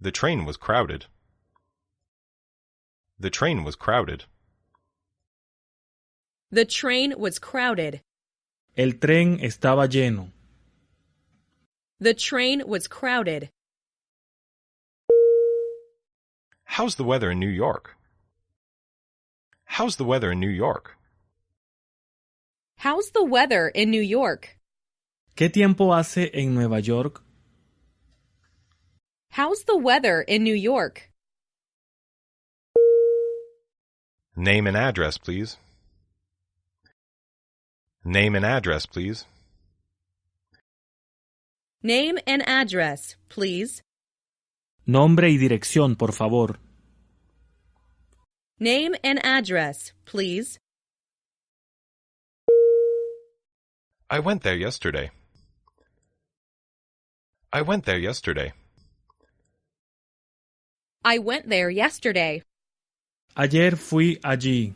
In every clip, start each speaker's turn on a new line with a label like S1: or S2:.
S1: The train was crowded. The train was crowded.
S2: The train was crowded.
S3: El tren estaba lleno.
S2: The train was crowded.
S1: How's the weather in New York? How's the weather in New York?
S2: How's the weather in New York?
S3: ¿Qué tiempo hace en Nueva York?
S2: How's the weather in New York?
S1: Name and address, please. Name and address, please.
S2: Name and address, please.
S3: Nombre y dirección, por favor.
S2: Name and address, please.
S1: I went there yesterday. I went there yesterday.
S2: I went there yesterday.
S3: Ayer fui allí.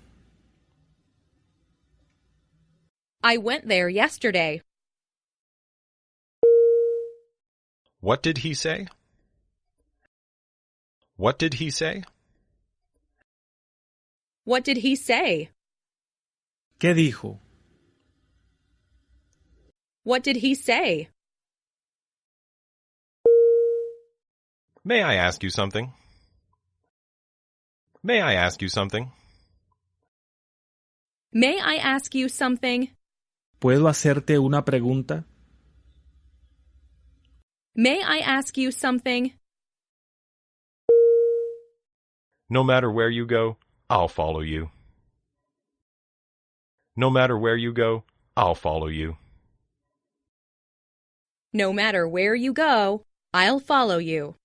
S2: I went there yesterday.
S1: What did he say? What did he say?
S2: What did he say?
S3: ¿Qué dijo?
S2: What did he say?
S1: May I ask you something? May I ask you something?
S2: May I ask you something?
S3: ¿Puedo hacerte una pregunta?
S2: May I ask you something?
S1: No matter where you go, I'll follow you. No matter where you go, I'll follow you.
S2: No matter where you go, I'll follow you.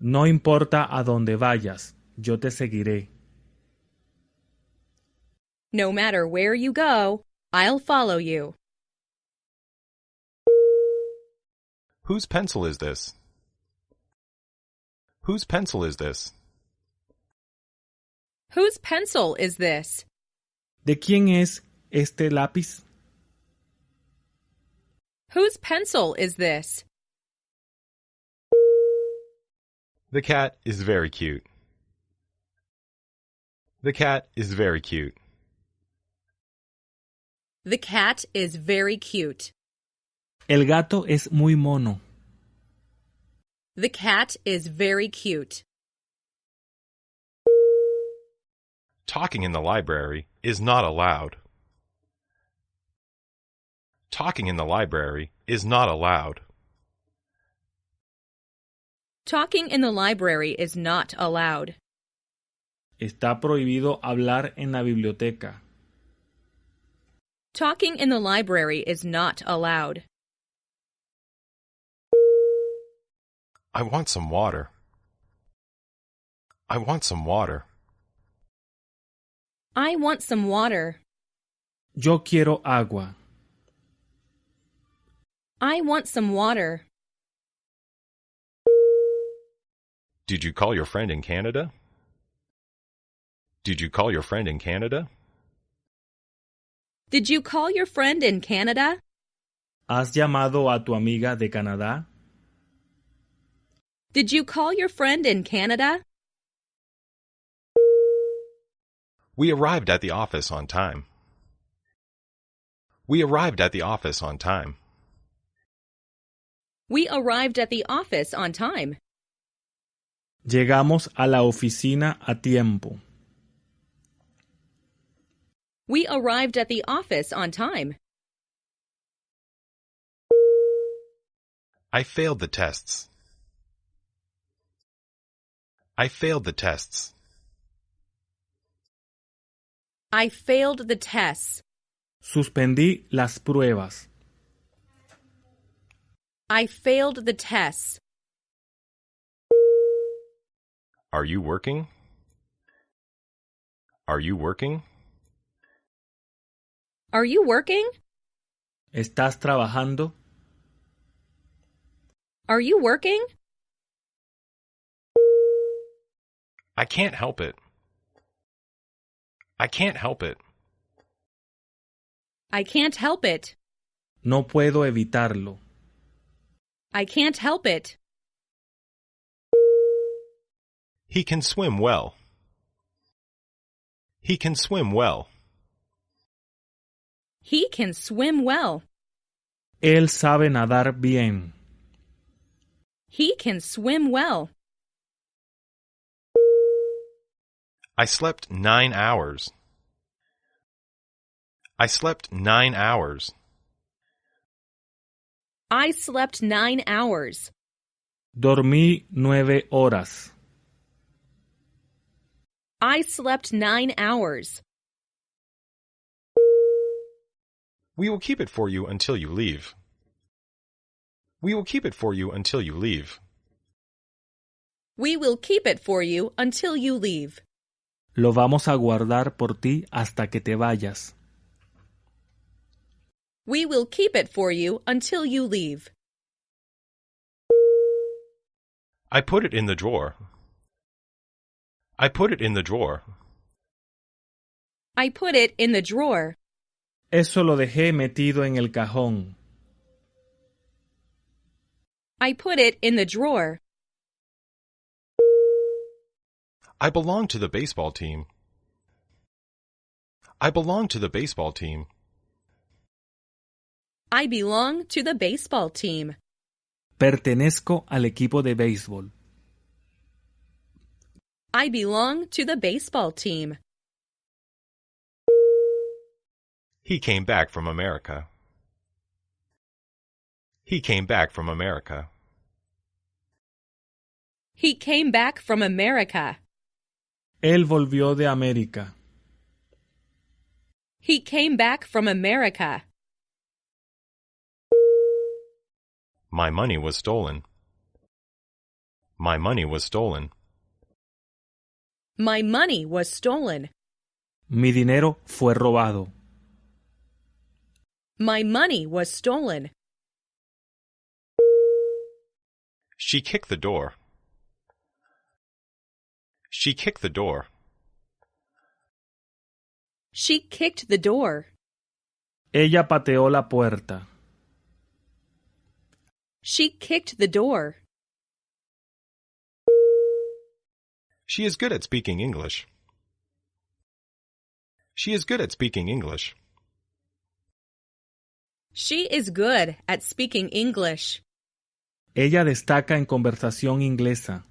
S3: No importa a dónde vayas, yo te seguiré.
S2: No matter where you go, I'll follow you.
S1: Whose pencil is this? Whose pencil is this?
S2: Whose pencil is this?
S3: ¿De quién es este lápiz?
S2: Whose pencil is this?
S1: The cat is very cute. The cat is very cute.
S2: The cat is very cute.
S3: El gato es muy mono.
S2: The cat is very cute.
S1: Talking in the library is not allowed. Talking in the library is not allowed.
S2: Talking in the library is not allowed.
S3: Está prohibido hablar en la biblioteca.
S2: Talking in the library is not allowed.
S1: I want some water. I want some water.
S2: I want some water.
S3: Yo quiero agua.
S2: I want some water.
S1: Did you call your friend in Canada? Did you call your friend in Canada?
S2: Did you call your friend in Canada?
S3: ¿Has llamado a tu amiga de Canadá?
S2: Did you call your friend in Canada?
S1: We arrived at the office on time. We arrived at the office on time.
S2: We arrived at the office on time.
S3: Llegamos a la oficina a tiempo.
S2: We arrived at the office on time.
S1: I failed the tests. I failed the tests.
S2: I failed the tests.
S3: Suspendí las pruebas.
S2: I failed the tests.
S1: Are you working? Are you working?
S2: Are you working?
S3: ¿Estás trabajando?
S2: Are you working?
S1: I can't help it. I can't help it.
S2: I can't help it.
S3: No puedo evitarlo.
S2: I can't help it.
S1: He can swim well. He can swim well.
S2: He can swim well.
S3: Él sabe nadar bien.
S2: He can swim well.
S1: I slept nine hours. I slept nine hours.
S2: I slept nine hours.
S3: Dormí nueve horas.
S2: I slept nine hours.
S1: We will keep it for you until you leave. We will keep it for you until you leave.
S2: We will keep it for you until you leave.
S3: Lo vamos a guardar por ti hasta que te vayas.
S2: We will keep it for you until you leave.
S1: I put it in the drawer. I put it in the drawer.
S2: I put it in the drawer.
S3: Eso lo dejé metido en el cajón.
S2: I put it in the drawer.
S1: I belong to the baseball team. I belong to the baseball team.
S2: I belong to the baseball team.
S3: Pertenezco al equipo de béisbol.
S2: I belong to the baseball team.
S1: He came back from America. He came back from America.
S2: He came back from America.
S3: Él volvió de América.
S2: He came back from America.
S1: My money was stolen. My money was stolen.
S2: My money was stolen.
S3: Mi dinero fue robado.
S2: My money was stolen.
S1: She kicked the door. She kicked the door.
S2: She kicked the door.
S3: Ella pateó la puerta.
S2: She kicked the door.
S1: She is good at speaking English. She is good at speaking English.
S2: She is good at speaking English.
S3: Ella destaca en conversación inglesa.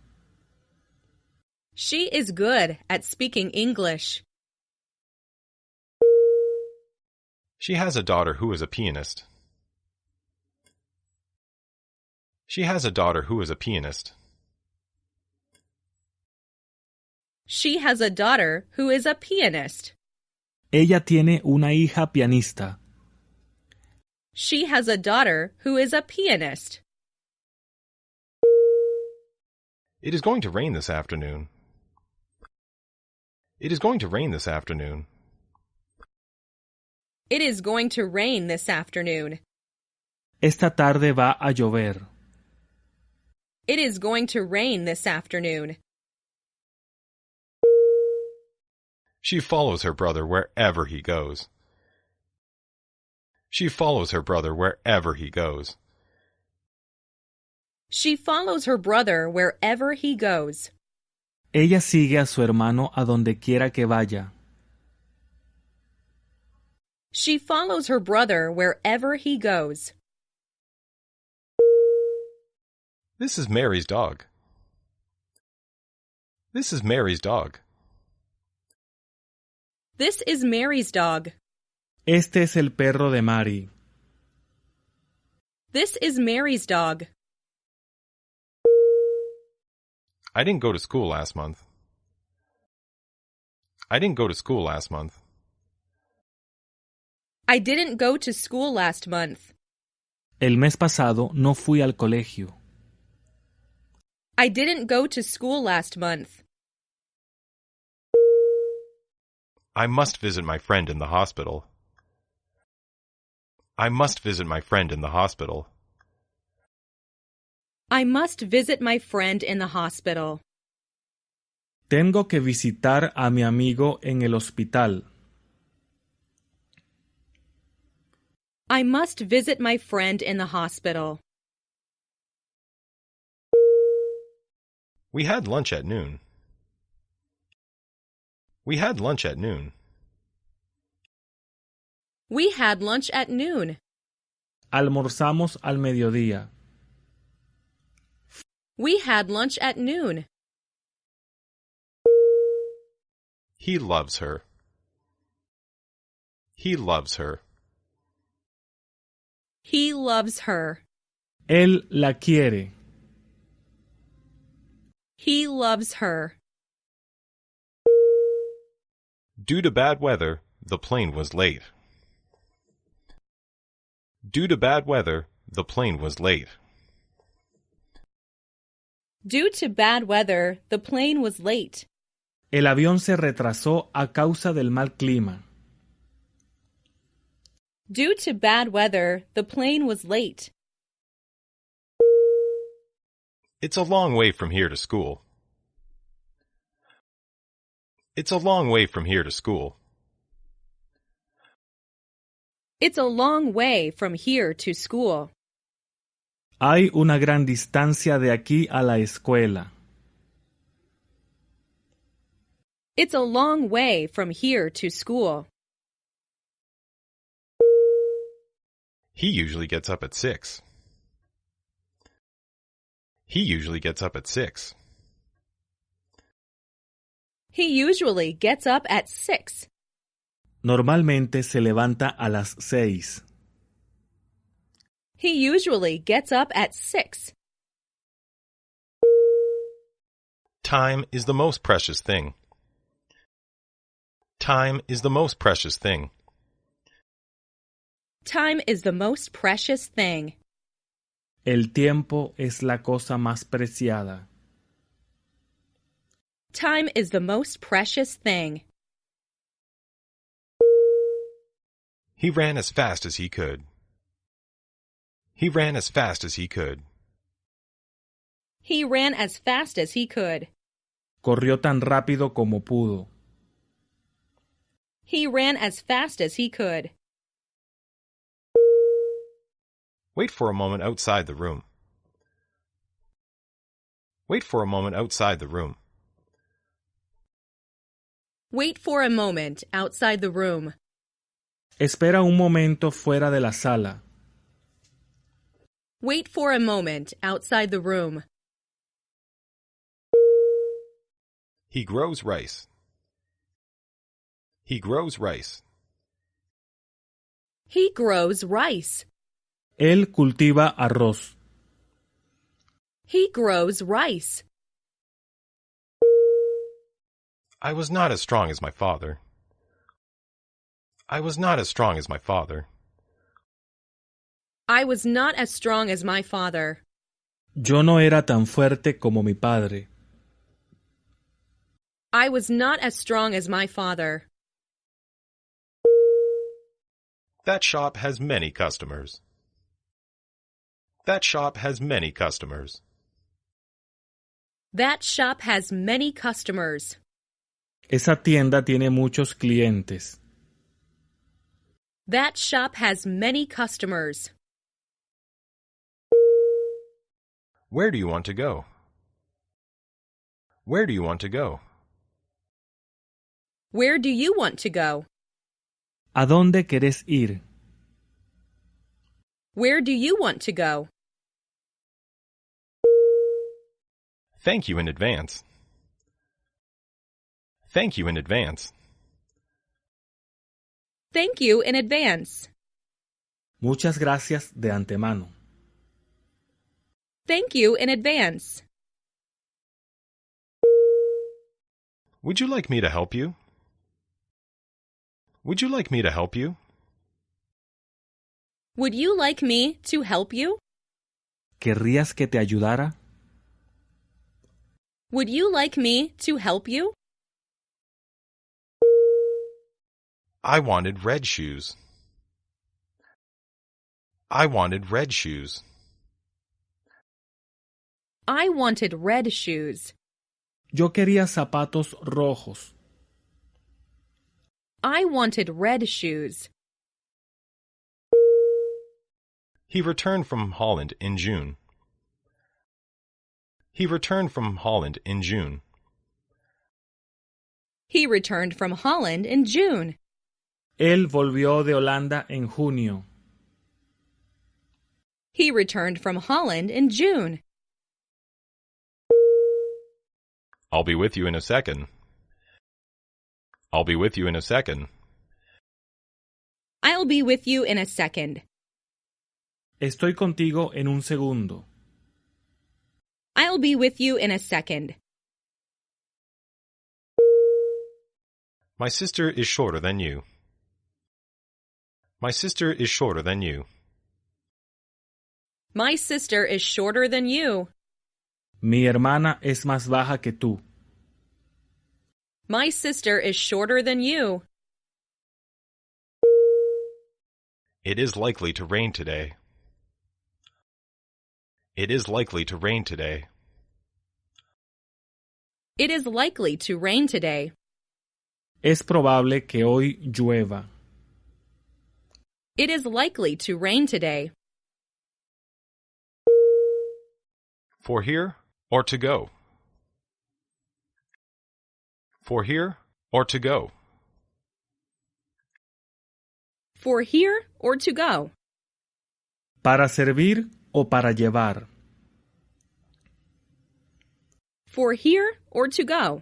S2: She is good at speaking English.
S1: She has a daughter who is a pianist. She has a daughter who is a pianist.
S2: She has a daughter who is a pianist.
S3: Ella tiene una hija pianista.
S2: She has a daughter who is a pianist.
S1: It is going to rain this afternoon. It is going to rain this afternoon.
S2: It is going to rain this afternoon.
S3: Esta tarde va a llover.
S2: It is going to rain this afternoon.
S1: She follows her brother wherever he goes. She follows her brother wherever he goes.
S2: She follows her brother wherever he goes.
S3: Ella sigue a su hermano a donde quiera que vaya.
S2: She follows her brother wherever he goes.
S1: This is Mary's dog. This is Mary's dog.
S2: This is Mary's dog.
S3: Este es el perro de Mari.
S2: This is Mary's dog.
S1: I didn't go to school last month. I didn't go to school last month.
S2: I didn't go to school last month.
S3: El mes pasado no fui al colegio.
S2: I didn't go to school last month.
S1: I must visit my friend in the hospital. I must visit my friend in the hospital.
S2: I must visit my friend in the hospital.
S3: Tengo que visitar a mi amigo en el hospital.
S2: I must visit my friend in the hospital.
S1: We had lunch at noon. We had lunch at noon.
S2: We had lunch at noon.
S3: Almorzamos al mediodía.
S2: We had lunch at noon.
S1: He loves her. He loves her.
S2: He loves her.
S3: Él la quiere.
S2: He loves her.
S1: Due to bad weather, the plane was late. Due to bad weather, the plane was late.
S2: Due to bad weather, the plane was late.
S3: El avión se retrasó a causa del mal clima.
S2: Due to bad weather, the plane was late.
S1: It's a long way from here to school. It's a long way from here to school.
S2: It's a long way from here to school.
S3: Hay una gran distancia de aquí a la escuela.
S2: It's a long way from here to school.
S1: He usually gets up at six. He usually gets up at six.
S2: He usually gets up at 6.
S3: Normalmente se levanta a las seis.
S2: He usually gets up at 6.
S1: Time is the most precious thing. Time is the most precious thing.
S2: Time is the most precious thing.
S3: El tiempo es la cosa más preciada.
S2: Time is the most precious thing.
S1: He ran as fast as he could. He ran as fast as he could.
S2: He ran as fast as he could.
S3: Corrió tan rápido como pudo.
S2: He ran as fast as he could.
S1: Wait for a moment outside the room. Wait for a moment outside the room.
S2: Wait for a moment outside the room.
S3: Espera un momento fuera de la sala.
S2: Wait for a moment outside the room.
S1: He grows rice. He grows rice.
S2: He grows rice.
S3: Él cultiva arroz.
S2: He grows rice.
S1: I was not as strong as my father. I was not as strong as my father.
S2: I was not as strong as my father.
S3: Yo no era tan fuerte como mi padre.
S2: I was not as strong as my father.
S1: That shop has many customers. That shop has many customers.
S2: That shop has many customers.
S3: Esa tienda tiene muchos clientes.
S2: That shop has many customers.
S1: Where do you want to go? Where do you want to go?
S2: Where do you want to go?
S3: ¿A dónde querés ir?
S2: Where do you want to go?
S1: Thank you in advance. Thank you in advance.
S2: Thank you in advance.
S3: Muchas gracias de antemano.
S2: Thank you in advance.
S1: Would you like me to help you? Would you like me to help you?
S2: Would you like me to help you?
S3: ¿Querrías que te ayudara?
S2: Would you like me to help you?
S1: I wanted red shoes. I wanted red shoes.
S2: I wanted red shoes.
S3: Yo quería zapatos rojos.
S2: I wanted red shoes.
S1: He returned from Holland in June. He returned from Holland in June.
S2: He returned from Holland in June.
S3: Él volvió de Holanda en junio.
S2: He returned from Holland in June.
S1: I'll be with you in a second. I'll be with you in a second.
S2: I'll be with you in a second.
S3: Estoy contigo en un segundo.
S2: I'll be with you in a second.
S1: My sister is shorter than you. My sister is shorter than you.
S2: My sister is shorter than you.
S3: Mi hermana es más baja que tú.
S2: My sister is shorter than you.
S1: It is likely to rain today. It is likely to rain today.
S2: It is likely to rain today.
S3: Es probable que hoy llueva.
S2: It is likely to rain today.
S1: For here or to go? For here or to go?
S2: For here or to go?
S3: Para servir o para llevar.
S2: For here or to go?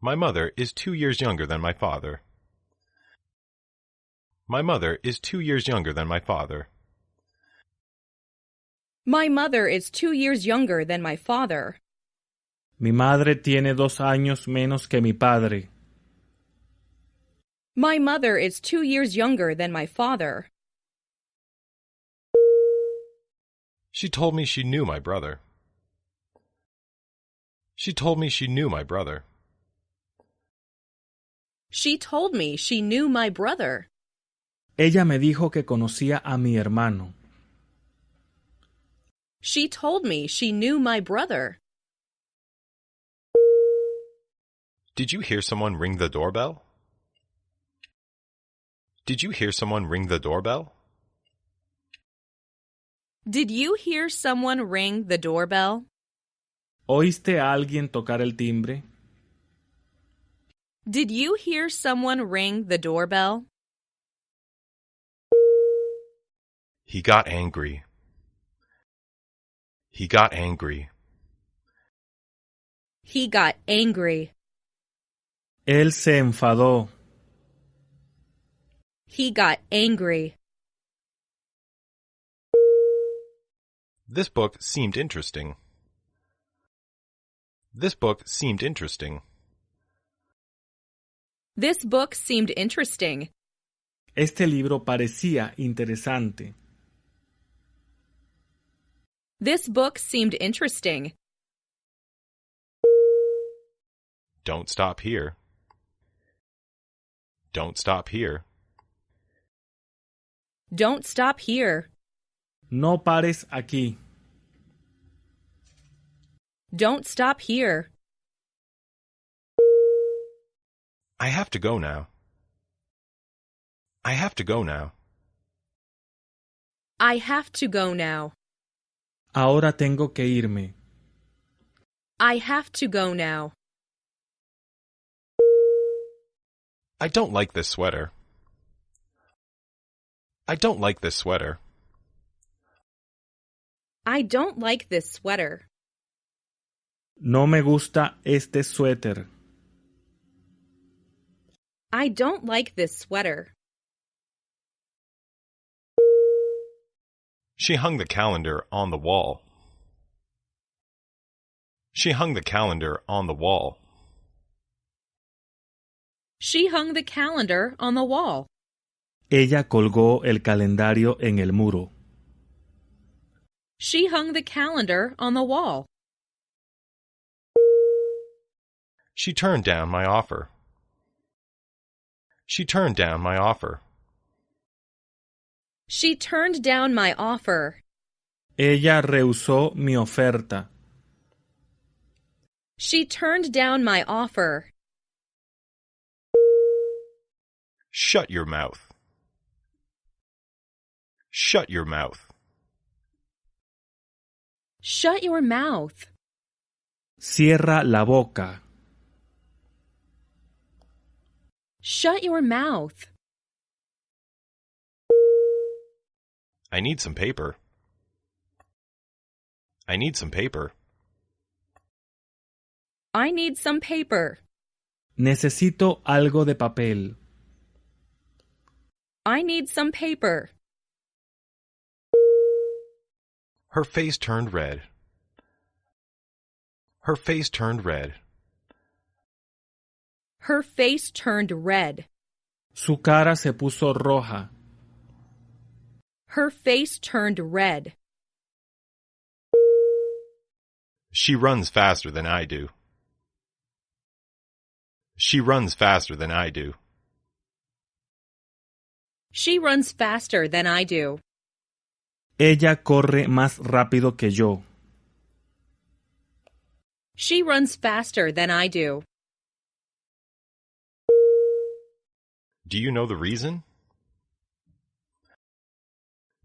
S1: My mother is two years younger than my father. My mother is two years younger than my father.
S2: My mother is two years younger than my father.
S3: Mi madre tiene dos años menos que mi padre.
S2: My mother is two years younger than my father.
S1: She told me she knew my brother. She told me she knew my brother.
S2: She told me she knew my brother.
S3: Ella me dijo que conocía a mi hermano.
S2: She told me she knew my brother.
S1: Did you hear someone ring the doorbell? Did you hear someone ring the doorbell?
S2: Did you hear someone ring the doorbell?
S3: ¿Oíste a alguien tocar el timbre?
S2: Did you hear someone ring the doorbell?
S1: He got angry. He got angry.
S2: He got angry.
S3: Él se enfadó.
S2: He got angry.
S1: This book seemed interesting. This book seemed interesting.
S2: This book seemed interesting.
S3: Este libro parecía interesante.
S2: This book seemed interesting.
S1: Don't stop here. Don't stop here.
S2: Don't stop here.
S3: No pares aquí.
S2: Don't stop here.
S1: I have to go now. I have to go now.
S2: I have to go now.
S3: Ahora tengo que irme.
S2: I have to go now.
S1: I don't like this sweater. I don't like this sweater.
S2: I don't like this sweater.
S3: No me gusta este suéter.
S2: I don't like this sweater.
S1: She hung the calendar on the wall. She hung the calendar on the wall.
S2: She hung the calendar on the wall.
S3: Ella colgó el calendario en el muro.
S2: She hung the calendar on the wall.
S1: She turned down my offer. She turned down my offer.
S2: She turned down my offer.
S3: Ella rehusó mi oferta.
S2: She turned down my offer.
S1: Shut your mouth. Shut your mouth.
S2: Shut your mouth.
S3: Cierra la boca.
S2: Shut your mouth.
S1: I need some paper. I need some paper.
S2: I need some paper.
S3: Necesito algo de papel.
S2: I need some paper.
S1: Her face turned red. Her face turned red.
S2: Her face turned red.
S3: Su cara se puso roja.
S2: Her face turned red.
S1: She runs faster than I do. She runs faster than I do.
S2: She runs faster than I do.
S3: Ella corre más rápido que yo.
S2: She runs faster than I do.
S1: Do you know the reason?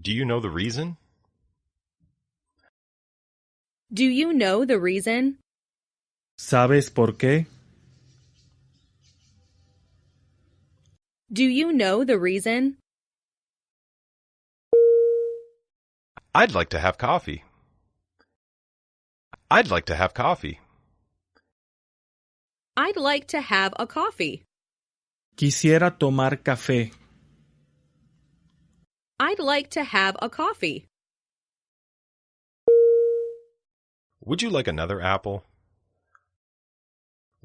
S1: Do you know the reason?
S2: Do you know the reason?
S3: ¿Sabes por qué?
S2: Do you know the reason?
S1: I'd like to have coffee. I'd like to have coffee.
S2: I'd like to have a coffee.
S3: Quisiera tomar café.
S2: I'd like to have a coffee.
S1: Would you like another apple?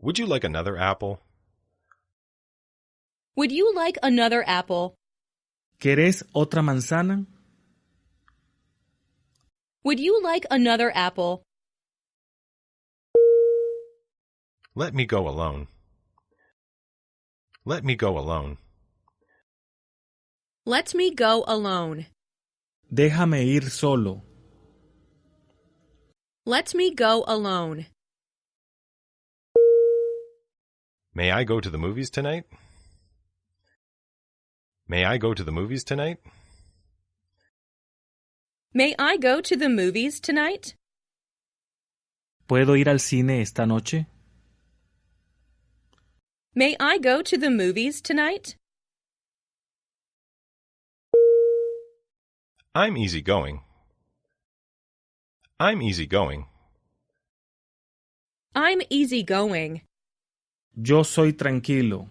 S1: Would you like another apple?
S2: Would you like another apple?
S3: ¿Querés otra manzana?
S2: Would you like another apple?
S1: Let me go alone. Let me go alone.
S2: Let me go alone.
S3: Déjame ir solo.
S2: Let me go alone.
S1: May I go to the movies tonight? May I go to the movies tonight?
S2: May I go to the movies tonight?
S3: ¿Puedo ir al cine esta noche?
S2: May I go to the movies tonight?
S1: I'm easygoing. I'm easygoing.
S2: I'm easygoing.
S3: Yo soy tranquilo.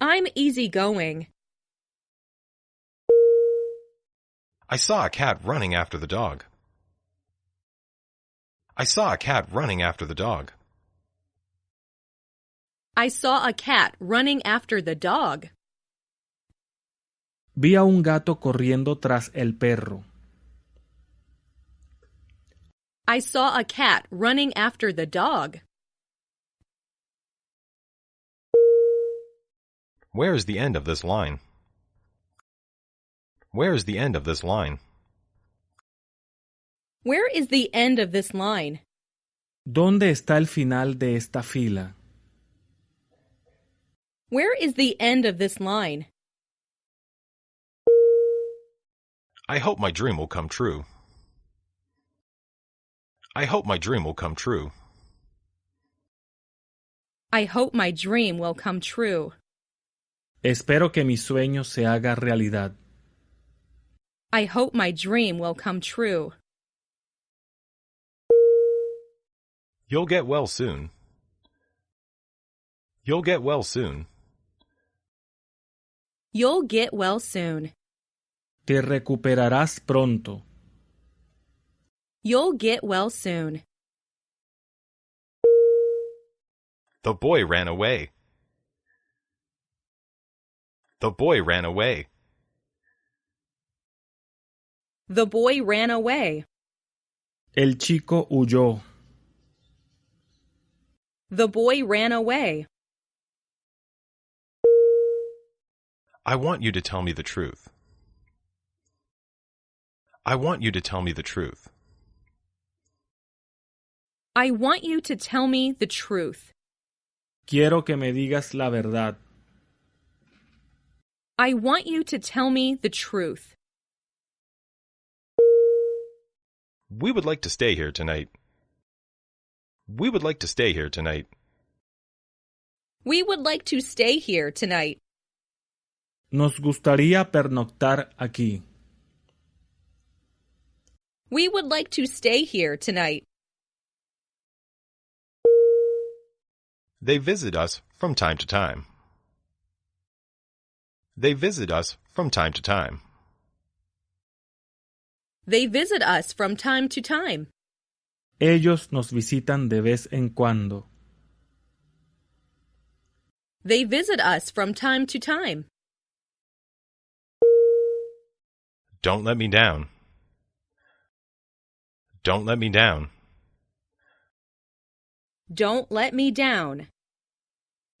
S2: I'm easygoing.
S1: I saw a cat running after the dog. I saw a cat running after the dog.
S2: I saw a cat running after the dog.
S3: Vi a un gato corriendo tras el perro.
S2: I saw a cat running after the dog.
S1: Where is the end of this line? Where is the end of this line?
S2: Where is the end of this line?
S3: ¿Dónde está el final de esta fila?
S2: Where is the end of this line?
S1: I hope my dream will come true. I hope my dream will come true.
S2: I hope my dream will come true.
S3: Espero que mi sueño se haga realidad.
S2: I hope my dream will come true.
S1: You'll get well soon. You'll get well soon.
S2: You'll get well soon.
S3: Te recuperarás pronto.
S2: You'll get well soon.
S1: The boy ran away. The boy ran away.
S2: The boy ran away.
S3: El chico huyó.
S2: The boy ran away.
S1: I want you to tell me the truth. I want you to tell me the truth.
S2: I want you to tell me the truth.
S3: Quiero que me digas la verdad.
S2: I want you to tell me the truth.
S1: We would like to stay here tonight. We would like to stay here tonight.
S2: We would like to stay here tonight.
S3: Nos gustaría pernoctar aquí.
S2: We would like to stay here tonight.
S1: They visit us from time to time. They visit us from time to time.
S2: They visit us from time to time.
S3: Ellos nos visitan de vez en cuando.
S2: They visit us from time to time.
S1: Don't let me down. Don't let me down.
S2: Don't let me down.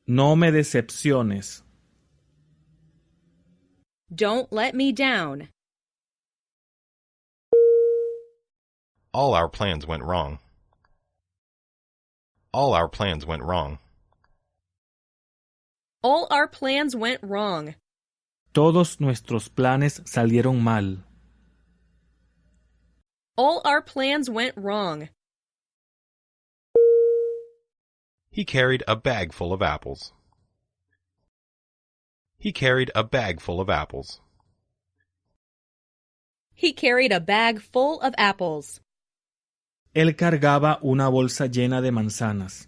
S3: No me decepciones.
S2: Don't let me down.
S1: All our plans went wrong. All our plans went wrong.
S2: All our plans went wrong.
S3: Todos nuestros planes salieron mal.
S2: All our plans went wrong.
S1: He carried a bag full of apples. He carried a bag full of apples.
S2: He carried a bag full of apples.
S3: Él cargaba una bolsa llena de manzanas.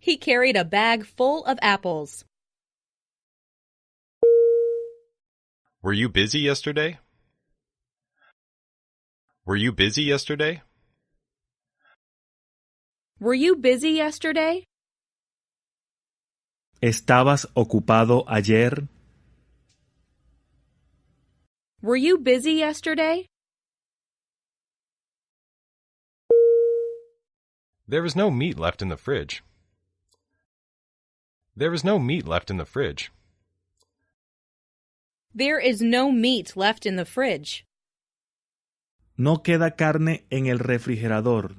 S2: He carried a bag full of apples.
S1: Were you busy yesterday? Were you busy yesterday?
S2: Were you busy yesterday?
S3: ¿Estabas ocupado ayer?
S2: Were you busy yesterday?
S1: There is no meat left in the fridge. There is no meat left in the fridge.
S2: There is no meat left in the fridge.
S3: No queda carne en el refrigerador.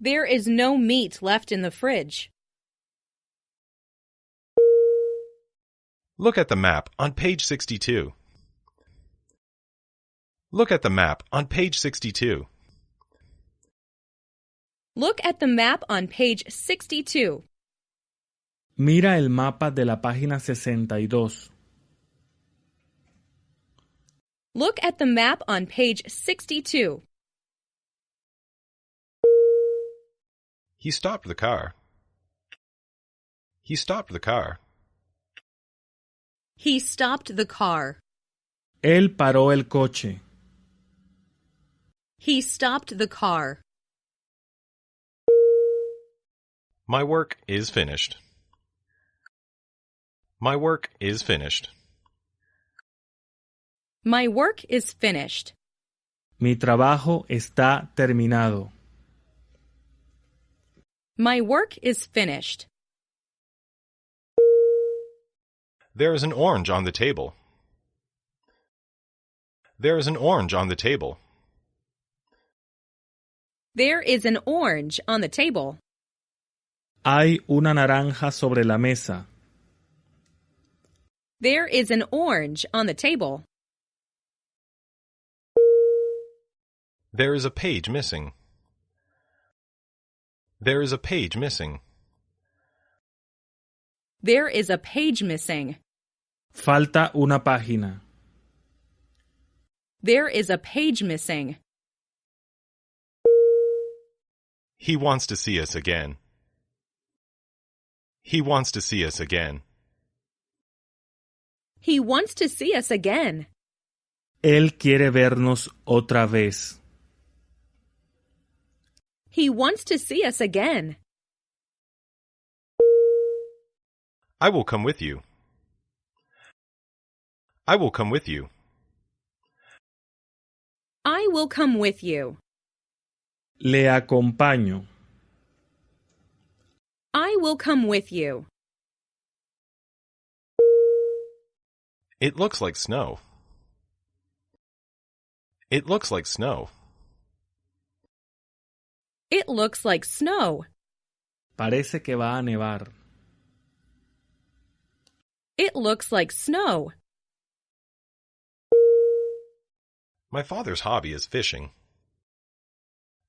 S2: There is no meat left in the fridge.
S1: Look at the map on page 62. Look at the map on page 62.
S2: Look at the map on page 62.
S3: Mira el mapa de la página 62.
S2: Look at the map on page 62.
S1: He stopped the car. He stopped the car.
S2: He stopped the car.
S3: Él paró el coche.
S2: He stopped the car.
S1: My work is finished. My work is finished.
S2: My work is finished.
S3: Mi trabajo está terminado.
S2: My work is finished.
S1: There is an orange on the table. There is an orange on the table.
S2: There is an orange on the table.
S3: Hay una naranja sobre la mesa.
S2: There is an orange on the table.
S1: There is a page missing. There is a page missing.
S2: There is a page missing.
S3: Falta una página.
S2: There is a page missing.
S1: He wants to see us again. He wants to see us again.
S2: He wants to see us again.
S3: Él quiere vernos otra vez.
S2: He wants to see us again.
S1: I will come with you. I will come with you.
S2: I will come with you.
S3: Le acompaño.
S2: I will come with you.
S1: It looks like snow. It looks like snow.
S2: It looks like snow.
S3: Parece que va a nevar.
S2: It looks like snow.
S1: My father's hobby is fishing.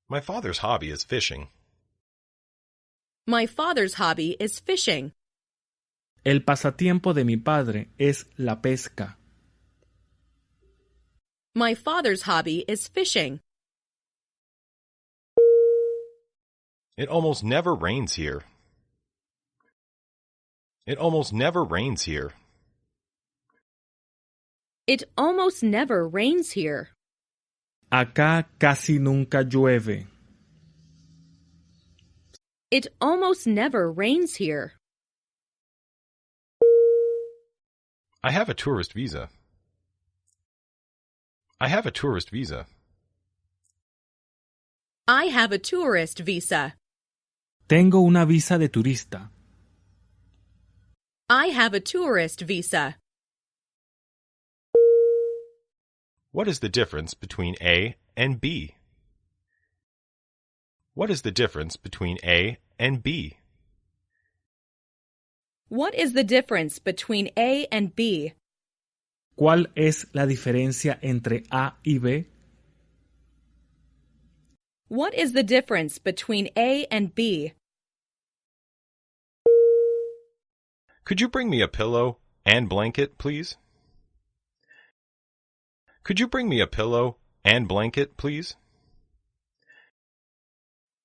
S1: My father's hobby is fishing.
S2: My father's hobby is fishing.
S3: El pasatiempo de mi padre es la pesca.
S2: My father's hobby is fishing.
S1: It almost never rains here. It almost never rains here.
S2: It almost never rains here.
S3: Acá casi nunca llueve.
S2: It almost never rains here.
S1: I have a tourist visa. I have a tourist visa.
S2: I have a tourist visa.
S3: Tengo una visa de turista.
S2: I have a tourist visa.
S1: What is the difference between A and B? What is the difference between A and B?
S2: What is the difference between A and B?
S3: ¿Cuál es la diferencia entre A y B?
S2: What is the difference between A and B?
S1: Could you bring me a pillow and blanket, please? Could you bring me a pillow and blanket, please?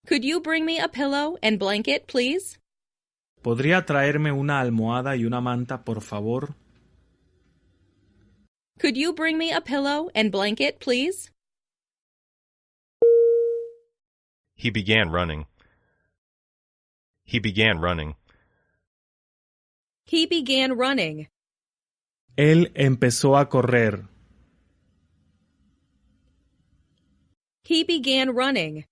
S2: Could you bring me a pillow and blanket, please?
S3: ¿Podría traerme una almohada y una manta, por favor?
S2: Could you bring me a pillow and blanket, please?
S1: He began running. He began running.
S2: He began running.
S3: Él empezó a correr.
S2: He began running.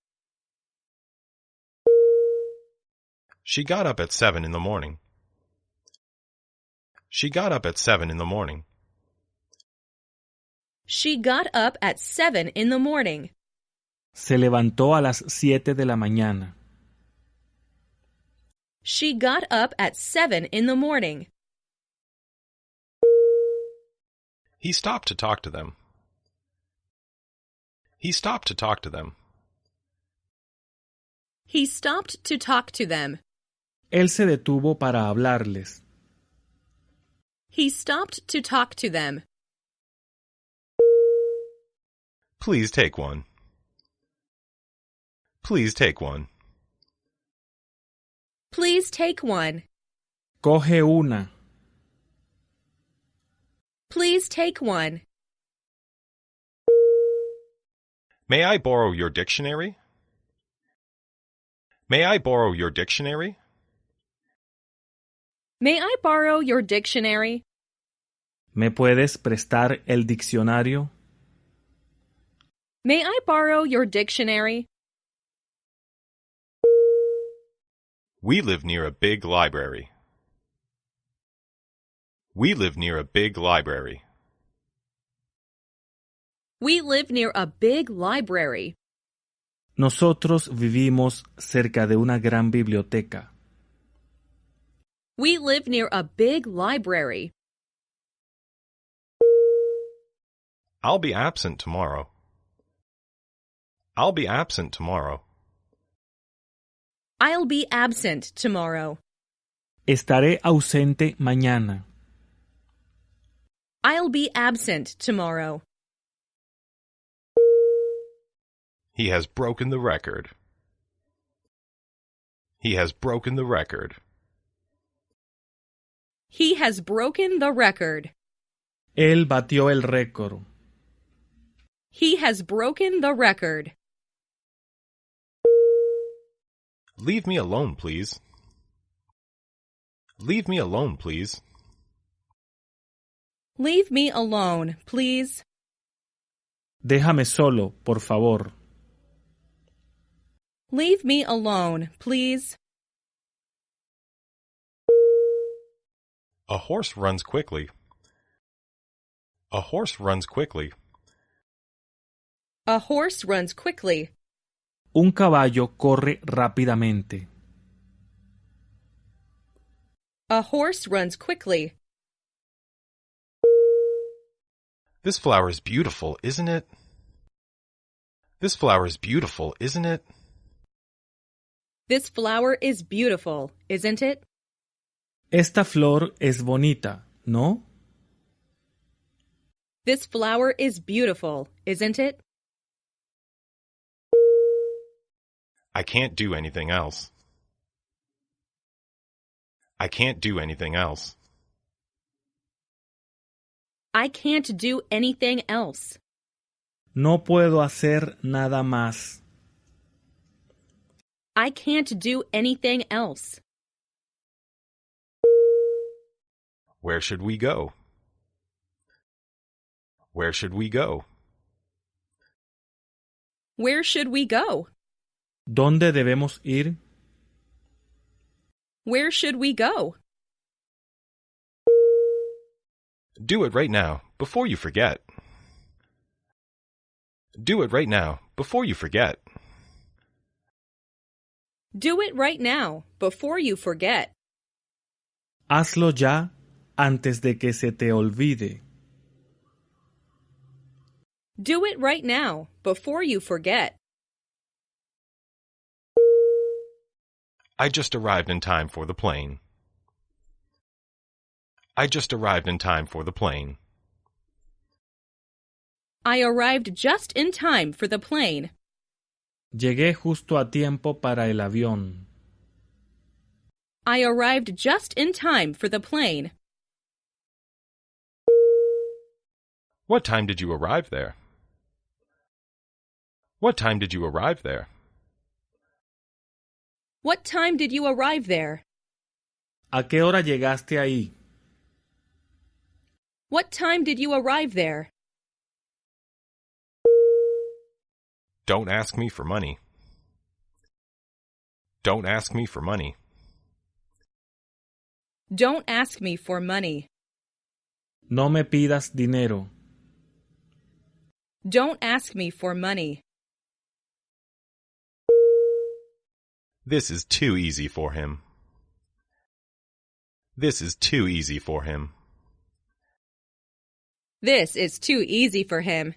S1: She got up at seven in the morning. She got up at seven in the morning.
S2: She got up at seven in the morning.
S3: Se levantó a las siete de la mañana.
S2: She got up at seven in the morning.
S1: He stopped to talk to them. He stopped to talk to them.
S2: He stopped to talk to them.
S3: Él se detuvo para hablarles.
S2: He stopped to talk to them.
S1: Please take one. Please take one.
S2: Please take one.
S3: Coge una.
S2: Please take one.
S1: May I borrow your dictionary? May I borrow your dictionary?
S2: May I borrow your dictionary?
S3: ¿Me puedes prestar el diccionario?
S2: May I borrow your dictionary?
S1: We live near a big library. We live near a big library.
S2: We live near a big library.
S3: Nosotros vivimos cerca de una gran biblioteca.
S2: We live near a big library.
S1: I'll be absent tomorrow. I'll be absent tomorrow.
S2: I'll be absent tomorrow.
S3: Estaré ausente mañana.
S2: I'll be absent tomorrow.
S1: He has broken the record. He has broken the record.
S2: He has broken the record.
S3: Él batió el récord.
S2: He has broken the record.
S1: Leave me alone, please. Leave me alone, please.
S2: Leave me alone, please.
S3: Déjame solo, por favor.
S2: Leave me alone, please.
S1: A horse runs quickly. A horse runs quickly.
S2: A horse runs quickly.
S3: Un caballo corre rápidamente.
S2: A horse runs quickly.
S1: This flower is beautiful, isn't it? This flower is beautiful, isn't it?
S2: This flower is beautiful, isn't it?
S3: Esta flor es bonita, ¿no?
S2: This flower is beautiful, isn't it?
S1: I can't do anything else. I can't do anything else.
S2: I can't do anything else.
S3: No puedo hacer nada más.
S2: I can't do anything else.
S1: Where should we go? Where should we go?
S2: Where should we go?
S3: ¿Dónde debemos ir?
S2: Where should we go?
S1: Do it right now, before you forget. Do it right now, before you forget.
S2: Do it right now, before you forget.
S3: Hazlo ya antes de que se te olvide.
S2: Do it right now, before you forget.
S1: I just arrived in time for the plane. I just arrived in time for the plane.
S2: I arrived just in time for the plane.
S3: Llegué justo a tiempo para el avión.
S2: I arrived just in time for the plane.
S1: What time did you arrive there? What time did you arrive there?
S2: What time did you arrive there?
S3: ¿A qué hora llegaste ahí?
S2: What time did you arrive there?
S1: Don't ask me for money. Don't ask me for money.
S2: Don't ask me for money.
S3: No me pidas dinero.
S2: Don't ask me for money.
S1: This is too easy for him. This is too easy for him.
S2: This is too easy for him.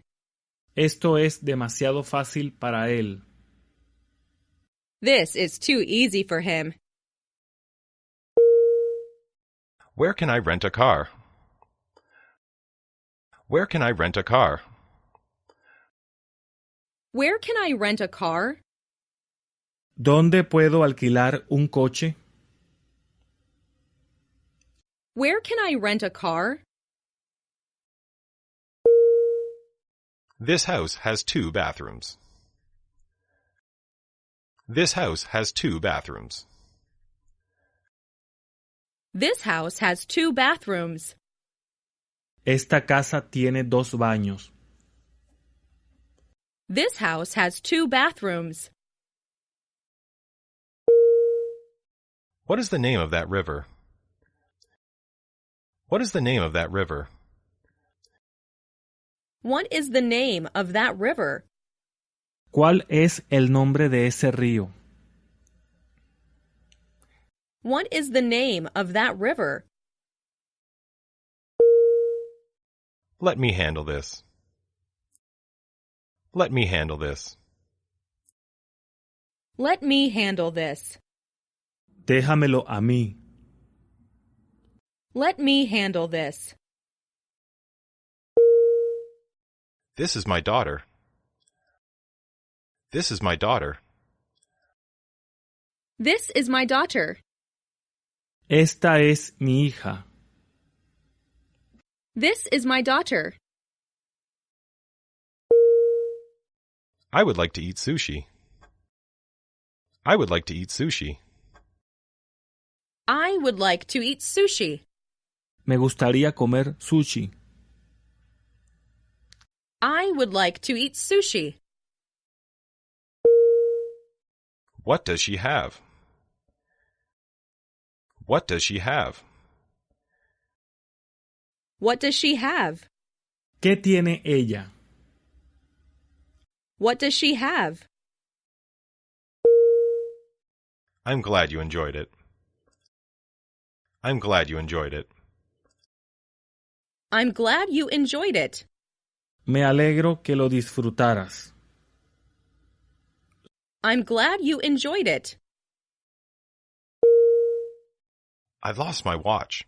S3: Esto es demasiado fácil para él.
S2: This is too easy for him.
S1: Where can I rent a car? Where can I rent a car?
S2: Where can I rent a car?
S3: ¿Dónde puedo alquilar un coche?
S2: Where can I rent a car?
S1: This house has two bathrooms. This house has two bathrooms.
S2: This house has two bathrooms.
S3: Esta casa tiene dos baños.
S2: This house has two bathrooms.
S1: What is the name of that river? What is the name of that river?
S2: What is the name of that river?
S3: ¿Cuál es el nombre de ese río?
S2: What is the name of that river?
S1: Let me handle this. Let me handle this.
S2: Let me handle this.
S3: Déjamelo a mí.
S2: Let me handle this.
S1: This is my daughter. This is my daughter.
S2: This is my daughter.
S3: Esta es mi hija.
S2: This is my daughter.
S1: I would like to eat sushi. I would like to eat sushi.
S2: I would like to eat sushi.
S3: Me gustaría comer sushi.
S2: I would like to eat sushi.
S1: What does she have? What does she have?
S2: What does she have?
S3: ¿Qué tiene ella?
S2: What does she have?
S1: I'm glad you enjoyed it. I'm glad you enjoyed it.
S2: I'm glad you enjoyed it.
S3: Me alegro que lo disfrutaras.
S2: I'm glad you enjoyed it.
S1: I lost my watch.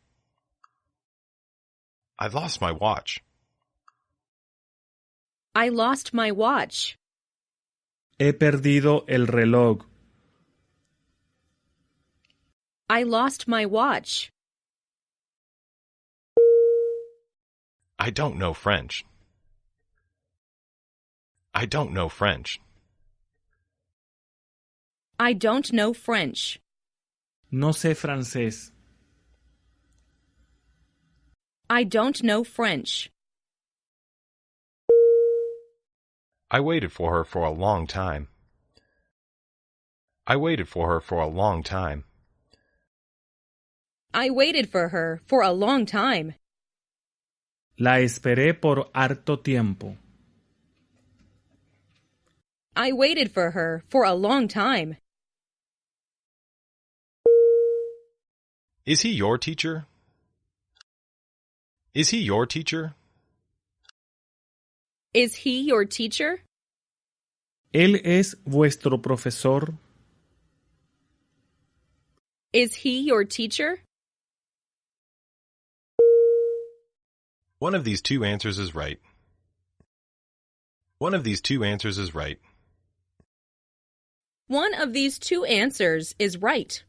S1: I lost my watch.
S2: I lost my watch.
S3: He perdido el reloj.
S2: I lost my watch.
S1: I don't know French. I don't know French.
S2: I don't know French.
S3: No sé francés.
S2: I don't know French.
S1: I waited for her for a long time. I waited for her for a long time.
S2: I waited for her for a long time.
S3: La esperé por harto tiempo.
S2: I waited for her for a long time.
S1: Is he your teacher? Is he your teacher?
S2: Is he your teacher?
S3: Él es vuestro profesor.
S2: Is he your teacher?
S1: One of these two answers is right. One of these two answers is right.
S2: One of these two answers is right.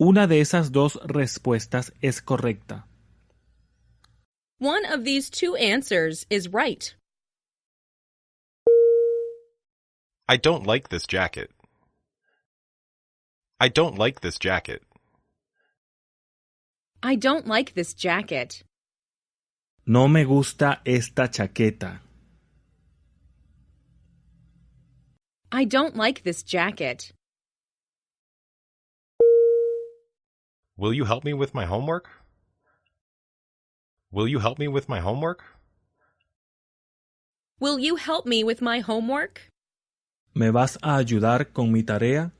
S3: Una de esas dos respuestas es correcta.
S2: One of these two answers is right.
S1: I don't like this jacket. I don't like this jacket.
S2: I don't like this jacket.
S3: No me gusta esta chaqueta.
S2: I don't like this jacket.
S1: Will you help me with my homework? Will you help me with my homework?
S2: Will you help me with my homework?
S3: ¿Me vas a ayudar con mi tarea?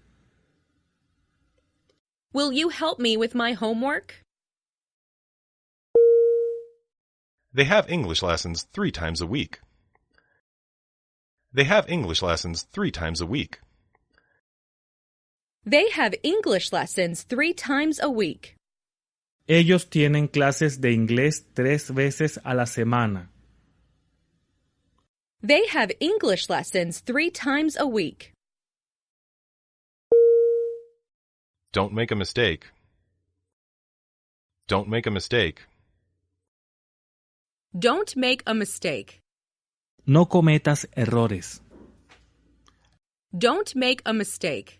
S2: Will you help me with my homework?
S1: They have English lessons three times a week. They have English lessons three times a week.
S2: They have English lessons three times a week.
S3: Ellos tienen clases de inglés tres veces a la semana.
S2: They have English lessons three times a week.
S1: Don't make a mistake. Don't make a mistake.
S2: Don't make a mistake.
S3: No cometas errores.
S2: Don't make a mistake.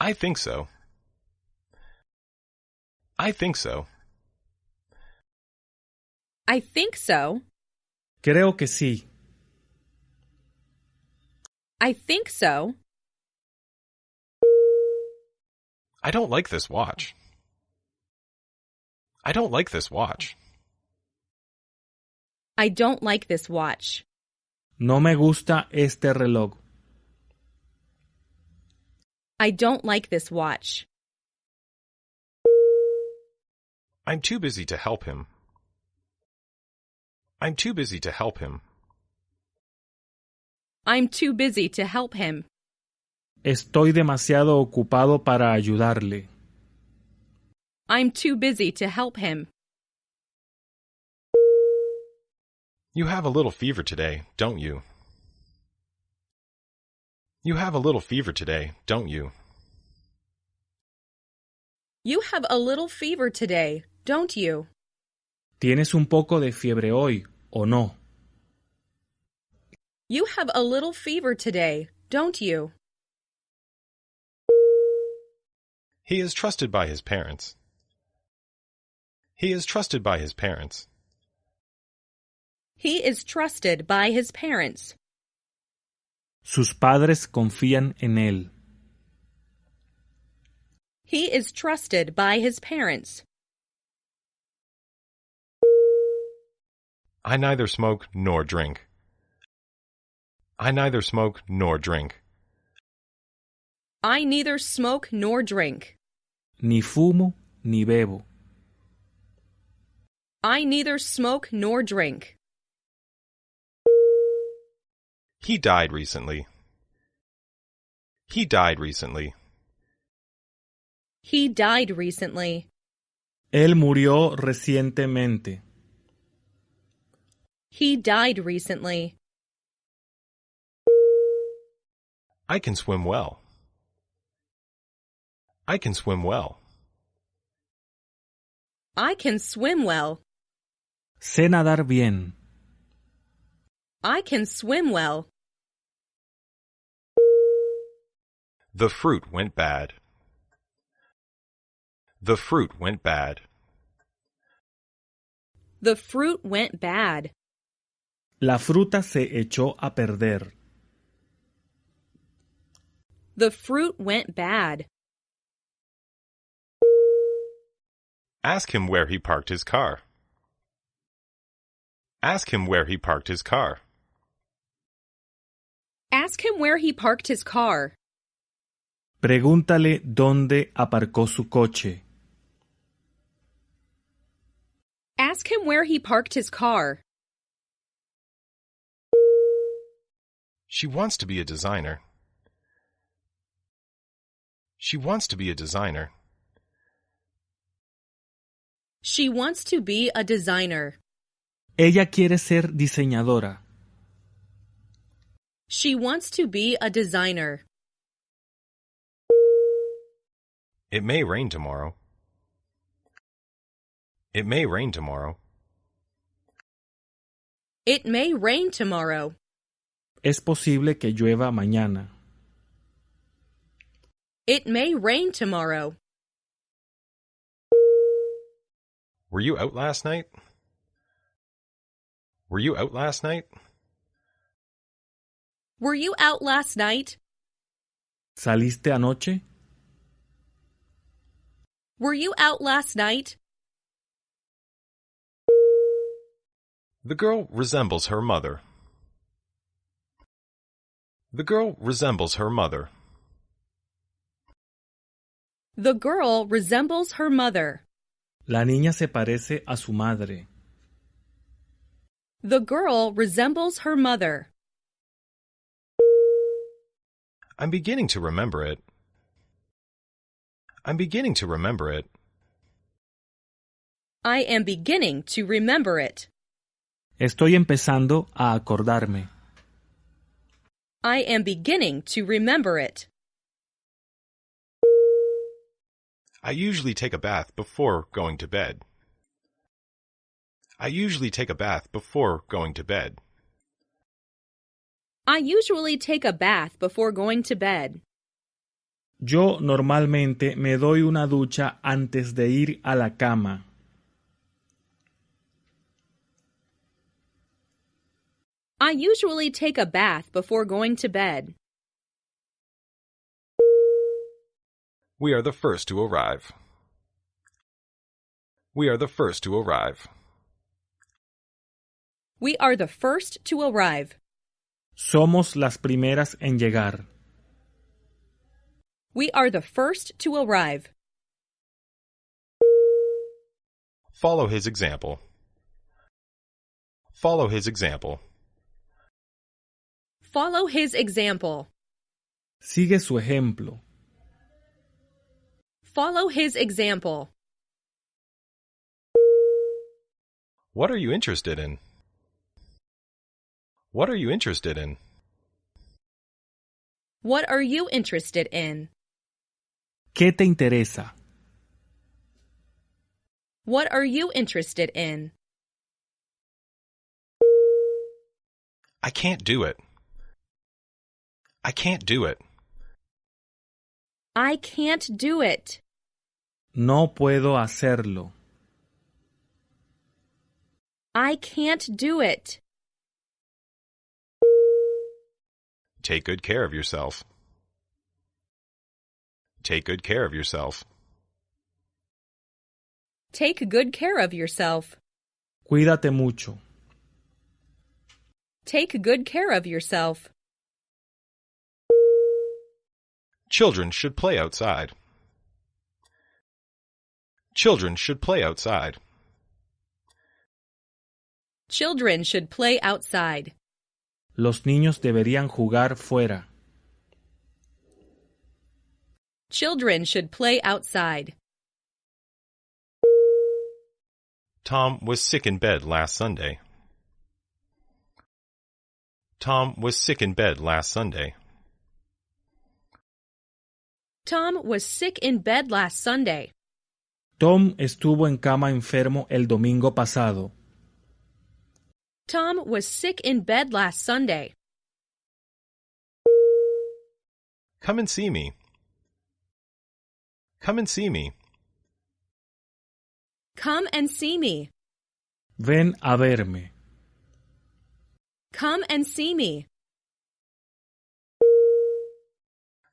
S1: I think so. I think so.
S2: I think so.
S3: Creo que sí.
S2: I think so.
S1: I don't like this watch. I don't like this watch.
S2: I don't like this watch.
S3: No me gusta este reloj.
S2: I don't like this watch.
S1: I'm too busy to help him. I'm too busy to help him.
S2: I'm too busy to help him.
S3: Estoy demasiado ocupado para ayudarle.
S2: I'm too busy to help him.
S1: You have a little fever today, don't you? You have a little fever today, don't you?
S2: You have a little fever today, don't you?
S3: ¿Tienes un poco de fiebre hoy o no?
S2: You have a little fever today, don't you?
S1: He is trusted by his parents. He is trusted by his parents.
S2: He is trusted by his parents.
S3: Sus padres confían en él.
S2: He is trusted by his parents.
S1: I neither smoke nor drink. I neither smoke nor drink.
S2: I neither smoke nor drink.
S3: Ni fumo ni bebo.
S2: I neither smoke nor drink.
S1: He died recently. He died recently.
S2: He died recently.
S3: Él murió recientemente.
S2: He died recently.
S1: I can swim well. I can swim well.
S2: I can swim well.
S3: Sé nadar bien.
S2: I can swim well.
S1: The fruit went bad. The fruit went bad.
S2: The fruit went bad.
S3: La fruta se echó a perder.
S2: The fruit went bad.
S1: Ask him where he parked his car. Ask him where he parked his car.
S2: Ask him where he parked his car.
S3: Pregúntale dónde aparcó su coche.
S2: Ask him where he parked his car.
S1: She wants to be a designer. She wants to be a designer.
S2: She wants to be a designer.
S3: Ella quiere ser diseñadora.
S2: She wants to be a designer.
S1: It may rain tomorrow. It may rain tomorrow.
S2: It may rain tomorrow.
S3: Es posible que llueva mañana.
S2: It may rain tomorrow.
S1: Were you out last night? Were you out last night?
S2: Were you out last night?
S3: ¿Saliste anoche?
S2: Were you out last night?
S1: The girl resembles her mother. The girl resembles her mother.
S2: The girl resembles her mother.
S3: La niña se parece a su madre.
S2: The girl resembles her mother.
S1: I'm beginning to remember it. I'm beginning to remember it.
S2: I am beginning to remember it.
S3: Estoy empezando a acordarme.
S2: I am beginning to remember it.
S1: I usually take a bath before going to bed. I usually take a bath before going to bed.
S2: I usually take a bath before going to bed.
S3: Yo normalmente me doy una ducha antes de ir a la cama.
S2: I usually take a bath before going to bed.
S1: We are the first to arrive. We are the first to arrive.
S2: We are the first to arrive.
S3: Somos las primeras en llegar.
S2: We are the first to arrive.
S1: Follow his example. Follow his example.
S2: Follow his example.
S3: Sigue su ejemplo.
S2: Follow his example.
S1: What are you interested in? What are you interested in?
S2: What are you interested in?
S3: ¿Qué te interesa?
S2: What are you interested in?
S1: I can't do it. I can't do it.
S2: I can't do it.
S3: No puedo hacerlo.
S2: I can't do it.
S1: Take good care of yourself. Take good care of yourself.
S2: Take good care of yourself.
S3: Cuídate mucho.
S2: Take good care of yourself.
S1: Children should play outside. Children should play outside.
S2: Children should play outside.
S3: Los niños deberían jugar fuera.
S2: Children should play outside.
S1: Tom was sick in bed last Sunday. Tom was sick in bed last Sunday.
S2: Tom was sick in bed last Sunday.
S3: Tom estuvo en cama enfermo el domingo pasado.
S2: Tom was sick in bed last Sunday.
S1: Come and see me. Come and see me.
S2: Come and see me.
S3: Ven a verme.
S2: Come and see me.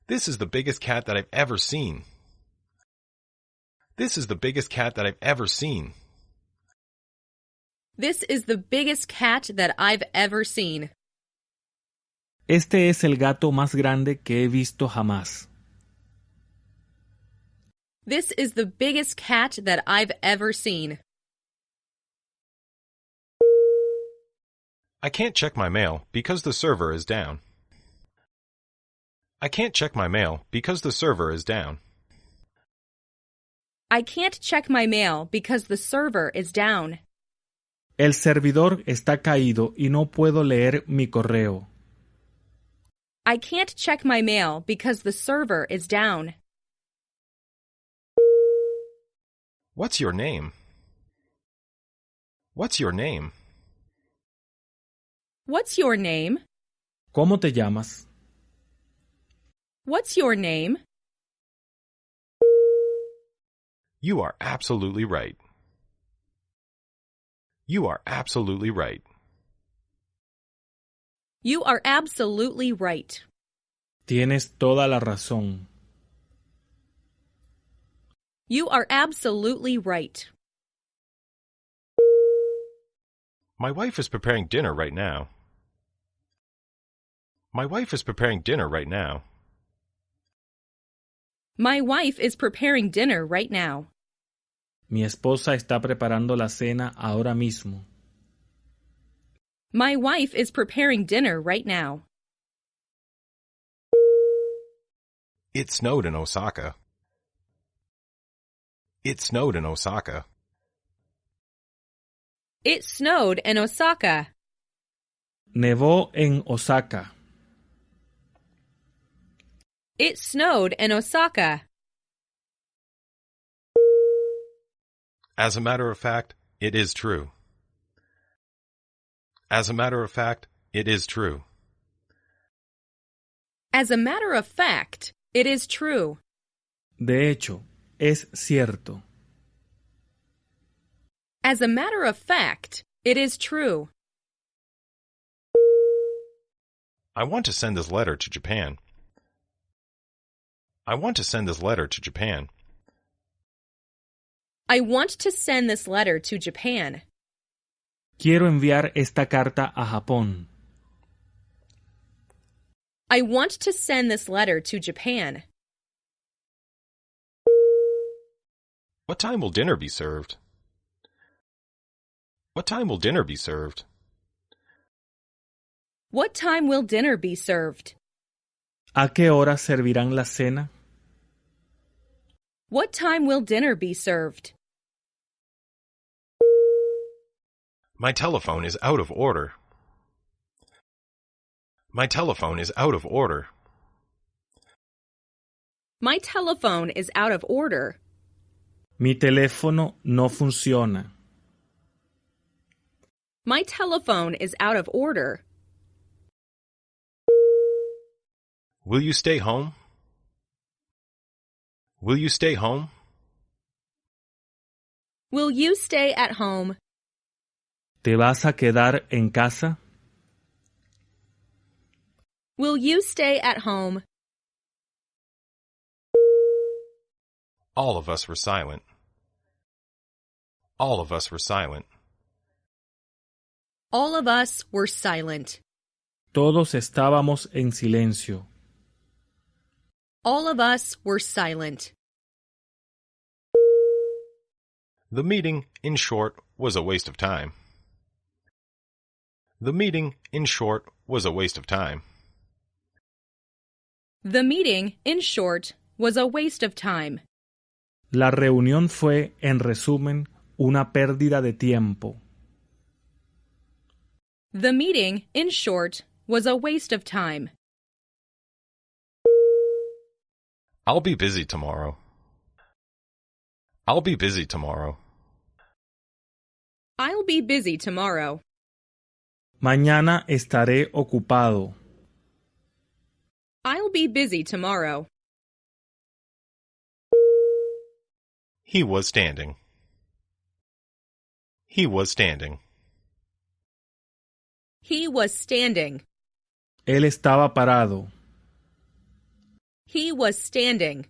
S1: This is the biggest cat that I've ever seen. This is the biggest cat that I've ever seen.
S2: This is the biggest cat that I've ever seen.
S3: Este es el gato más grande que he visto jamás.
S2: This is the biggest cat that I've ever seen.
S1: I can't check my mail because the server is down. I can't check my mail because the server is down.
S2: I can't check my mail because the server is down.
S3: El servidor está caído y no puedo leer mi correo.
S2: I can't check my mail because the server is down.
S1: What's your name? What's your name?
S2: What's your name?
S3: ¿Cómo te llamas?
S2: What's your name?
S1: You are absolutely right. You are absolutely right.
S2: You are absolutely right.
S3: Tienes toda la razón.
S2: You are absolutely right.
S1: My wife is preparing dinner right now. My wife is preparing dinner right now.
S2: My wife is preparing dinner right now.
S3: Mi esposa está preparando la cena ahora mismo.
S2: My wife is preparing dinner right now.
S1: It snowed in Osaka. It snowed in Osaka.
S2: It snowed in Osaka.
S3: Nevó en Osaka.
S2: It snowed in Osaka.
S1: As a matter of fact, it is true. As a matter of fact, it is true.
S2: As a matter of fact, it is true.
S3: De hecho, es cierto.
S2: As a matter of fact, it is true.
S1: I want to send this letter to Japan. I want to send this letter to Japan.
S2: I want to send this letter to Japan.
S3: Quiero enviar esta carta a Japón.
S2: I want to send this letter to Japan.
S1: What time will dinner be served? What time will dinner be served?
S2: What time will dinner be served?
S3: ¿A qué hora servirán la cena?
S2: What time will dinner be served?
S1: My telephone is out of order. My telephone is out of order.
S2: My telephone is out of order.
S3: Mi teléfono no funciona.
S2: My telephone is out of order.
S1: Will you stay home? Will you stay home?
S2: Will you stay at home?
S3: ¿Te vas a quedar en casa?
S2: Will you stay at home?
S1: All of us were silent. All of us were silent.
S2: All of us were silent.
S3: Todos estábamos en silencio.
S2: All of us were silent.
S1: The meeting, in short, was a waste of time. The meeting, in short, was a waste of time.
S2: The meeting, in short, was a waste of time.
S3: La reunión fue, en resumen, una pérdida de tiempo.
S2: The meeting, in short, was a waste of time.
S1: I'll be busy tomorrow. I'll be busy tomorrow.
S2: I'll be busy tomorrow.
S3: Mañana estaré ocupado.
S2: I'll be busy tomorrow.
S1: He was standing. He was standing.
S2: He was standing.
S3: Él estaba parado.
S2: He was standing.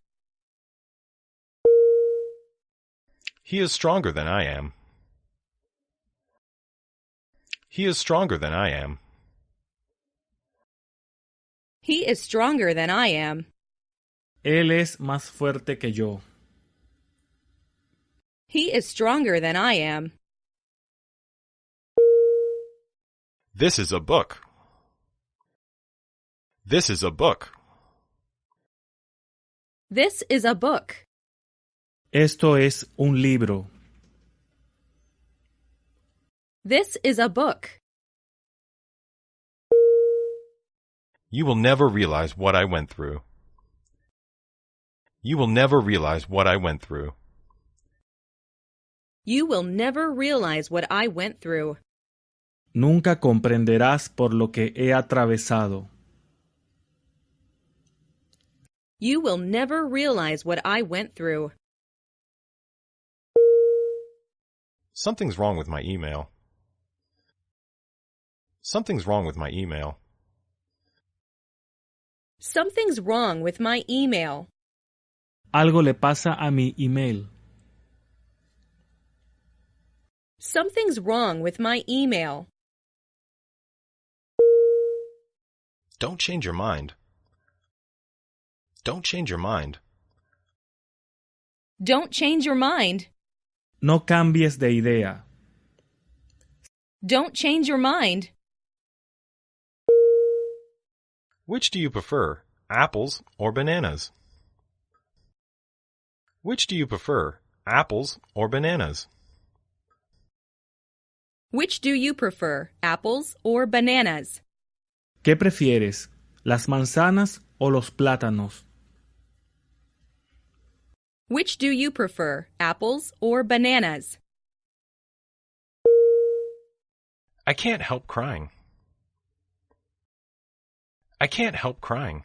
S1: He is stronger than I am. He is stronger than I am.
S2: He is stronger than I am.
S3: Él es más fuerte que yo.
S2: He is stronger than I am.
S1: This is a book. This is a book.
S2: This is a book.
S3: Esto es un libro.
S2: This is a book.
S1: You will never realize what I went through. You will never realize what I went through.
S2: You will never realize what I went through.
S3: Nunca comprenderás por lo que he atravesado.
S2: You will never realize what I went through.
S1: Something's wrong with my email. Something's wrong with my email.
S2: Something's wrong with my email.
S3: Algo le pasa a mi email.
S2: Something's wrong with my email.
S1: Don't change your mind. Don't change your mind.
S2: Don't change your mind.
S3: No cambies de idea.
S2: Don't change your mind.
S1: Which do you prefer, apples or bananas? Which do you prefer, apples or bananas?
S2: Which do you prefer, apples or bananas?
S3: ¿Qué prefieres, las manzanas o los plátanos?
S2: Which do you prefer, apples or bananas?
S1: I can't help crying. I can't help crying.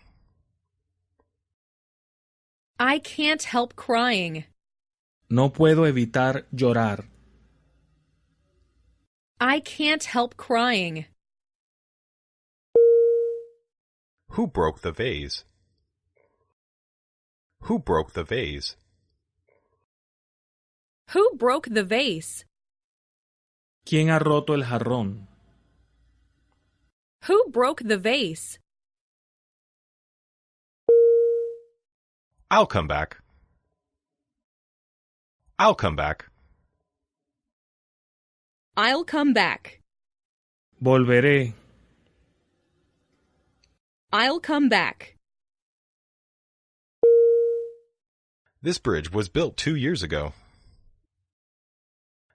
S2: I can't help crying.
S3: No puedo evitar llorar.
S2: I can't help crying.
S1: Who broke the vase? Who broke the vase?
S2: Who broke the vase?
S3: ¿Quién ha roto el jarrón?
S2: Who broke the vase?
S1: I'll come back. I'll come back.
S2: I'll come back.
S3: Volveré.
S2: I'll come back.
S1: This bridge was built two years ago.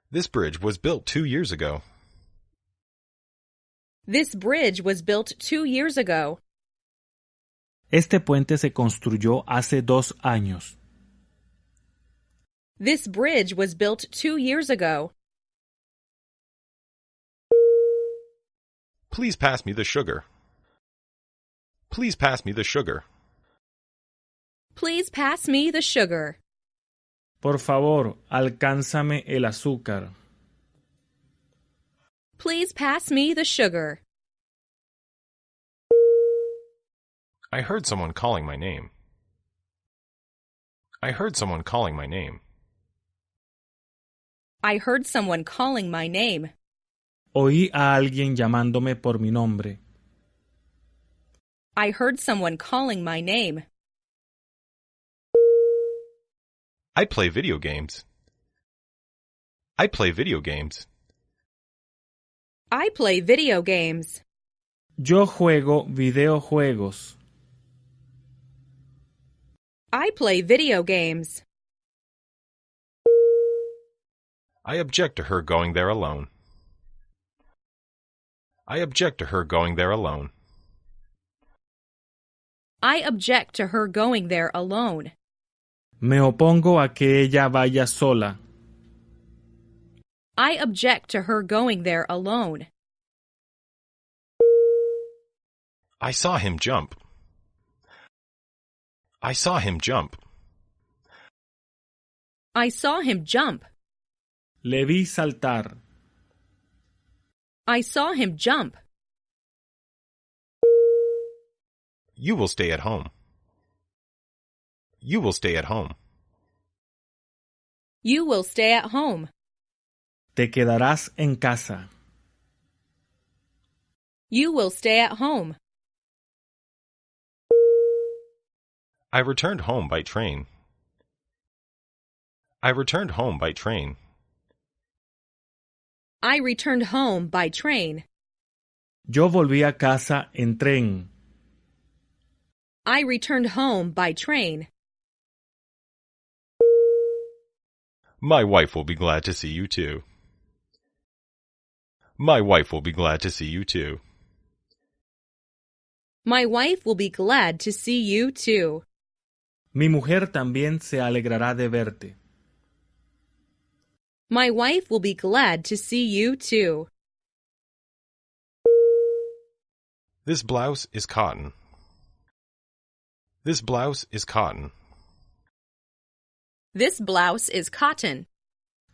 S1: This bridge was built two years ago.
S2: This bridge was built two years ago.
S3: Este puente se construyó hace dos años.
S2: This bridge was built two years ago.
S1: Please pass me the sugar. Please pass me the sugar.
S2: Please pass me the sugar.
S3: Por favor, alcánzame el azúcar.
S2: Please pass me the sugar.
S1: I heard someone calling my name. I heard someone calling my name.
S2: I heard someone calling my name.
S3: Oí a alguien llamándome por mi nombre.
S2: I heard someone calling my name.
S1: I play video games. I play video games.
S2: I play video games.
S3: Yo juego videojuegos.
S2: I play video games.
S1: I object to her going there alone. I object to her going there alone.
S2: I object to her going there alone.
S3: Me opongo a que ella vaya sola.
S2: I object to her going there alone.
S1: I saw him jump. I saw him jump.
S2: I saw him jump.
S3: Le vi saltar.
S2: I saw him jump.
S1: You will stay at home. You will stay at home.
S2: You will stay at home.
S3: Te quedarás en casa.
S2: You will stay at home.
S1: I returned home by train. I returned home by train.
S2: I returned home by train.
S3: Yo volví a casa en tren.
S2: I returned home by train.
S1: My wife will be glad to see you too. My wife will be glad to see you too.
S2: My wife will be glad to see you too.
S3: Mi mujer también se alegrará de verte.
S2: My wife will be glad to see you too.
S1: This blouse is cotton. This blouse is cotton.
S2: This blouse is cotton.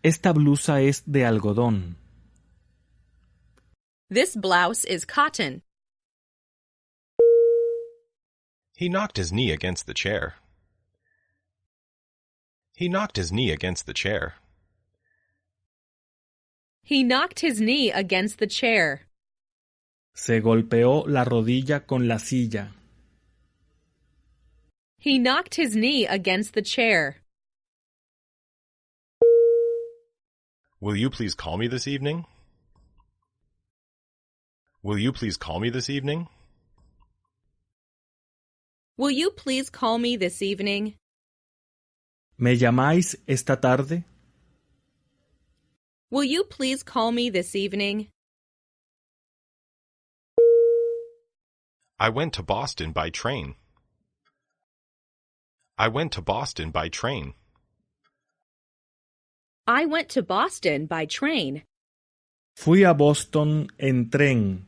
S3: Esta blusa es de algodón.
S2: This blouse is cotton.
S1: He knocked his knee against the chair. He knocked his knee against the chair.
S2: He knocked his knee against the chair.
S3: Se golpeó la rodilla con la silla.
S2: He knocked his knee against the chair.
S1: Will you please call me this evening? Will you please call me this evening?
S2: Will you please call me this evening?
S3: ¿Me llamáis esta tarde?
S2: Will you please call me this evening?
S1: I went to Boston by train. I went to Boston by train.
S2: I went to Boston by train.
S3: Fui a Boston en tren.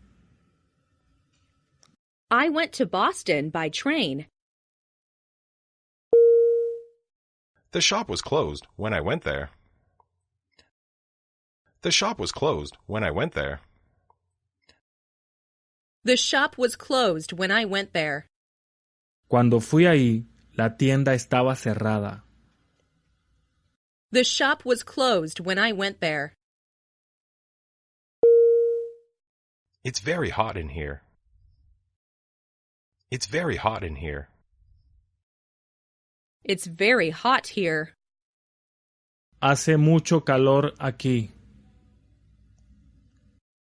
S2: I went to Boston by train.
S1: The shop was closed when I went there. The shop was closed when I went there.
S2: The shop was closed when I went there.
S3: Cuando fui ahí, la tienda estaba cerrada.
S2: The shop was closed when I went there.
S1: It's very hot in here. It's very hot in here.
S2: It's very hot here.
S3: Hace mucho calor aquí.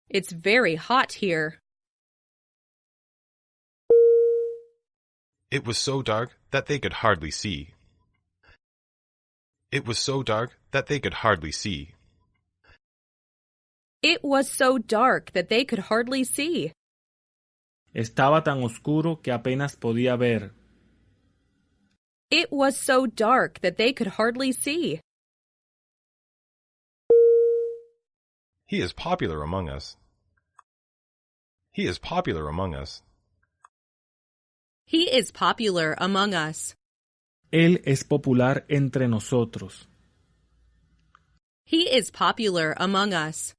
S2: It's very hot here.
S1: It was so dark that they could hardly see. It was so dark that they could hardly see.
S2: It was so dark that they could hardly see.
S3: Estaba tan oscuro que apenas podía ver.
S2: It was so dark that they could hardly see.
S1: He is popular among us. He is popular among us.
S2: He is popular among us.
S3: Él es popular entre nosotros.
S2: He is popular among us.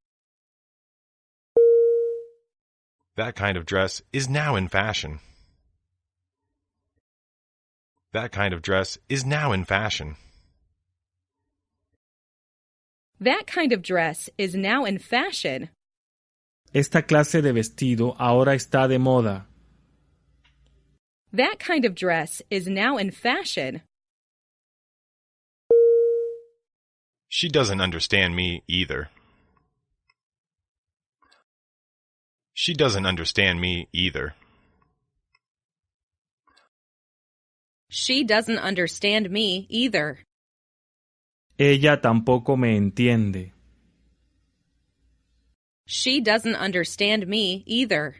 S1: That kind of dress is now in fashion. That kind of dress is now in fashion.
S2: That kind of dress is now in fashion.
S3: Esta clase de vestido ahora está de moda.
S2: That kind of dress is now in fashion.
S1: She doesn't understand me either. She doesn't understand me either.
S2: She doesn't understand me either.
S3: Ella tampoco me entiende.
S2: She doesn't understand me either.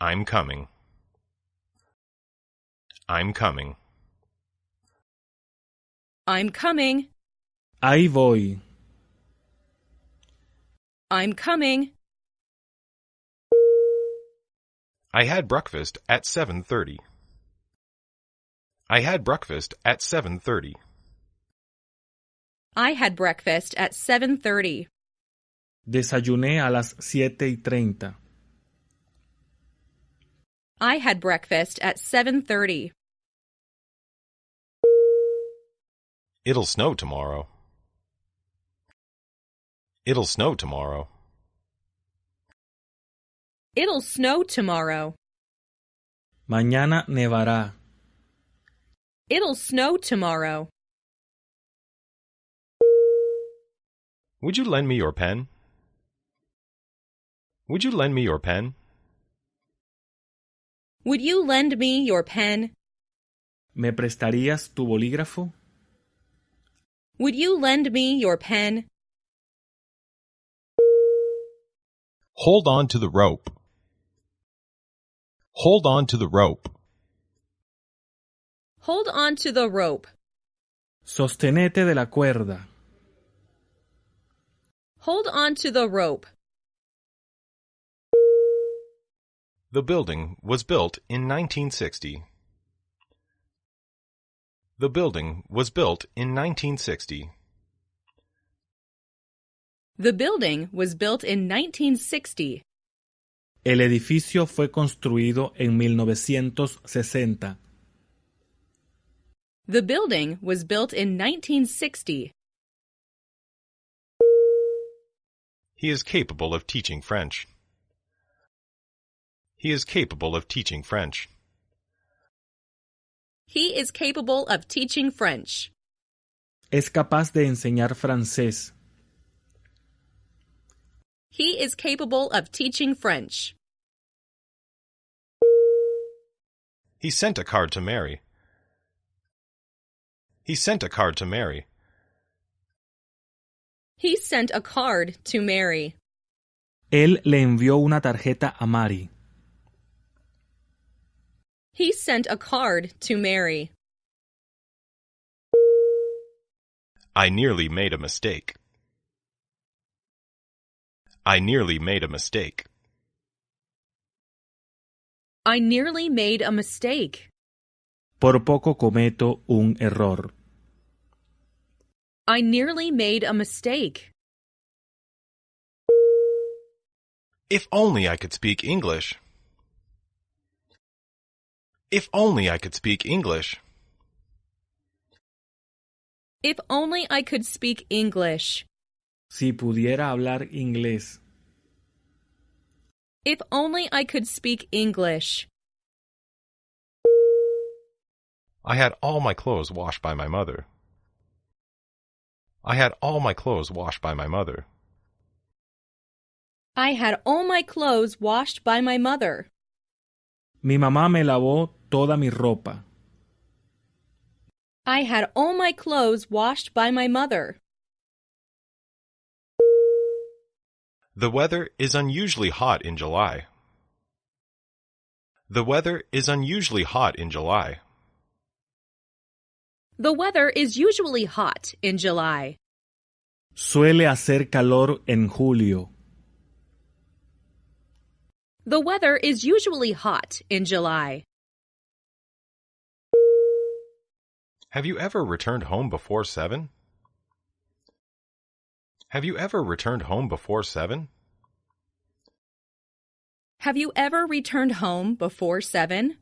S1: I'm coming. I'm coming.
S2: I'm coming.
S3: Ahí voy.
S2: I'm coming.
S1: I had breakfast at 7:30. I had breakfast at 7:30.
S2: I had breakfast at 7:30.
S3: Desayuné a las siete y treinta.
S2: I had breakfast at 7:30.
S1: It'll snow tomorrow. It'll snow tomorrow.
S2: It'll snow tomorrow.
S3: Mañana nevará.
S2: It'll snow tomorrow.
S1: Would you lend me your pen? Would you lend me your pen?
S2: Would you lend me your pen?
S3: ¿Me prestarías tu bolígrafo?
S2: Would you lend me your pen?
S1: Hold on to the rope. Hold on to the rope.
S2: Hold on to the rope.
S3: Sostenete de la cuerda.
S2: Hold on to the rope.
S1: The building was built in 1960. The building was built in 1960.
S2: The building was built in 1960.
S3: El edificio fue construido en 1960.
S2: The building was built in 1960.
S1: He is capable of teaching French. He is capable of teaching French.
S2: He is capable of teaching French.
S3: Es capaz de enseñar francés.
S2: He is capable of teaching French.
S1: He sent a card to Mary. He sent a card to Mary.
S2: He sent a card to Mary.
S3: Él le envió una tarjeta a Mari.
S2: He sent a card to Mary.
S1: I nearly made a mistake. I nearly made a mistake.
S2: I nearly made a mistake.
S3: Por poco cometo un error.
S2: I nearly made a mistake.
S1: If only I could speak English. If only I could speak English.
S2: If only I could speak English.
S3: Si pudiera hablar inglés.
S2: If only I could speak English.
S1: I had all my clothes washed by my mother. I had all my clothes washed by my mother.
S2: I had all my clothes washed by my mother.
S3: Mi mamá me lavó toda mi ropa.
S2: I had all my clothes washed by my mother.
S1: The weather is unusually hot in July. The weather is unusually hot in July.
S2: The weather is usually hot in July.
S3: Suele hacer calor en julio.
S2: The weather is usually hot in July.
S1: Have you ever returned home before seven? Have you ever returned home before seven?
S2: Have you ever returned home before 7?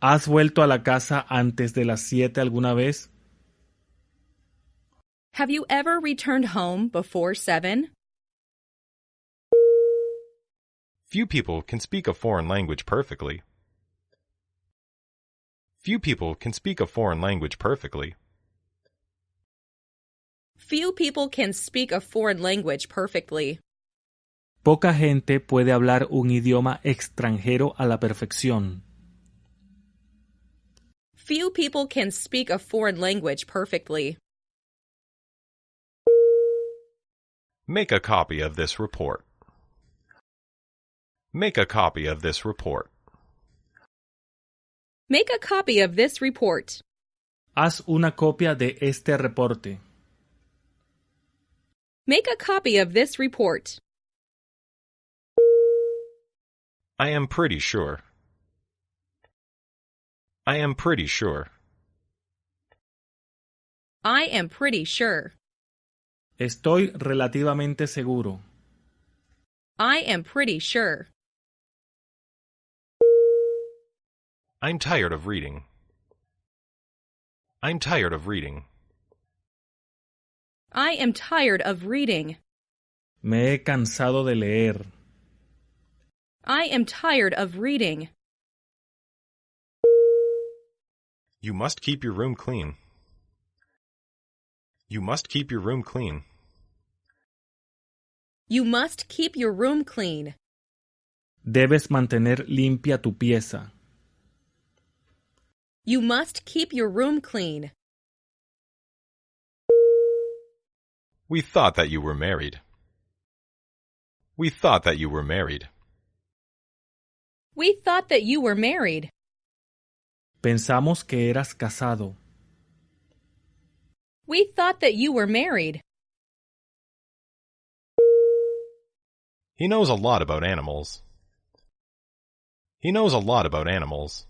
S3: ¿Has vuelto a la casa antes de las siete alguna vez?
S2: Have you ever returned home before 7?
S1: Few people can speak a foreign language perfectly. Few people can speak a foreign language perfectly.
S2: Few people can speak a foreign language perfectly.
S3: Poca gente puede hablar un idioma extranjero a la perfección.
S2: Few people can speak a foreign language perfectly.
S1: Make a copy of this report. Make a copy of this report.
S2: Make a copy of this report.
S3: Haz una copia de este reporte.
S2: Make a copy of this report.
S1: I am pretty sure. I am pretty sure.
S2: I am pretty sure.
S3: Estoy relativamente seguro.
S2: I am pretty sure.
S1: I'm tired of reading. I'm tired of reading.
S2: I am tired of reading.
S3: Me he cansado de leer.
S2: I am tired of reading.
S1: You must keep your room clean. You must keep your room clean.
S2: You must keep your room clean.
S3: Debes mantener limpia tu pieza.
S2: You must keep your room clean.
S1: We thought that you were married. We thought that you were married.
S2: We thought that you were married.
S3: Pensamos que eras casado.
S2: We thought that you were married.
S1: He knows a lot about animals. He knows a lot about animals.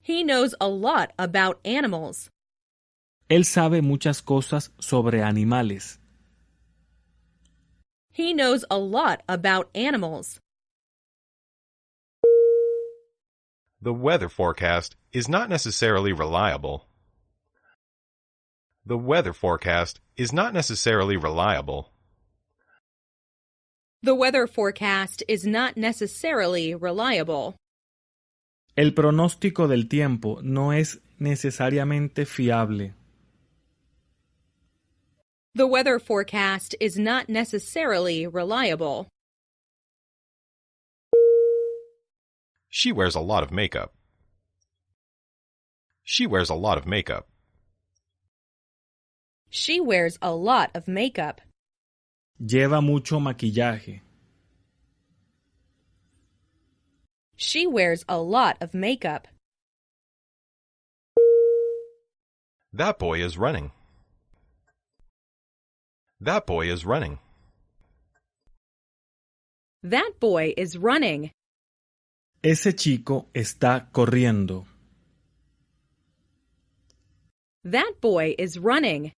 S2: He knows a lot about animals.
S3: Él sabe muchas cosas sobre animales.
S2: He knows a lot about animals.
S1: The weather forecast is not necessarily reliable. The weather forecast is not necessarily reliable.
S2: The weather forecast is not necessarily reliable.
S3: El pronóstico del tiempo no es necesariamente fiable.
S2: The weather forecast is not necessarily reliable.
S1: She wears a lot of makeup. She wears a lot of makeup.
S2: She wears a lot of makeup.
S3: Lleva mucho maquillaje.
S2: She wears a lot of makeup.
S1: That boy is running. That boy is running.
S2: That boy is running.
S3: Ese chico está corriendo.
S2: That boy is running.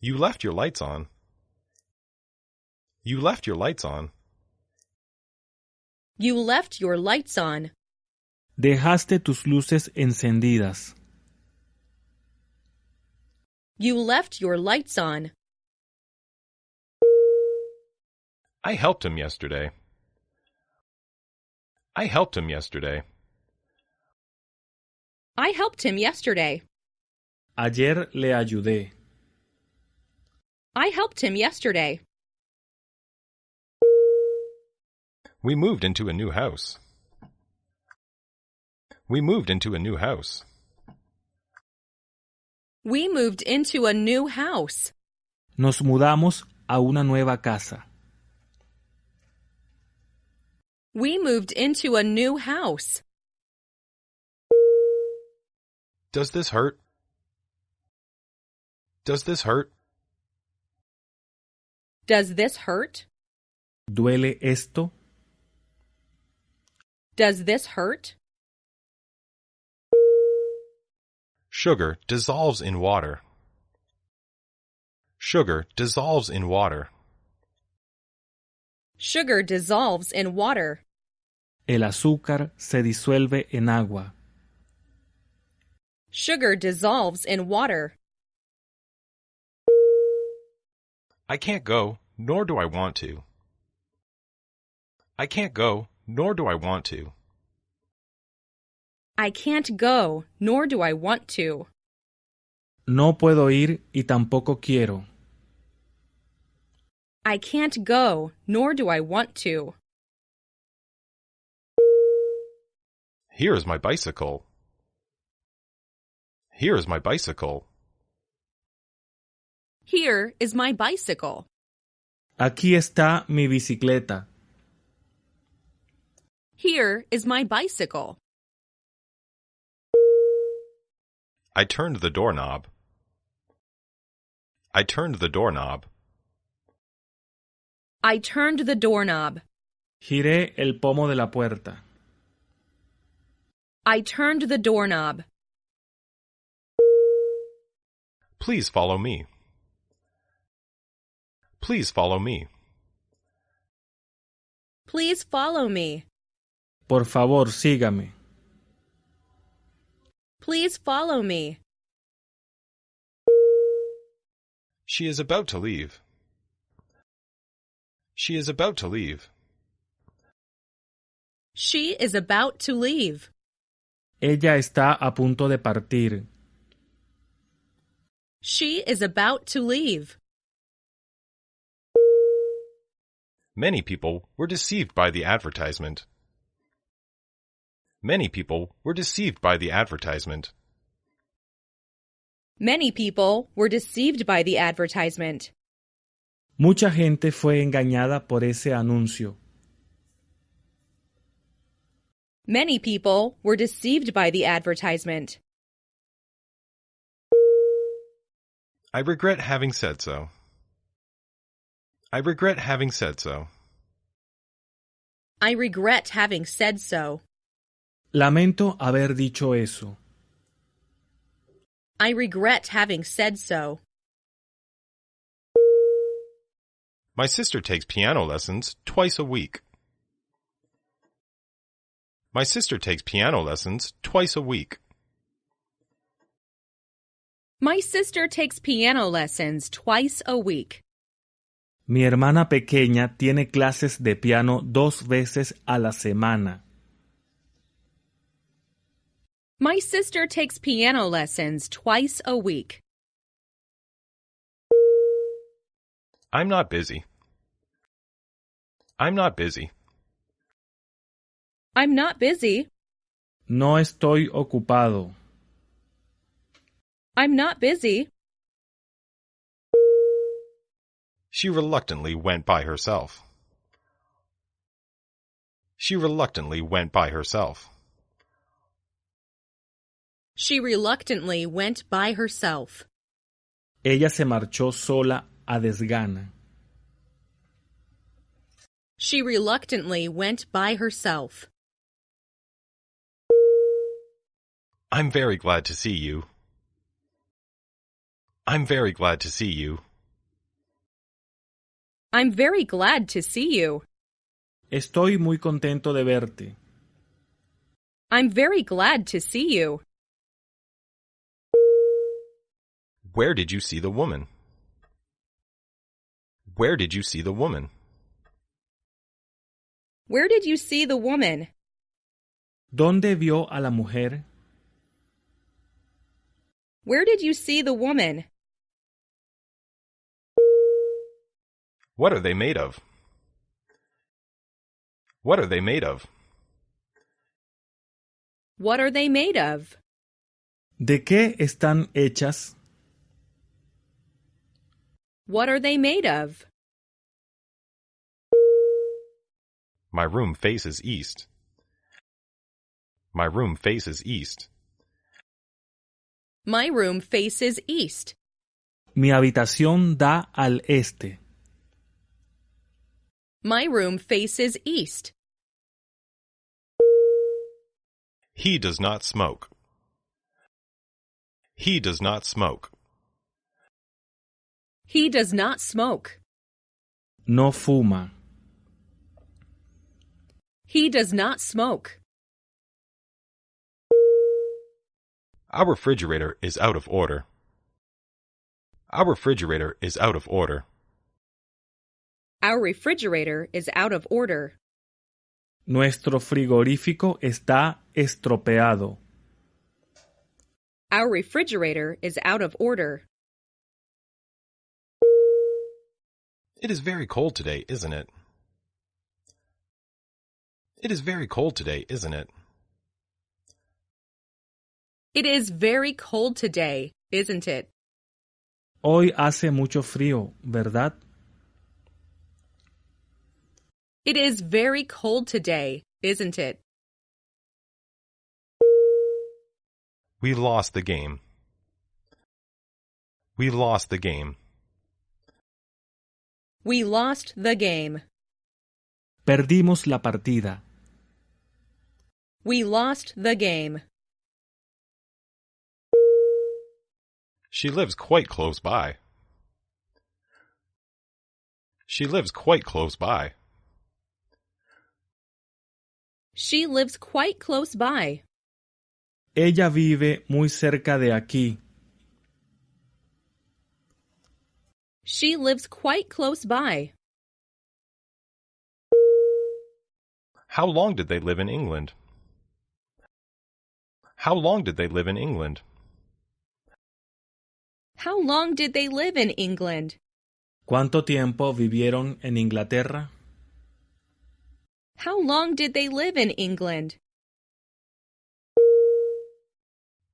S1: You left your lights on. You left your lights on.
S2: You left your lights on.
S3: Dejaste tus luces encendidas.
S2: You left your lights on.
S1: I helped him yesterday. I helped him yesterday.
S2: I helped him yesterday.
S3: Ayer le ayudé.
S2: I helped him yesterday.
S1: We moved into a new house. We moved into a new house.
S2: We moved into a new house.
S3: Nos mudamos a una nueva casa.
S2: We moved into a new house.
S1: Does this hurt? Does this hurt?
S2: Does this hurt?
S3: ¿Duele esto?
S2: Does this hurt?
S1: Sugar dissolves in water. Sugar dissolves in water.
S2: Sugar dissolves in water.
S3: El azúcar se disuelve en agua.
S2: Sugar dissolves in water.
S1: I can't go, nor do I want to. I can't go, nor do I want to.
S2: I can't go, nor do I want to.
S3: No puedo ir y tampoco quiero.
S2: I can't go, nor do I want to.
S1: Here is my bicycle. Here is my bicycle.
S2: Here is my bicycle.
S3: Aquí está mi bicicleta.
S2: Here is my bicycle.
S1: I turned the doorknob. I turned the doorknob.
S2: I turned the doorknob.
S3: Giré el pomo de la puerta.
S2: I turned the doorknob.
S1: Please follow me. Please follow me.
S2: Please follow me.
S3: Por favor, sígame.
S2: Please follow me.
S1: She is about to leave. She is about to leave.
S2: She is about to leave.
S3: Ella está a punto de partir.
S2: She is about to leave.
S1: Many people were deceived by the advertisement. Many people were deceived by the advertisement.
S2: Many people were deceived by the advertisement.
S3: Mucha gente fue engañada por ese anuncio.
S2: Many people were deceived by the advertisement.
S1: I regret having said so. I regret having said so.
S2: I regret having said so.
S3: Lamento haber dicho eso.
S2: I regret having said so.
S1: My sister takes piano lessons twice a week. My sister takes piano lessons twice a week.
S2: My sister takes piano lessons twice a week.
S3: Mi hermana pequeña tiene clases de piano dos veces a la semana.
S2: My sister takes piano lessons twice a week.
S1: I'm not busy. I'm not busy.
S2: I'm not busy.
S3: No estoy ocupado.
S2: I'm not busy.
S1: She reluctantly went by herself. She reluctantly went by herself.
S2: She reluctantly went by herself.
S3: Ella se marchó sola a desgana.
S2: She reluctantly went by herself.
S1: I'm very glad to see you. I'm very glad to see you.
S2: I'm very glad to see you.
S3: Estoy muy contento de verte.
S2: I'm very glad to see you.
S1: Where did you see the woman? Where did you see the woman?
S2: Where did you see the woman?
S3: ¿Dónde vio a la mujer?
S2: Where did you see the woman?
S1: What are they made of? What are they made of?
S2: What are they made of?
S3: ¿De qué están hechas?
S2: What are they made of?
S1: My room faces east. My room faces east.
S2: My room faces east.
S3: Mi habitación da al este.
S2: My room faces east.
S1: He does not smoke. He does not smoke.
S2: He does not smoke.
S3: No fuma.
S2: He does not smoke.
S1: Our refrigerator is out of order. Our refrigerator is out of order.
S2: Our refrigerator is out of order.
S3: Nuestro frigorífico está estropeado.
S2: Our refrigerator is out of order.
S1: It is very cold today, isn't it? It is very cold today, isn't it?
S2: It is very cold today, isn't it?
S3: Hoy hace mucho frío, ¿verdad?
S2: It is very cold today, isn't it?
S1: We lost the game. We lost the game.
S2: We lost the game.
S3: Perdimos la partida.
S2: We lost the game.
S1: She lives quite close by. She lives quite close by.
S2: She lives quite close by.
S3: Ella vive muy cerca de aquí.
S2: She lives quite close by.
S1: How long did they live in England? How long did they live in England?
S2: How long did they live in England?
S3: ¿Cuánto tiempo vivieron en Inglaterra?
S2: How long did they live in England?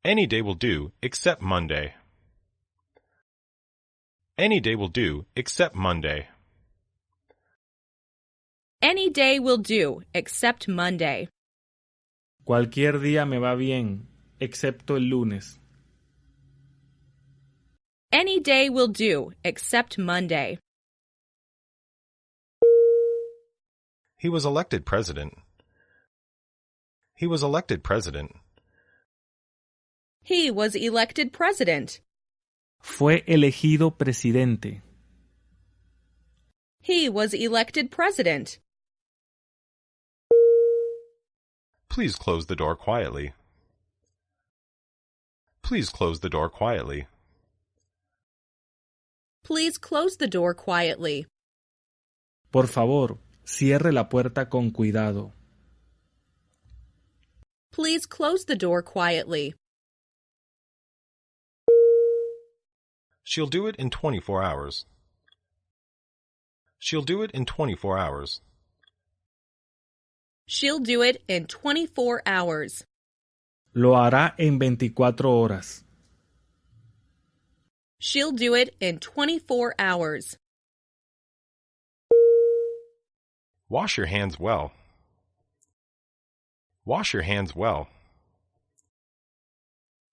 S1: Any day will do except Monday. Any day will do except Monday.
S2: Any day will do, except Monday.
S3: Cualquier día me va bien, excepto el lunes.
S2: Any day will do, except Monday.
S1: He was elected president. He was elected president.
S2: He was elected president.
S3: Fue elegido presidente.
S2: He was elected president.
S1: Please close the door quietly. Please close the door quietly.
S2: Please close the door quietly.
S3: Por favor, cierre la puerta con cuidado.
S2: Please close the door quietly.
S1: She'll do it in 24 hours. She'll do it in 24 hours.
S2: She'll do it in 24 hours.
S3: Lo hará en 24 horas.
S2: She'll do it in 24 hours.
S1: Wash your hands well. Wash your hands well.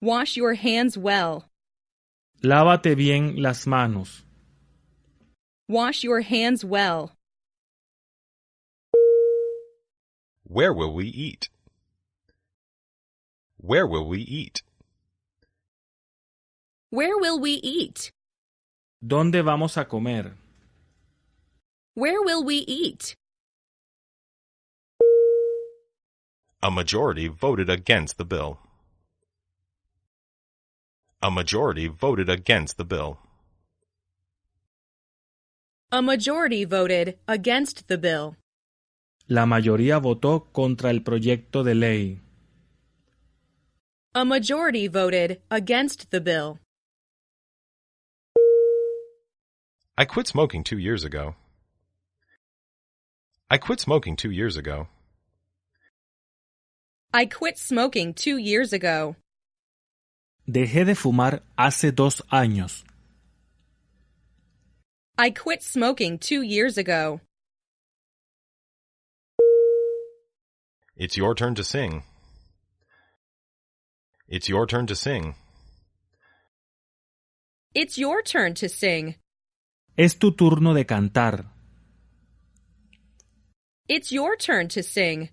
S2: Wash your hands well.
S3: Lávate bien las manos.
S2: Wash your hands well.
S1: Where will we eat? Where will we eat?
S2: Where will we eat?
S3: ¿Dónde vamos a comer?
S2: Where will we eat?
S1: A majority voted against the bill. A majority voted against the bill.
S2: A majority voted against the bill.
S3: La mayoría votó contra el proyecto de ley.
S2: A majority voted against the bill.
S1: I quit smoking two years ago. I quit smoking two years ago.
S2: I quit smoking two years ago.
S3: Dejé de fumar hace dos años.
S2: I quit smoking two years ago.
S1: It's your turn to sing. It's your turn to sing.
S2: It's your turn to sing.
S3: Es tu turno de cantar.
S2: It's your turn to sing.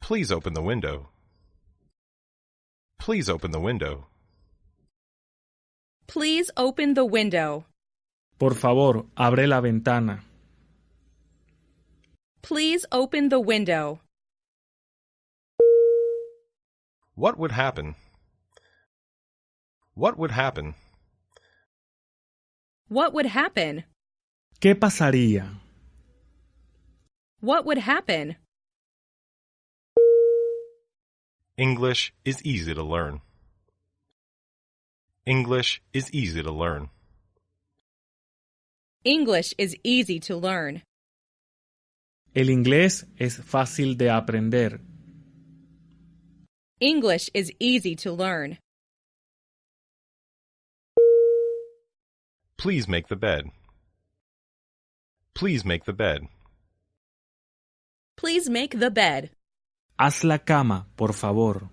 S1: Please open the window. Please open the window.
S2: Please open the window.
S3: Por favor, abre la ventana.
S2: Please open the window.
S1: What would happen? What would happen
S2: What would happen?
S3: ¿Qué pasaría?
S2: What would happen?
S1: English is easy to learn. English is easy to learn.
S2: English is easy to learn.
S3: El inglés es fácil de aprender.
S2: English is easy to learn.
S1: Please make the bed. Please make the bed.
S2: Please make the bed.
S3: Haz la cama, por favor.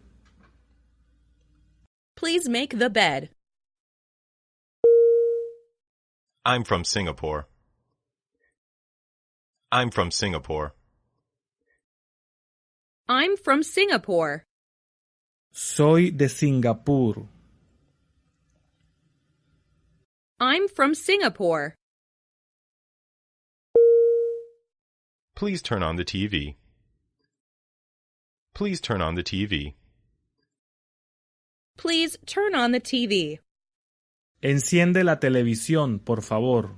S2: Please make the bed.
S1: I'm from Singapore. I'm from Singapore.
S2: I'm from Singapore.
S3: Soy de Singapur.
S2: I'm from Singapore.
S1: Please turn on the TV. Please turn on the TV.
S2: Please turn on the TV.
S3: Enciende la televisión, por favor.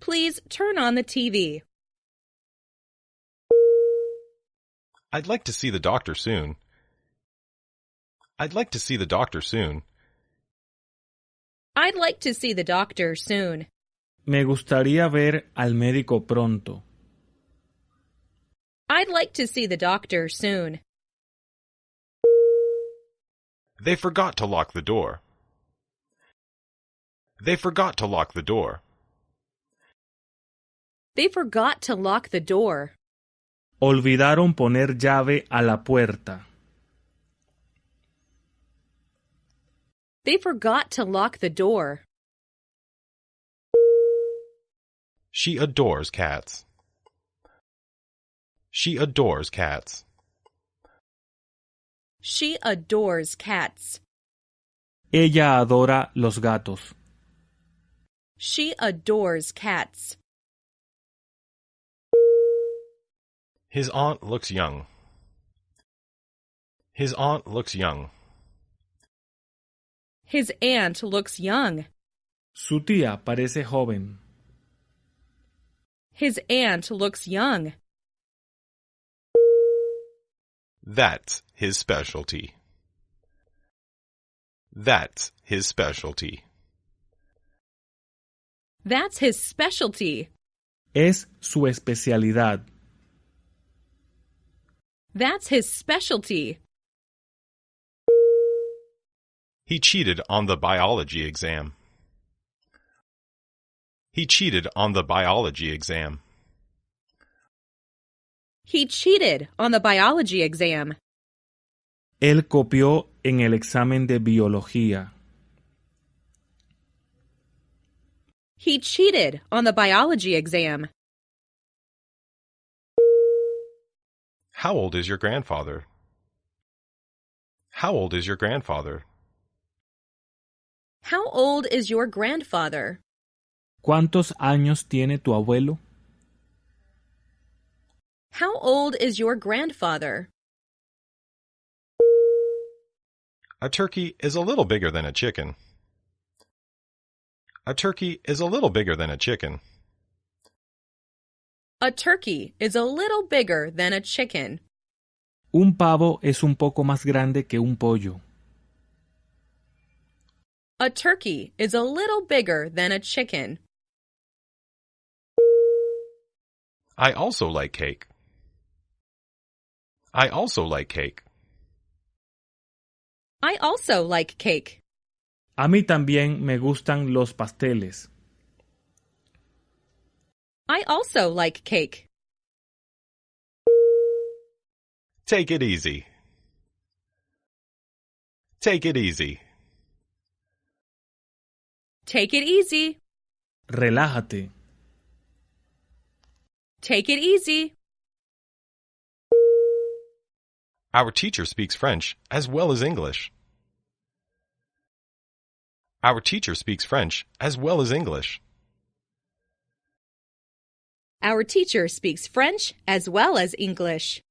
S2: Please turn on the TV.
S1: I'd like to see the doctor soon. I'd like to see the doctor soon.
S2: I'd like to see the doctor soon.
S3: Me gustaría ver al médico pronto.
S2: I'd like to see the doctor soon.
S1: They forgot to lock the door. They forgot to lock the door.
S2: They forgot to lock the door.
S3: Olvidaron poner llave a la puerta.
S2: They forgot to lock the door.
S1: She adores cats. She adores cats.
S2: She adores cats.
S3: Ella adora los gatos.
S2: She adores cats.
S1: His aunt looks young. His aunt looks young.
S2: His aunt looks young.
S3: Su tía parece joven.
S2: His aunt looks young.
S1: That's his specialty. That's his specialty.
S2: That's his specialty.
S3: Es su especialidad.
S2: That's his specialty.
S1: He cheated on the biology exam. He cheated on the biology exam.
S2: He cheated on the biology exam.
S3: Él copió en el examen de biología.
S2: He cheated on the biology exam.
S1: How old is your grandfather? How old is your grandfather?
S2: How old is your grandfather?
S3: ¿Cuántos años tiene tu abuelo?
S2: How old is your grandfather?
S1: A turkey is a little bigger than a chicken. A turkey is a little bigger than a chicken.
S2: A turkey is a little bigger than a chicken.
S3: Un pavo es un poco más grande que un pollo.
S2: A turkey is a little bigger than a chicken.
S1: I also like cake. I also like cake.
S2: I also like cake.
S3: A mí también me gustan los pasteles.
S2: I also like cake.
S1: Take it easy. Take it easy.
S2: Take it easy.
S3: Relájate.
S2: Take it easy.
S1: Our teacher speaks French as well as English. Our teacher speaks French as well as English.
S2: Our teacher speaks French as well as English.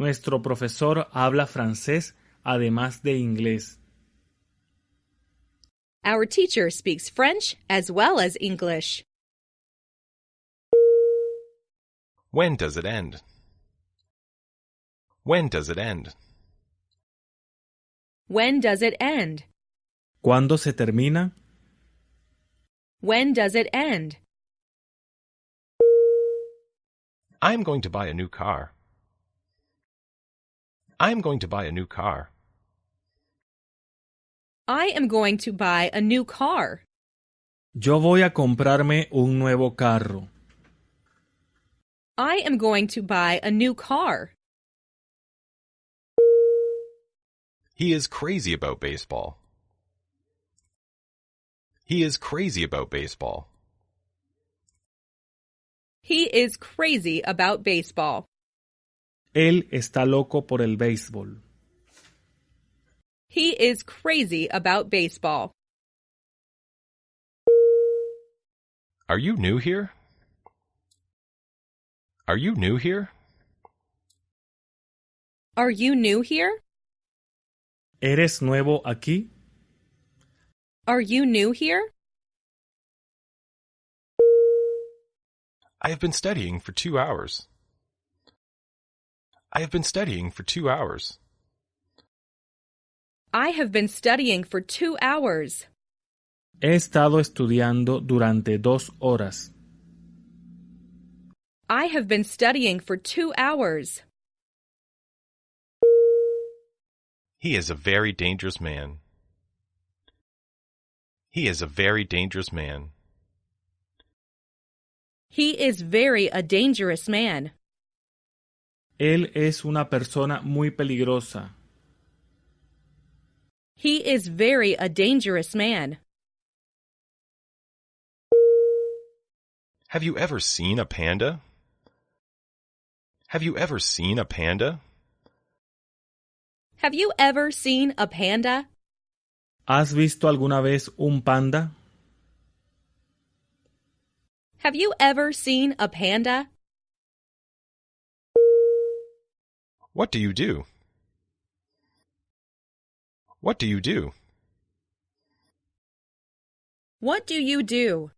S3: Nuestro profesor habla francés además de inglés.
S2: Our teacher speaks French as well as English.
S1: When does it end? When does it end?
S2: When does it end?
S3: ¿Cuándo se termina?
S2: When does it end?
S1: I'm going to buy a new car. I'm going to buy a new car.
S2: I am going to buy a new car.
S3: Yo voy a comprarme un nuevo carro.
S2: I am going to buy a new car.
S1: He is crazy about baseball. He is crazy about baseball.
S2: He is crazy about baseball.
S3: Él está loco por el béisbol.
S2: He is crazy about baseball.
S1: Are you new here? Are you new here?
S2: Are you new here?
S3: ¿Eres nuevo aquí?
S2: Are you new here?
S1: I have been studying for two hours. I have been studying for two hours.
S2: I have been studying for two hours.
S3: He estado estudiando durante dos horas.
S2: I have been studying for two hours.
S1: He is a very dangerous man. He is a very dangerous man.
S2: He is very a dangerous man.
S3: Él es una persona muy peligrosa.
S2: He is very a dangerous man.
S1: Have you ever seen a panda? Have you ever seen a panda?
S2: Have you ever seen a panda?
S3: ¿Has visto alguna vez un panda?
S2: Have you ever seen a panda?
S1: What do you do? What do you do?
S2: What do you do?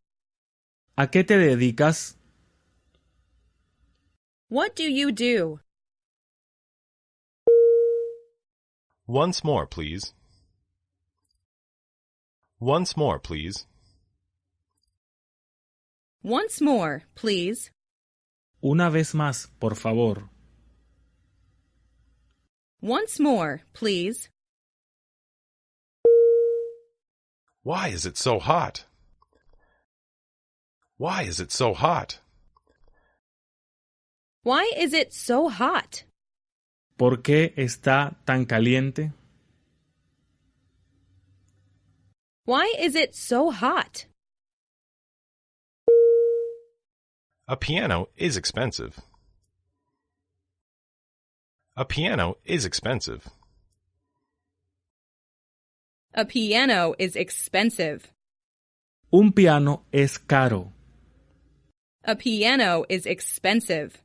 S3: ¿A qué te dedicas?
S2: What do you do?
S1: Once more, please. Once more, please.
S2: Once more, please.
S3: Una vez más, por favor.
S2: Once more, please.
S1: Why is it so hot? Why is it so hot?
S2: Why is it so hot?
S3: ¿Por qué está tan caliente?
S2: Why is it so hot?
S1: A piano is expensive. A piano is expensive.
S2: A piano is expensive.
S3: Un piano es caro.
S2: A piano is expensive.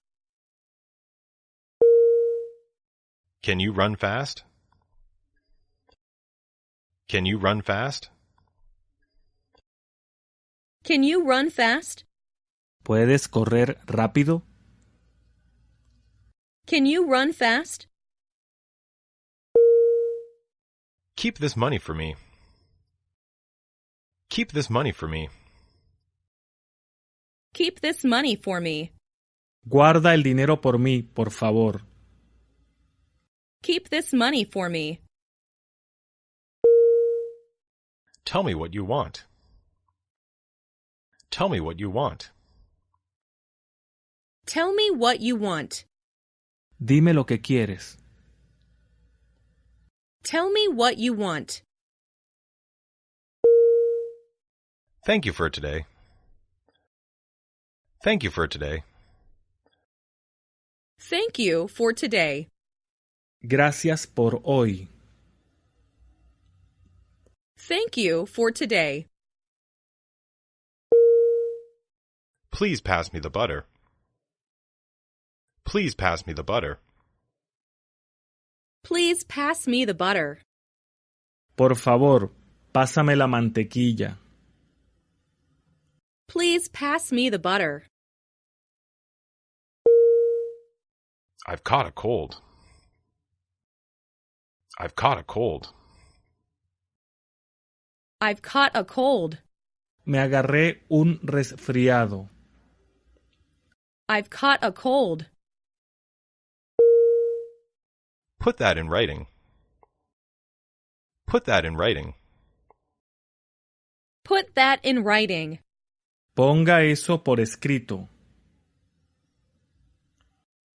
S1: Can you run fast? Can you run fast?
S2: Can you run fast?
S3: ¿Puedes correr rápido?
S2: Can you run fast?
S1: Keep this money for me. Keep this money for me.
S2: Keep this money for me.
S3: Guarda el dinero por mí, por favor.
S2: Keep this money for me.
S1: Tell me what you want. Tell me what you want.
S2: Tell me what you want.
S3: Dime lo que quieres.
S2: Tell me what you want.
S1: Thank you for today. Thank you for today.
S2: Thank you for today.
S3: Gracias por hoy.
S2: Thank you for today.
S1: Please pass me the butter. Please pass me the butter.
S2: Please pass me the butter.
S3: Por favor, pásame la mantequilla.
S2: Please pass me the butter.
S1: I've caught a cold. I've caught a cold.
S2: I've caught a cold.
S3: Me agarré un resfriado.
S2: I've caught a cold.
S1: Put that in writing. Put that in writing.
S2: Put that in writing.
S3: Ponga eso por escrito.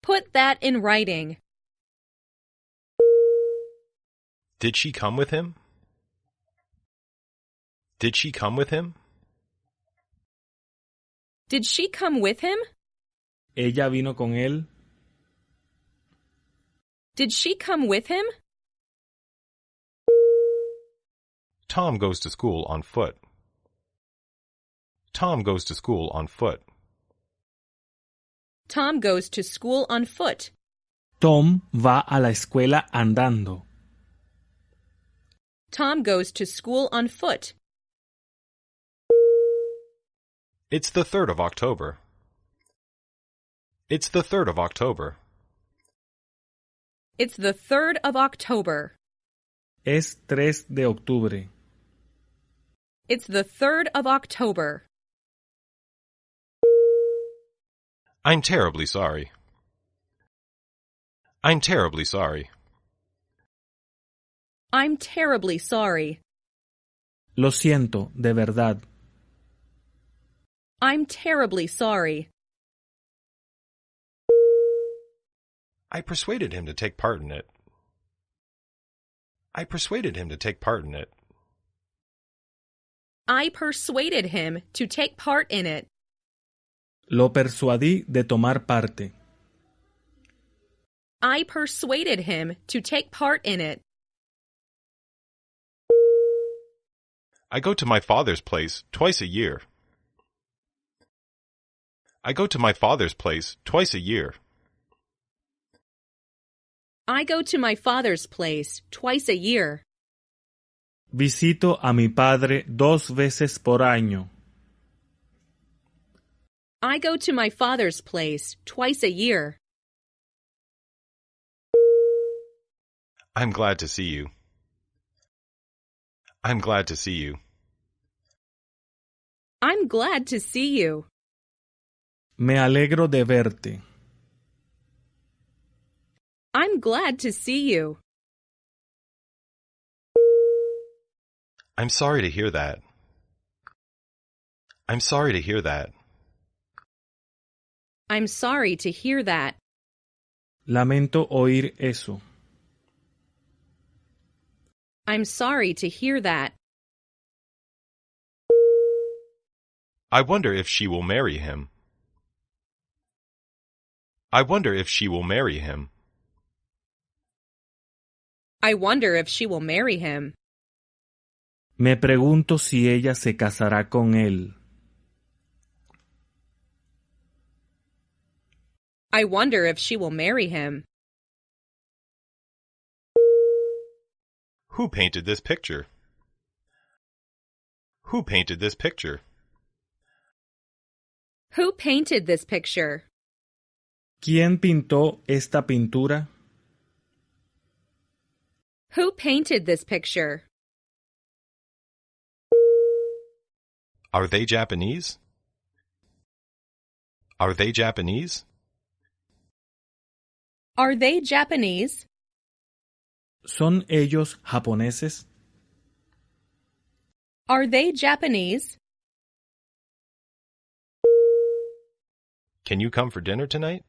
S2: Put that in writing.
S1: Did she come with him? Did she come with him?
S2: Did she come with him?
S3: Ella vino con él.
S2: Did she come with him?
S1: Tom goes to school on foot. Tom goes to school on foot.
S2: Tom goes to school on foot.
S3: Tom va a la escuela andando.
S2: Tom goes to school on foot.
S1: It's the 3rd of October. It's the 3rd of October.
S2: It's the 3rd of October.
S3: Es 3 de octubre.
S2: It's the 3rd of October.
S1: I'm terribly sorry. I'm terribly sorry.
S2: I'm terribly sorry.
S3: Lo siento, de verdad.
S2: I'm terribly sorry.
S1: I persuaded him to take part in it. I persuaded him to take part in it.
S2: I persuaded him to take part in it.
S3: Lo persuadí de tomar parte.
S2: I persuaded him to take part in it.
S1: I go to my father's place twice a year. I go to my father's place twice a year.
S2: I go to my father's place twice a year.
S3: Visito a mi padre dos veces por año.
S2: I go to my father's place twice a year.
S1: I'm glad to see you. I'm glad to see you.
S2: I'm glad to see you.
S3: Me alegro de verte.
S2: I'm glad to see you.
S1: I'm sorry to hear that. I'm sorry to hear that.
S2: I'm sorry to hear that.
S3: Lamento oír eso.
S2: I'm sorry to hear that.
S1: I wonder if she will marry him. I wonder if she will marry him.
S2: I wonder if she will marry him.
S3: Me pregunto si ella se casará con él.
S2: I wonder if she will marry him.
S1: Who painted this picture? Who painted this picture?
S2: Who painted this picture?
S3: ¿Quién pintó esta pintura?
S2: Who painted this picture?
S1: Are they Japanese? Are they Japanese?
S2: Are they Japanese?
S3: ¿Son ellos japoneses?
S2: Are they Japanese?
S1: Can you come for dinner tonight?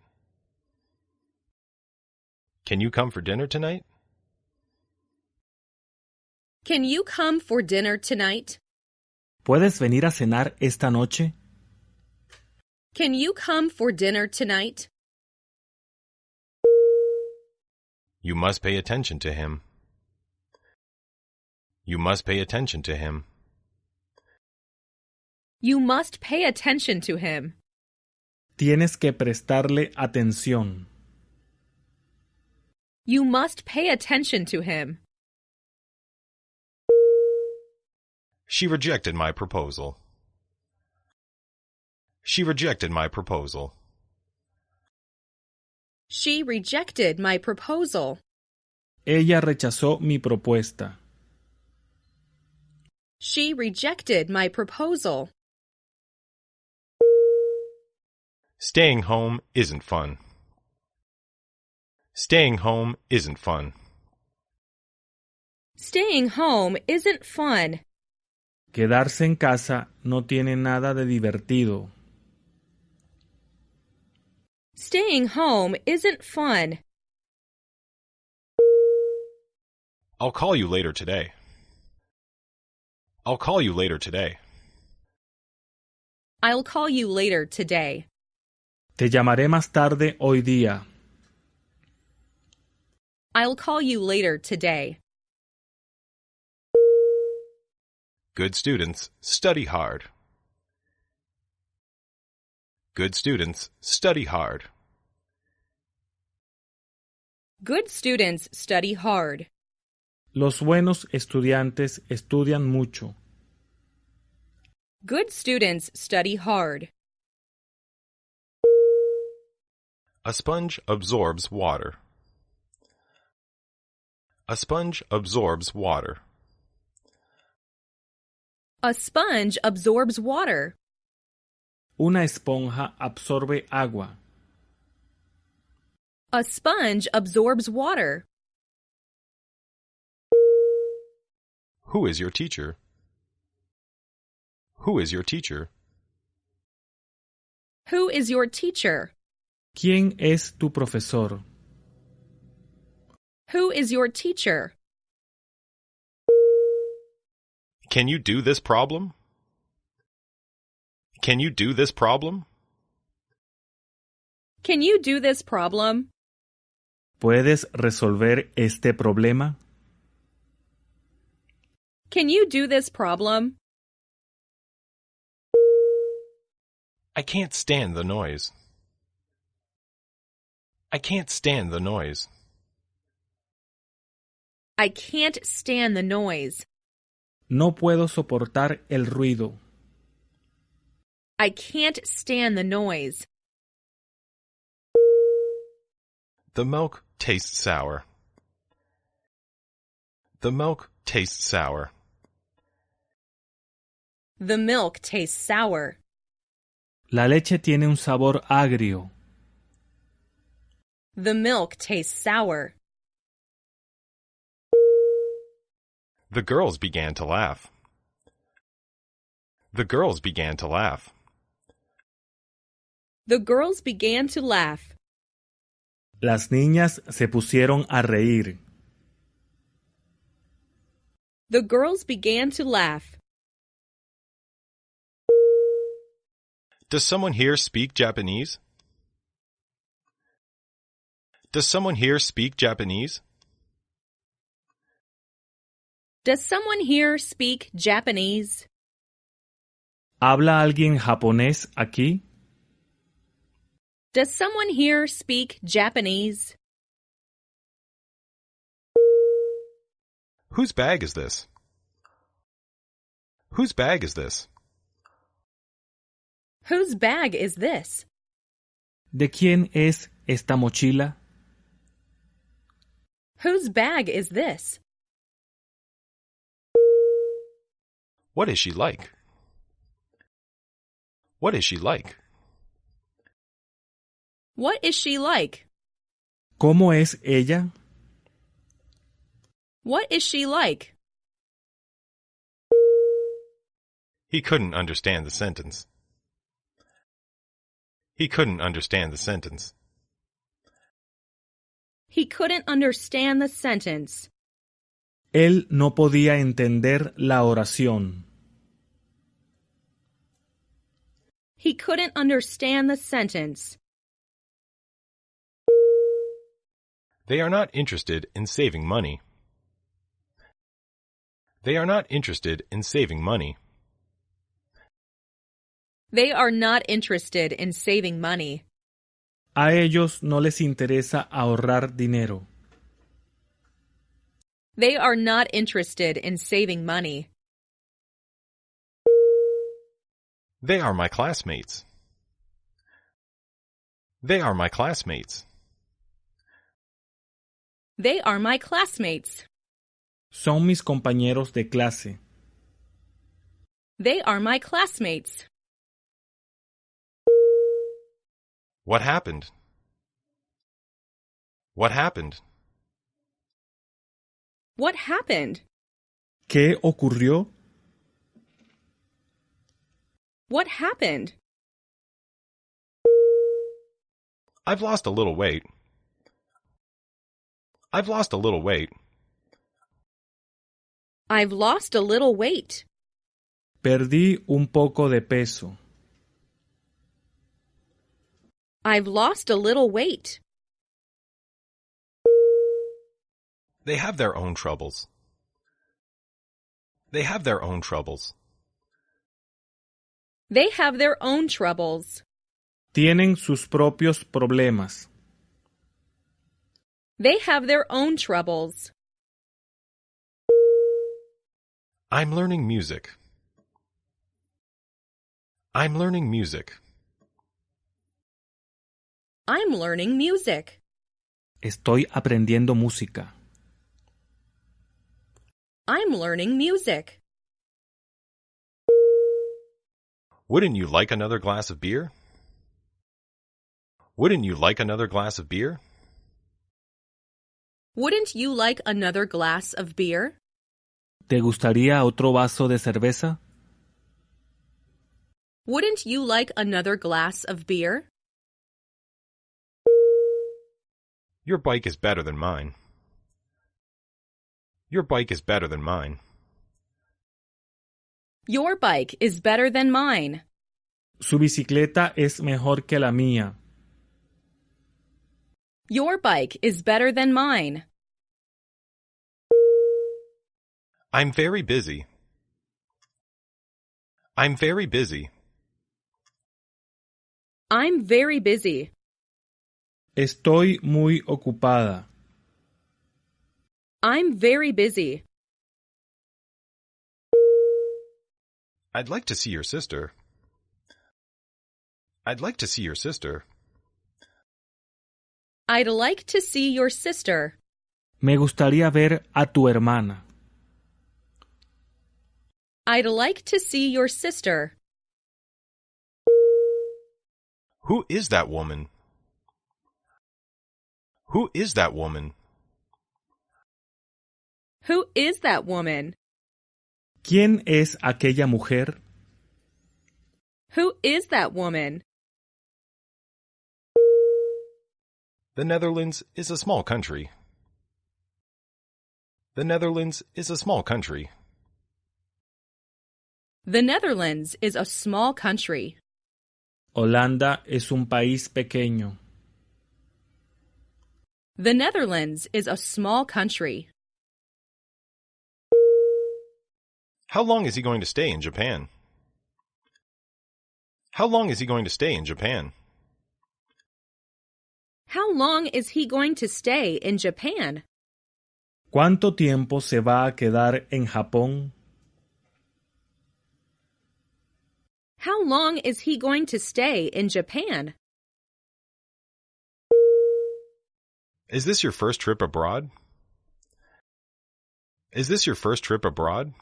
S1: Can you come for dinner tonight?
S2: Can you come for dinner tonight?
S3: ¿Puedes venir a cenar esta noche?
S2: Can you come for dinner tonight?
S1: You must pay attention to him. You must pay attention to him.
S2: You must pay attention to him.
S3: Tienes que prestarle atención.
S2: You must pay attention to him.
S1: She rejected my proposal. She rejected my proposal.
S2: She rejected my proposal.
S3: Ella rechazó mi propuesta.
S2: She rejected my proposal.
S1: Staying home isn't fun. Staying home isn't fun.
S2: Staying home isn't fun.
S3: Quedarse en casa no tiene nada de divertido.
S2: Staying home isn't fun.
S1: I'll call you later today. I'll call you later today.
S2: I'll call you later today.
S3: Te llamaré más tarde hoy día.
S2: I'll call you later today.
S1: Good students study hard. Good students study hard.
S2: Good students study hard.
S3: Los buenos estudiantes estudian mucho.
S2: Good students study hard.
S1: A sponge absorbs water. A sponge absorbs water.
S2: A sponge absorbs water.
S3: Una esponja absorbe agua.
S2: A sponge absorbs water.
S1: Who is your teacher? Who is your teacher?
S2: Who is your teacher?
S3: ¿Quién es tu profesor?
S2: Who is your teacher?
S1: Can you do this problem? Can you do this problem?
S2: Can you do this problem?
S3: ¿Puedes resolver este problema?
S2: Can you do this problem?
S1: I can't stand the noise. I can't stand the noise.
S2: I can't stand the noise.
S3: No puedo soportar el ruido.
S2: I can't stand the noise.
S1: The milk tastes sour. The milk tastes sour.
S2: The milk tastes sour.
S3: La leche tiene un sabor agrio.
S2: The milk tastes sour.
S1: The girls began to laugh. The girls began to laugh.
S2: The girls began to laugh.
S3: Las niñas se pusieron a reír.
S2: The girls began to laugh.
S1: Does someone here speak Japanese? Does someone here speak Japanese?
S2: Does someone here speak Japanese?
S3: ¿Habla alguien japonés aquí?
S2: Does someone here speak Japanese?
S1: Whose bag is this? Whose bag is this?
S2: Whose bag is this?
S3: ¿De quién es esta mochila?
S2: Whose bag is this?
S1: What is she like? What is she like?
S2: What is she like?
S3: ¿Cómo es ella?
S2: What is she like?
S1: He couldn't understand the sentence. He couldn't understand the sentence.
S2: He couldn't understand the sentence.
S3: Él no podía entender la oración.
S2: He couldn't understand the sentence.
S1: They are not interested in saving money. They are not interested in saving money.
S2: They are not interested in saving money.
S3: A ellos no les interesa ahorrar dinero.
S2: They are not interested in saving money.
S1: They are my classmates. They are my classmates.
S2: They are my classmates.
S3: Son mis compañeros de clase.
S2: They are my classmates.
S1: What happened? What happened?
S2: What happened?
S3: ¿Qué ocurrió?
S2: What happened?
S1: I've lost a little weight. I've lost a little weight.
S2: I've lost a little weight.
S3: Perdí un poco de peso.
S2: I've lost a little weight.
S1: They have their own troubles. They have their own troubles.
S2: They have their own troubles.
S3: Tienen sus propios problemas.
S2: They have their own troubles.
S1: I'm learning music. I'm learning music.
S2: I'm learning music.
S3: Estoy aprendiendo música.
S2: I'm learning music.
S1: Wouldn't you like another glass of beer? Wouldn't you like another glass of beer?
S2: Wouldn't you like another glass of beer?
S3: ¿Te gustaría otro vaso de cerveza?
S2: Wouldn't you like another glass of beer?
S1: Your bike is better than mine. Your bike is better than mine.
S2: Your bike is better than mine.
S3: Su bicicleta es mejor que la mía.
S2: Your bike is better than mine.
S1: I'm very busy. I'm very busy.
S2: I'm very busy.
S3: Estoy muy ocupada.
S2: I'm very busy.
S1: I'd like to see your sister. I'd like to see your sister.
S2: I'd like to see your sister.
S3: Me gustaría ver a tu hermana.
S2: I'd like to see your sister.
S1: Who is that woman? Who is that woman?
S2: Who is that woman?
S3: ¿Quién es aquella mujer?
S2: Who is that woman?
S1: The Netherlands is a small country. The Netherlands is a small country.
S2: The Netherlands is a small country.
S3: Holanda es un país pequeño.
S2: The Netherlands is a small country.
S1: How long is he going to stay in Japan? How long is he going to stay in Japan?
S2: How long is he going to stay in Japan?
S3: ¿Cuánto tiempo se va a quedar en Japón?
S2: How long is he going to stay in Japan?
S1: Is this your first trip abroad? Is this your first trip abroad?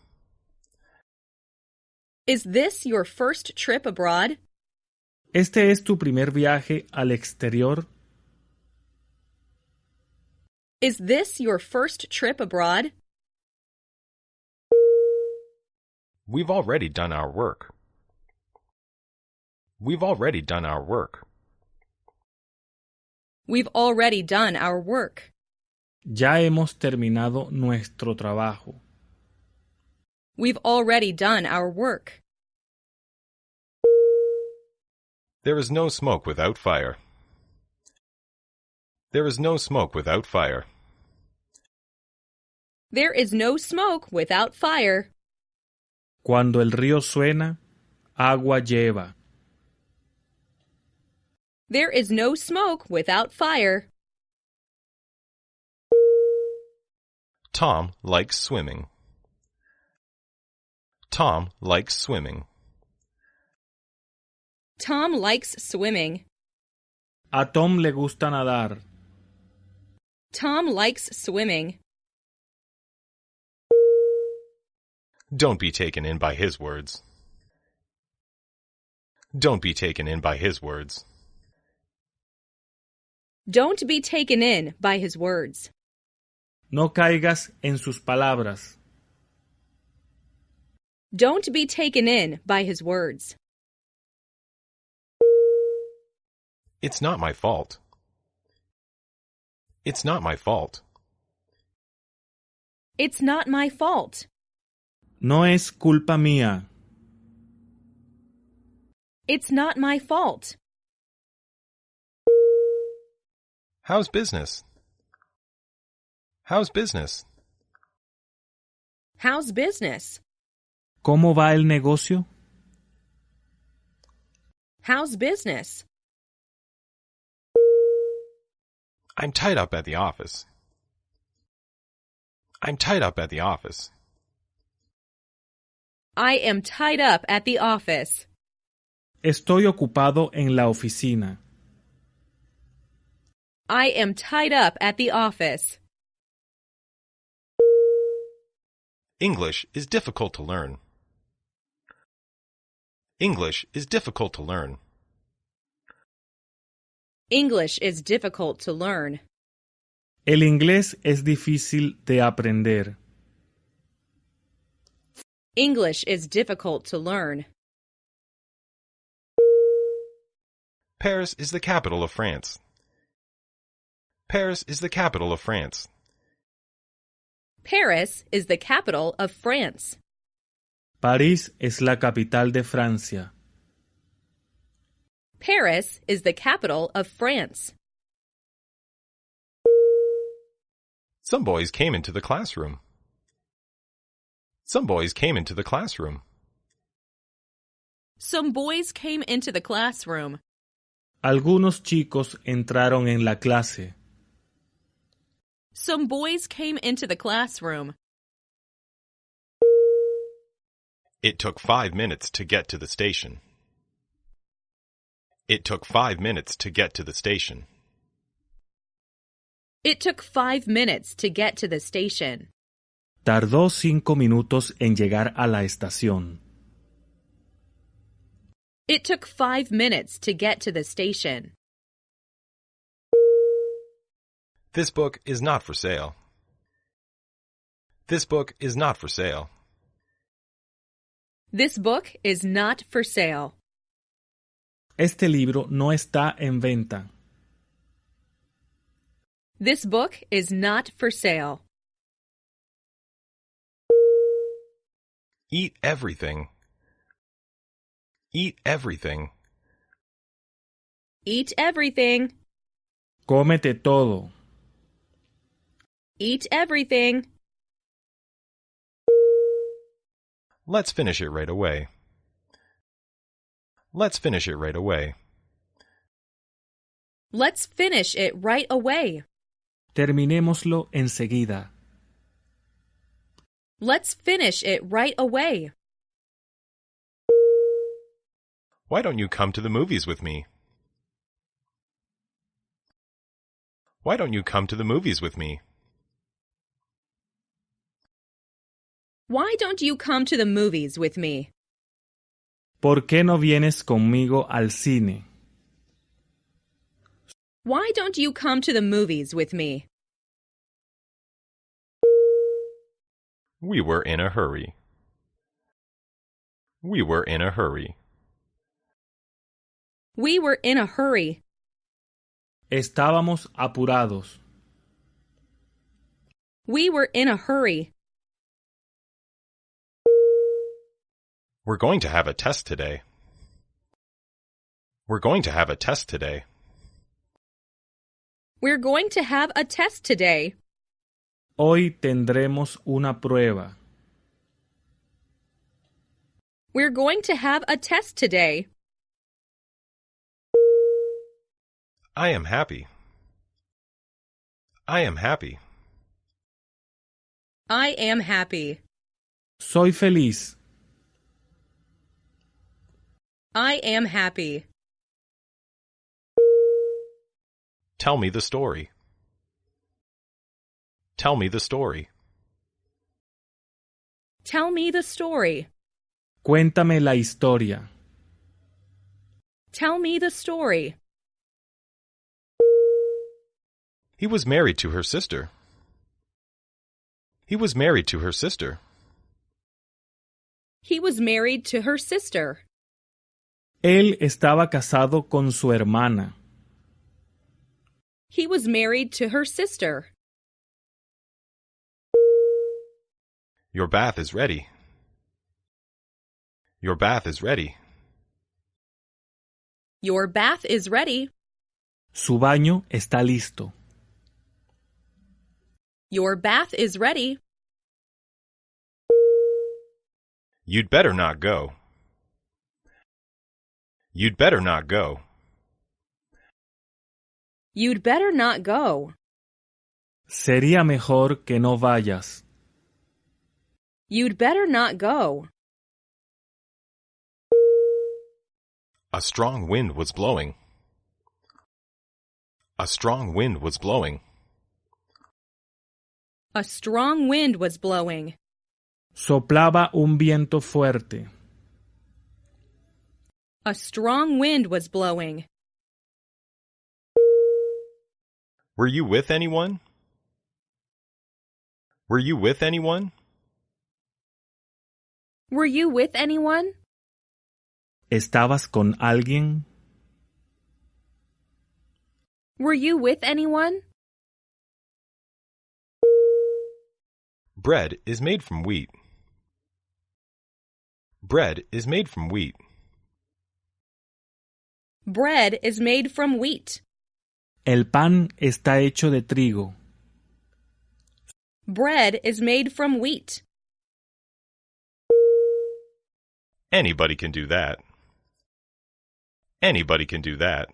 S2: Is this your first trip abroad?
S3: ¿Este es tu primer viaje al exterior?
S2: Is this your first trip abroad?
S1: We've already done our work. We've already done our work.
S2: We've already done our work.
S3: Ya hemos terminado nuestro trabajo.
S2: We've already done our work.
S1: There is no smoke without fire. There is no smoke without fire.
S2: There is no smoke without fire.
S3: Cuando el río suena, agua lleva.
S2: There is no smoke without fire.
S1: Tom likes swimming. Tom likes swimming.
S2: Tom likes swimming.
S3: A Tom le gusta nadar.
S2: Tom likes swimming.
S1: Don't be taken in by his words. Don't be taken in by his words.
S2: Don't be taken in by his words.
S3: No caigas en sus palabras.
S2: Don't be taken in by his words.
S1: It's not my fault. It's not my fault.
S2: It's not my fault.
S3: No es culpa mía.
S2: It's not my fault.
S1: How's business? How's business?
S2: How's business?
S3: ¿Cómo va el negocio?
S2: How's business?
S1: I'm tied up at the office. I'm tied up at the office.
S2: I am tied up at the office.
S3: Estoy ocupado en la oficina.
S2: I am tied up at the office.
S1: English is difficult to learn. English is difficult to learn.
S2: English is difficult to learn.
S3: El inglés es difícil de aprender.
S2: English is difficult to learn.
S1: Paris is the capital of France. Paris is the capital of France.
S2: Paris is the capital of France.
S3: París es la capital de Francia.
S2: Paris is the capital of France.
S1: Some boys came into the classroom. Some boys came into the classroom.
S2: Some boys came into the classroom.
S3: Algunos chicos entraron en la clase.
S2: Some boys came into the classroom.
S1: It took five minutes to get to the station. It took five minutes to get to the station.
S2: It took five minutes to get to the station.
S3: Tardó cinco minutos en llegar a la estación.
S2: It took five minutes to get to the station.
S1: This book is not for sale. This book is not for sale.
S2: This book is not for sale.
S3: Este libro no está en venta.
S2: This book is not for sale.
S1: Eat everything. Eat everything.
S2: Eat everything.
S3: Cómete todo.
S2: Eat everything.
S1: Let's finish it right away. Let's finish it right away.
S2: Let's finish it right away.
S3: Terminémoslo enseguida.
S2: Let's finish it right away.
S1: Why don't you come to the movies with me? Why don't you come to the movies with me?
S2: Why don't you come to the movies with me?
S3: ¿Por qué no vienes conmigo al cine?
S2: Why don't you come to the movies with me?
S1: We were in a hurry. We were in a hurry.
S2: We were in a hurry.
S3: Estábamos apurados.
S2: We were in a hurry.
S1: We're going to have a test today. We're going to have a test today.
S2: We're going to have a test today.
S3: Hoy tendremos una prueba.
S2: We're going to have a test today.
S1: I am happy. I am happy.
S2: I am happy.
S3: Soy feliz.
S2: I am happy.
S1: Tell me the story. Tell me the story.
S2: Tell me the story.
S3: Cuéntame la historia.
S2: Tell me the story.
S1: He was married to her sister. He was married to her sister.
S2: He was married to her sister.
S3: Él estaba casado con su hermana.
S2: He was married to her sister.
S1: Your bath is ready. Your bath is ready.
S2: Your bath is ready.
S3: Su baño está listo.
S2: Your bath is ready.
S1: You'd better not go. You'd better not go.
S2: You'd better not go.
S3: Sería mejor que no vayas.
S2: You'd better not go.
S1: A strong wind was blowing. A strong wind was blowing.
S2: A strong wind was blowing.
S3: Soplaba un viento fuerte.
S2: A strong wind was blowing.
S1: Were you with anyone? Were you with anyone?
S2: Were you with anyone?
S3: ¿Estabas con alguien?
S2: Were you with anyone?
S1: Bread is made from wheat. Bread is made from wheat.
S2: Bread is made from wheat.
S3: El pan está hecho de trigo.
S2: Bread is made from wheat.
S1: Anybody can do that. Anybody can do that.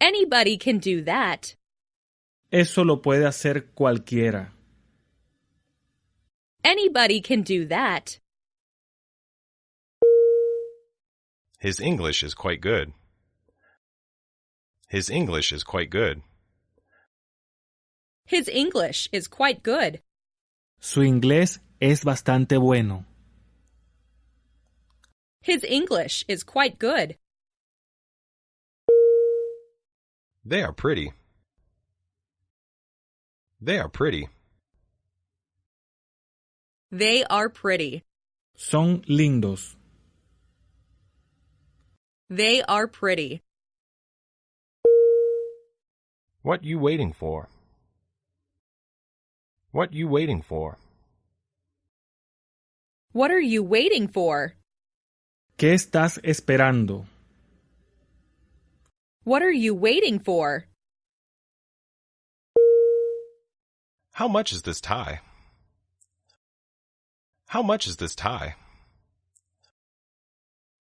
S2: Anybody can do that.
S3: Eso lo puede hacer cualquiera.
S2: Anybody can do that.
S1: His English is quite good. His English is quite good.
S2: His English is quite good.
S3: Su inglés es bastante bueno.
S2: His English is quite good.
S1: They are pretty. They are pretty.
S2: They are pretty.
S3: Son lindos.
S2: They are pretty.
S1: What you waiting for? What you waiting for?
S2: What are you waiting for?
S3: ¿Qué estás esperando?
S2: What are you waiting for?
S1: How much is this tie? How much is this tie?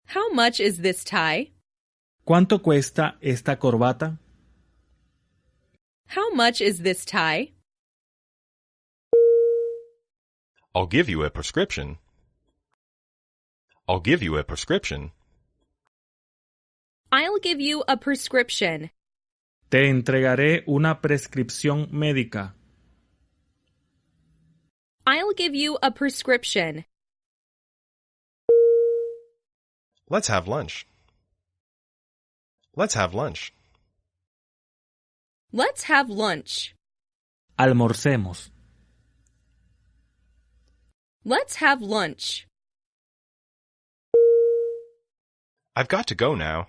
S2: How much is this tie?
S3: ¿Cuánto cuesta esta corbata?
S2: How much is this tie?
S1: I'll give you a prescription. I'll give you a prescription.
S2: I'll give you a prescription.
S3: Te entregaré una prescripción médica.
S2: I'll give you a prescription.
S1: Let's have lunch. Let's have lunch.
S2: Let's have lunch.
S3: Almorcemos.
S2: Let's have lunch.
S1: I've got to go now.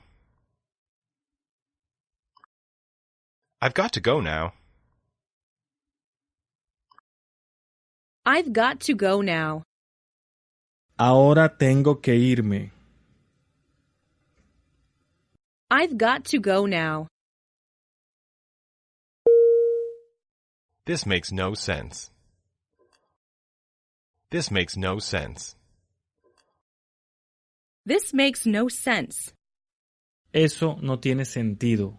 S1: I've got to go now.
S2: I've got to go now.
S3: Ahora tengo que irme.
S2: I've got to go now.
S1: This makes no sense. This makes no sense.
S2: This makes no sense.
S3: Eso no tiene sentido.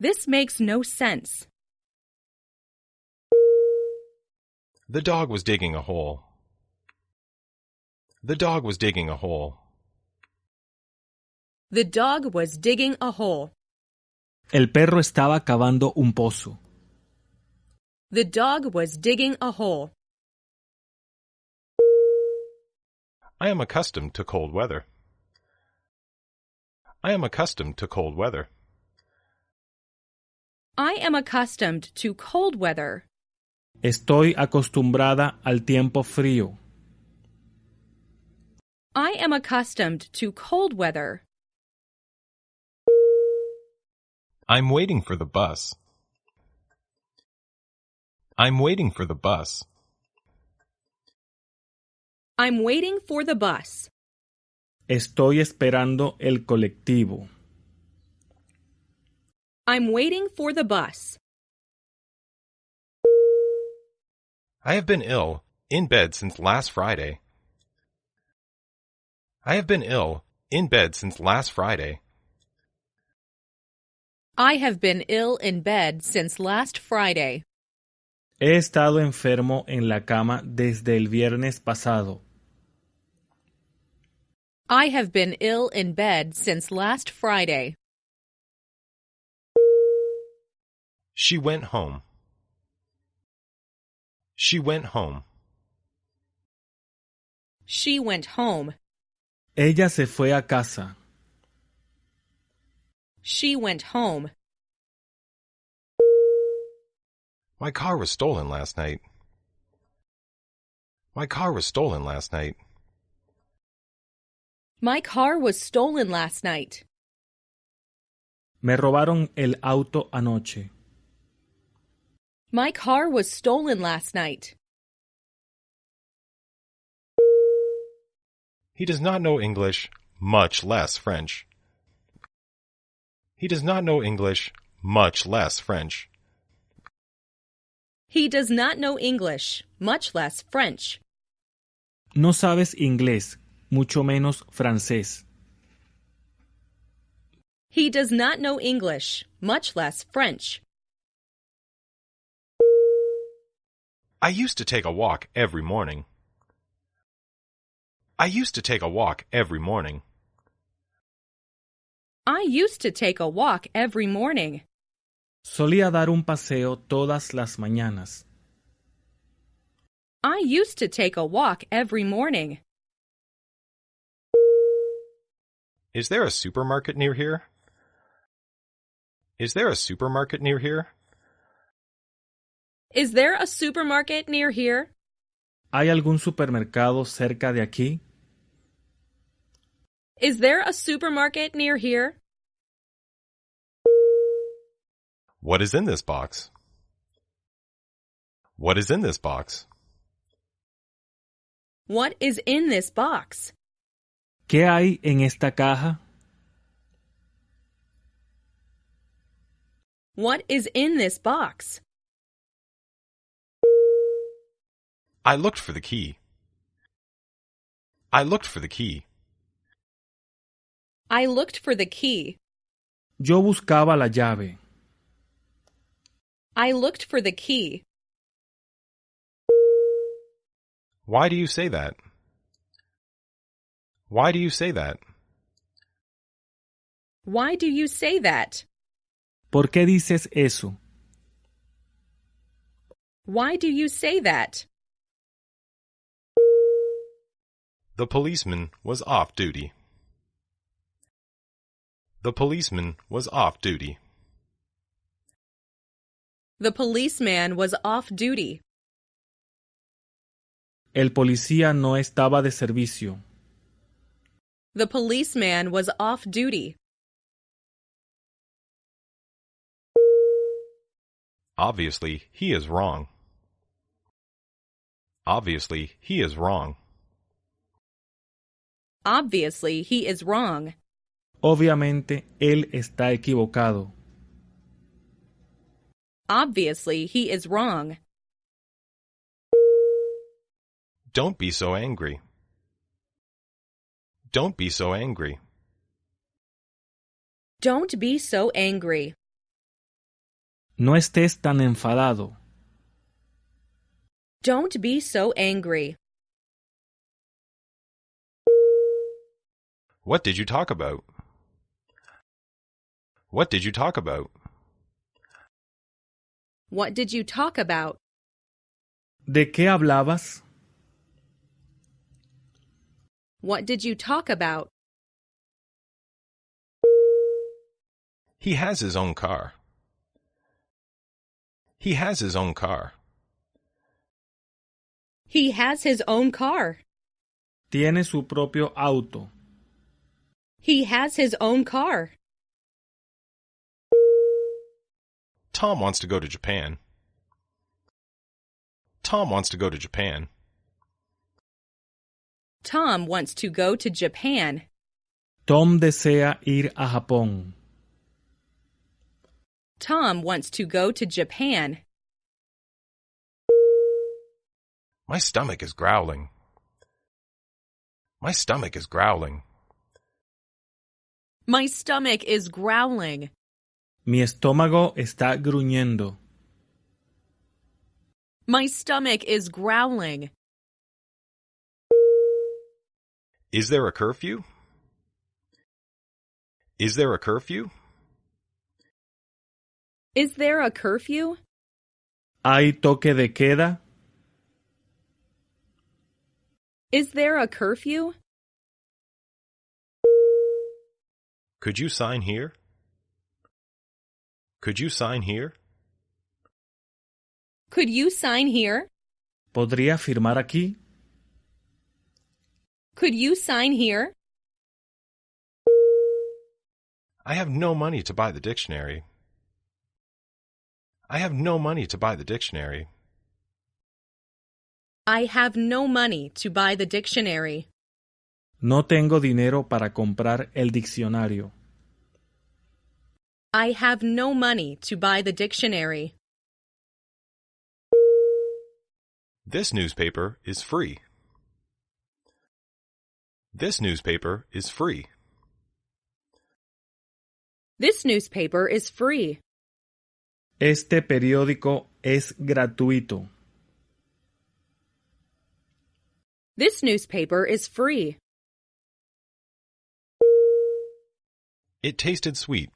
S2: This makes no sense.
S1: The dog was digging a hole. The dog was digging a hole.
S2: The dog was digging a hole.
S3: El perro estaba cavando un pozo.
S2: The dog was digging a hole.
S1: I am accustomed to cold weather. I am accustomed to cold weather.
S2: I am accustomed to cold weather.
S3: Estoy acostumbrada al tiempo frío.
S2: I am accustomed to cold weather.
S1: I'm waiting for the bus. I'm waiting for the bus.
S2: I'm waiting for the bus.
S3: Estoy esperando el colectivo.
S2: I'm waiting for the bus.
S1: I have been ill, in bed since last Friday. I have been ill, in bed since last Friday.
S2: I have been ill in bed since last Friday.
S3: He estado enfermo en la cama desde el viernes pasado.
S2: I have been ill in bed since last Friday.
S1: She went home. She went home.
S2: She went home.
S3: Ella se fue a casa.
S2: She went home.
S1: My car was stolen last night. My car was stolen last night.
S2: My car was stolen last night.
S3: Me robaron el auto anoche.
S2: My car was stolen last night.
S1: He does not know English, much less French. He does not know English, much less French.
S2: He does not know English, much less French.
S3: No sabes inglés, mucho menos francés.
S2: He does not know English, much less French.
S1: I used to take a walk every morning. I used to take a walk every morning.
S2: I used to take a walk every morning.
S3: Solía dar un paseo todas las mañanas.
S2: I used to take a walk every morning.
S1: Is there a supermarket near here? Is there a supermarket near here?
S2: Is there a supermarket near here?
S3: ¿Hay algún supermercado cerca de aquí?
S2: Is there a supermarket near here?
S1: What is in this box? What is in this box?
S2: What is in this box?
S3: ¿Qué hay en esta caja?
S2: What is in this box?
S1: I looked for the key. I looked for the key.
S2: I looked for the key.
S3: Yo buscaba la llave.
S2: I looked for the key.
S1: Why do you say that? Why do you say that?
S2: Why do you say that?
S3: ¿Por qué dices eso?
S2: Why do you say that?
S1: The policeman was off duty. The policeman was off duty.
S2: The policeman was off duty.
S3: El policía no estaba de servicio.
S2: The policeman was off duty.
S1: Obviously, he is wrong. Obviously, he is wrong.
S2: Obviously, he is wrong.
S3: Obviamente, él está equivocado.
S2: Obviously, he is wrong.
S1: Don't be so angry. Don't be so angry.
S2: Don't be so angry.
S3: No estés tan enfadado.
S2: Don't be so angry.
S1: What did you talk about? What did you talk about?
S2: What did you talk about?
S3: ¿De qué hablabas?
S2: What did you talk about?
S1: He has his own car. He has his own car.
S2: He has his own car.
S3: Tiene su propio auto.
S2: He has his own car.
S1: Tom wants to go to Japan. Tom wants to go to Japan.
S2: Tom wants to go to Japan.
S3: Tom desea ir a Japón.
S2: Tom wants to go to Japan.
S1: My stomach is growling. My stomach is growling.
S2: My stomach is growling.
S3: Mi estómago está gruñendo.
S2: My stomach is growling.
S1: Is there a curfew? Is there a curfew?
S2: Is there a curfew?
S3: ¿Hay toque de queda?
S2: Is there a curfew?
S1: Could you sign here? Could you sign here?
S2: Could you sign here?
S3: ¿Podría firmar aquí?
S2: Could you sign here?
S1: I have no money to buy the dictionary. I have no money to buy the dictionary.
S2: I have no money to buy the dictionary.
S3: No tengo dinero para comprar el diccionario.
S2: I have no money to buy the dictionary.
S1: This newspaper is free. This newspaper is free.
S2: This newspaper is free.
S3: Este periódico es gratuito.
S2: This newspaper is free.
S1: It tasted sweet.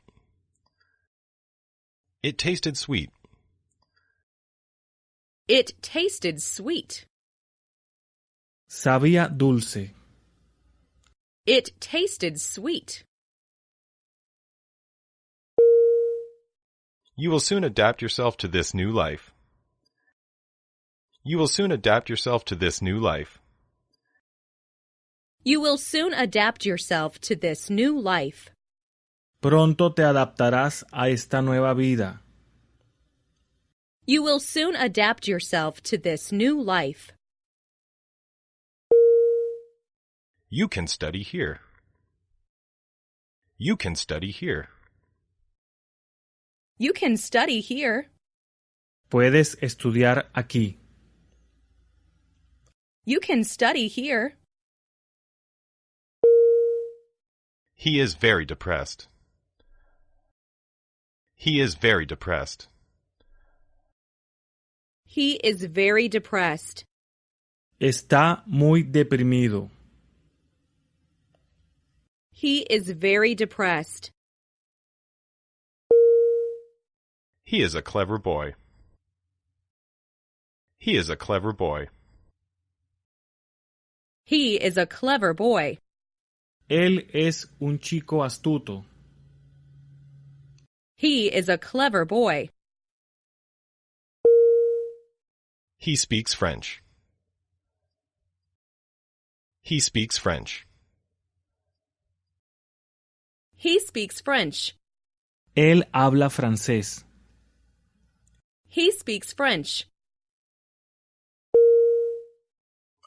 S1: It tasted sweet.
S2: It tasted sweet.
S3: Sabía dulce.
S2: It tasted sweet.
S1: You will soon adapt yourself to this new life. You will soon adapt yourself to this new life.
S2: You will soon adapt yourself to this new life.
S3: Pronto te adaptarás a esta nueva vida.
S2: You will soon adapt yourself to this new life.
S1: You can study here. You can study here.
S2: You can study here.
S3: Puedes estudiar aquí.
S2: You can study here.
S1: He is very depressed. He is very depressed.
S2: He is very depressed.
S3: Está muy deprimido.
S2: He is very depressed.
S1: He is a clever boy. He is a clever boy.
S2: He is a clever boy.
S3: Él es un chico astuto.
S2: He is a clever boy.
S1: He speaks French. He speaks French.
S2: He speaks French.
S3: Él habla francés.
S2: He speaks French.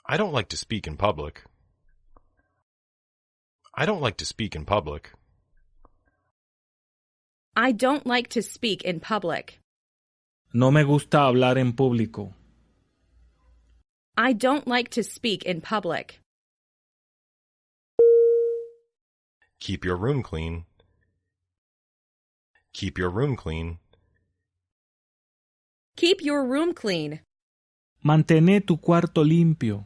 S1: I don't like to speak in public. I don't like to speak in public.
S2: I don't like to speak in public.
S3: No me gusta hablar en público.
S2: I don't like to speak in public.
S1: Keep your room clean. Keep your room clean.
S2: Keep your room clean.
S3: Mantén tu cuarto limpio.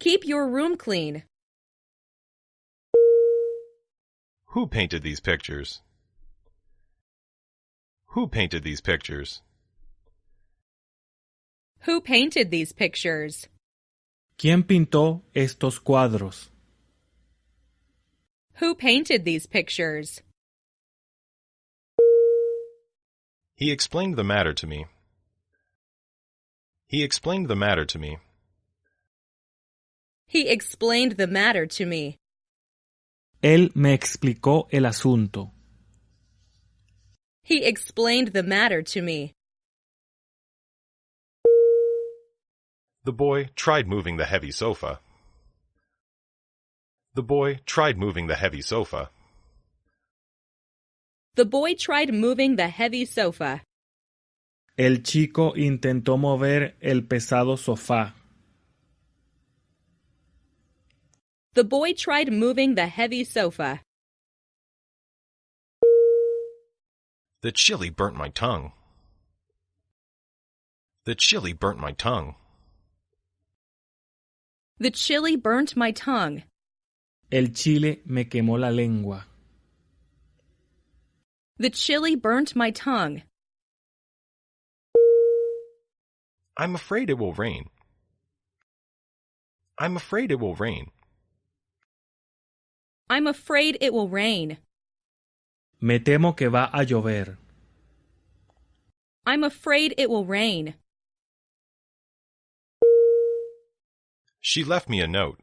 S2: Keep your room clean.
S1: Who painted these pictures? Who painted these pictures?
S2: Who painted these pictures?
S3: ¿Quién pintó estos cuadros?
S2: Who painted these pictures?
S1: He explained the matter to me. He explained the matter to me.
S2: He explained the matter to me.
S3: Él me explicó el asunto.
S2: He explained the matter to me.
S1: The boy tried moving the heavy sofa. The boy tried moving the heavy sofa.
S2: The boy tried moving the heavy sofa.
S3: El chico intentó mover el pesado sofá.
S2: The boy tried moving the heavy sofa.
S1: The chili burnt my tongue. The chili burnt my tongue.
S2: The chili burnt my tongue.
S3: El chile me quemó la lengua.
S2: The chili burnt my tongue.
S1: I'm afraid it will rain. I'm afraid it will rain.
S2: I'm afraid it will rain.
S3: Me temo que va a llover.
S2: I'm afraid it will rain.
S1: She left me a note.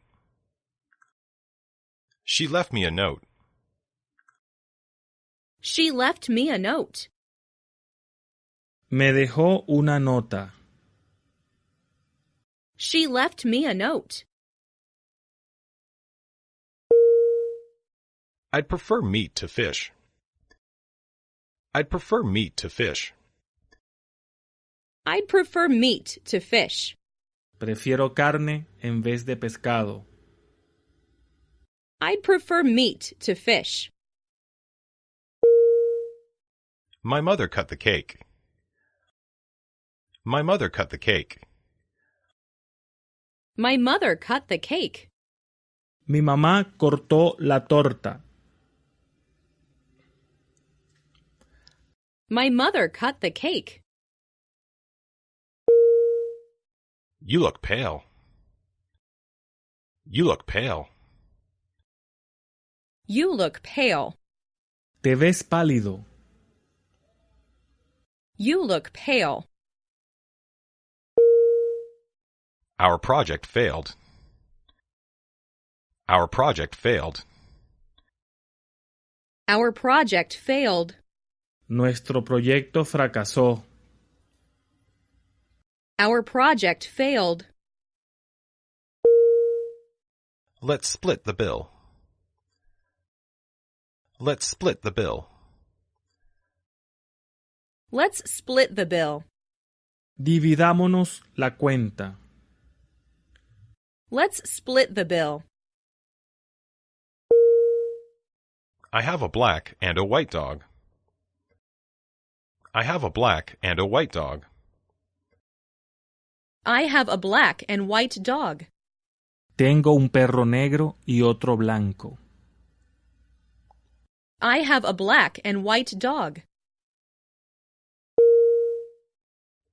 S1: She left me a note.
S2: She left me a note.
S3: Me dejó una nota.
S2: She left me a note.
S1: I'd prefer meat to fish. I'd prefer meat to fish.
S2: I'd prefer meat to fish.
S3: Prefiero carne en vez de pescado.
S2: I'd prefer meat to fish.
S1: My mother cut the cake. My mother cut the cake.
S2: My mother cut the cake.
S3: Mi mamá cortó la torta.
S2: My mother cut the cake.
S1: You look pale. You look pale.
S2: You look pale.
S3: Te ves pálido.
S2: You look pale.
S1: Our project failed. Our project failed.
S2: Our project failed.
S3: Nuestro proyecto fracasó.
S2: Our project failed.
S1: Let's split the bill. Let's split the bill.
S2: Let's split the bill.
S3: Dividámonos la cuenta.
S2: Let's split the bill.
S1: I have a black and a white dog. I have a black and a white dog.
S2: I have a black and white dog.
S3: Tengo un perro negro y otro blanco.
S2: I have a black and white dog.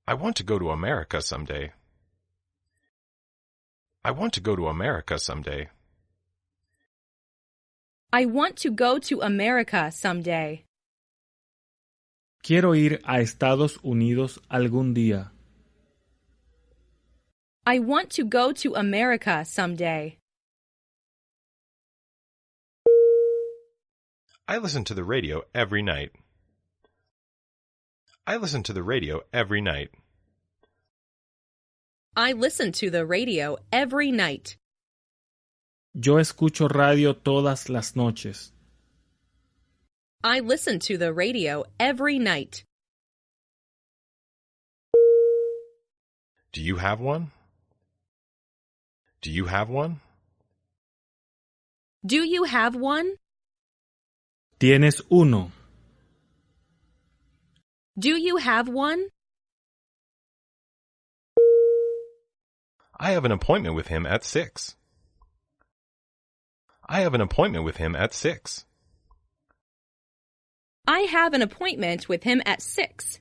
S1: I want to go to America someday. I want to go to America someday.
S2: I want to go to America someday.
S3: Quiero ir a Estados Unidos algún día.
S2: I want to go to America someday.
S1: I listen to the radio every night. I listen to the radio every night.
S2: I listen to the radio every night.
S3: Yo escucho radio todas las noches.
S2: I listen to the radio every night.
S1: Do you have one? Do you have one?
S2: Do you have one?
S3: ¿Tienes uno?
S2: Do you have one?
S1: I have an appointment with him at six. I have an appointment with him at six.
S2: I have an appointment with him at 6.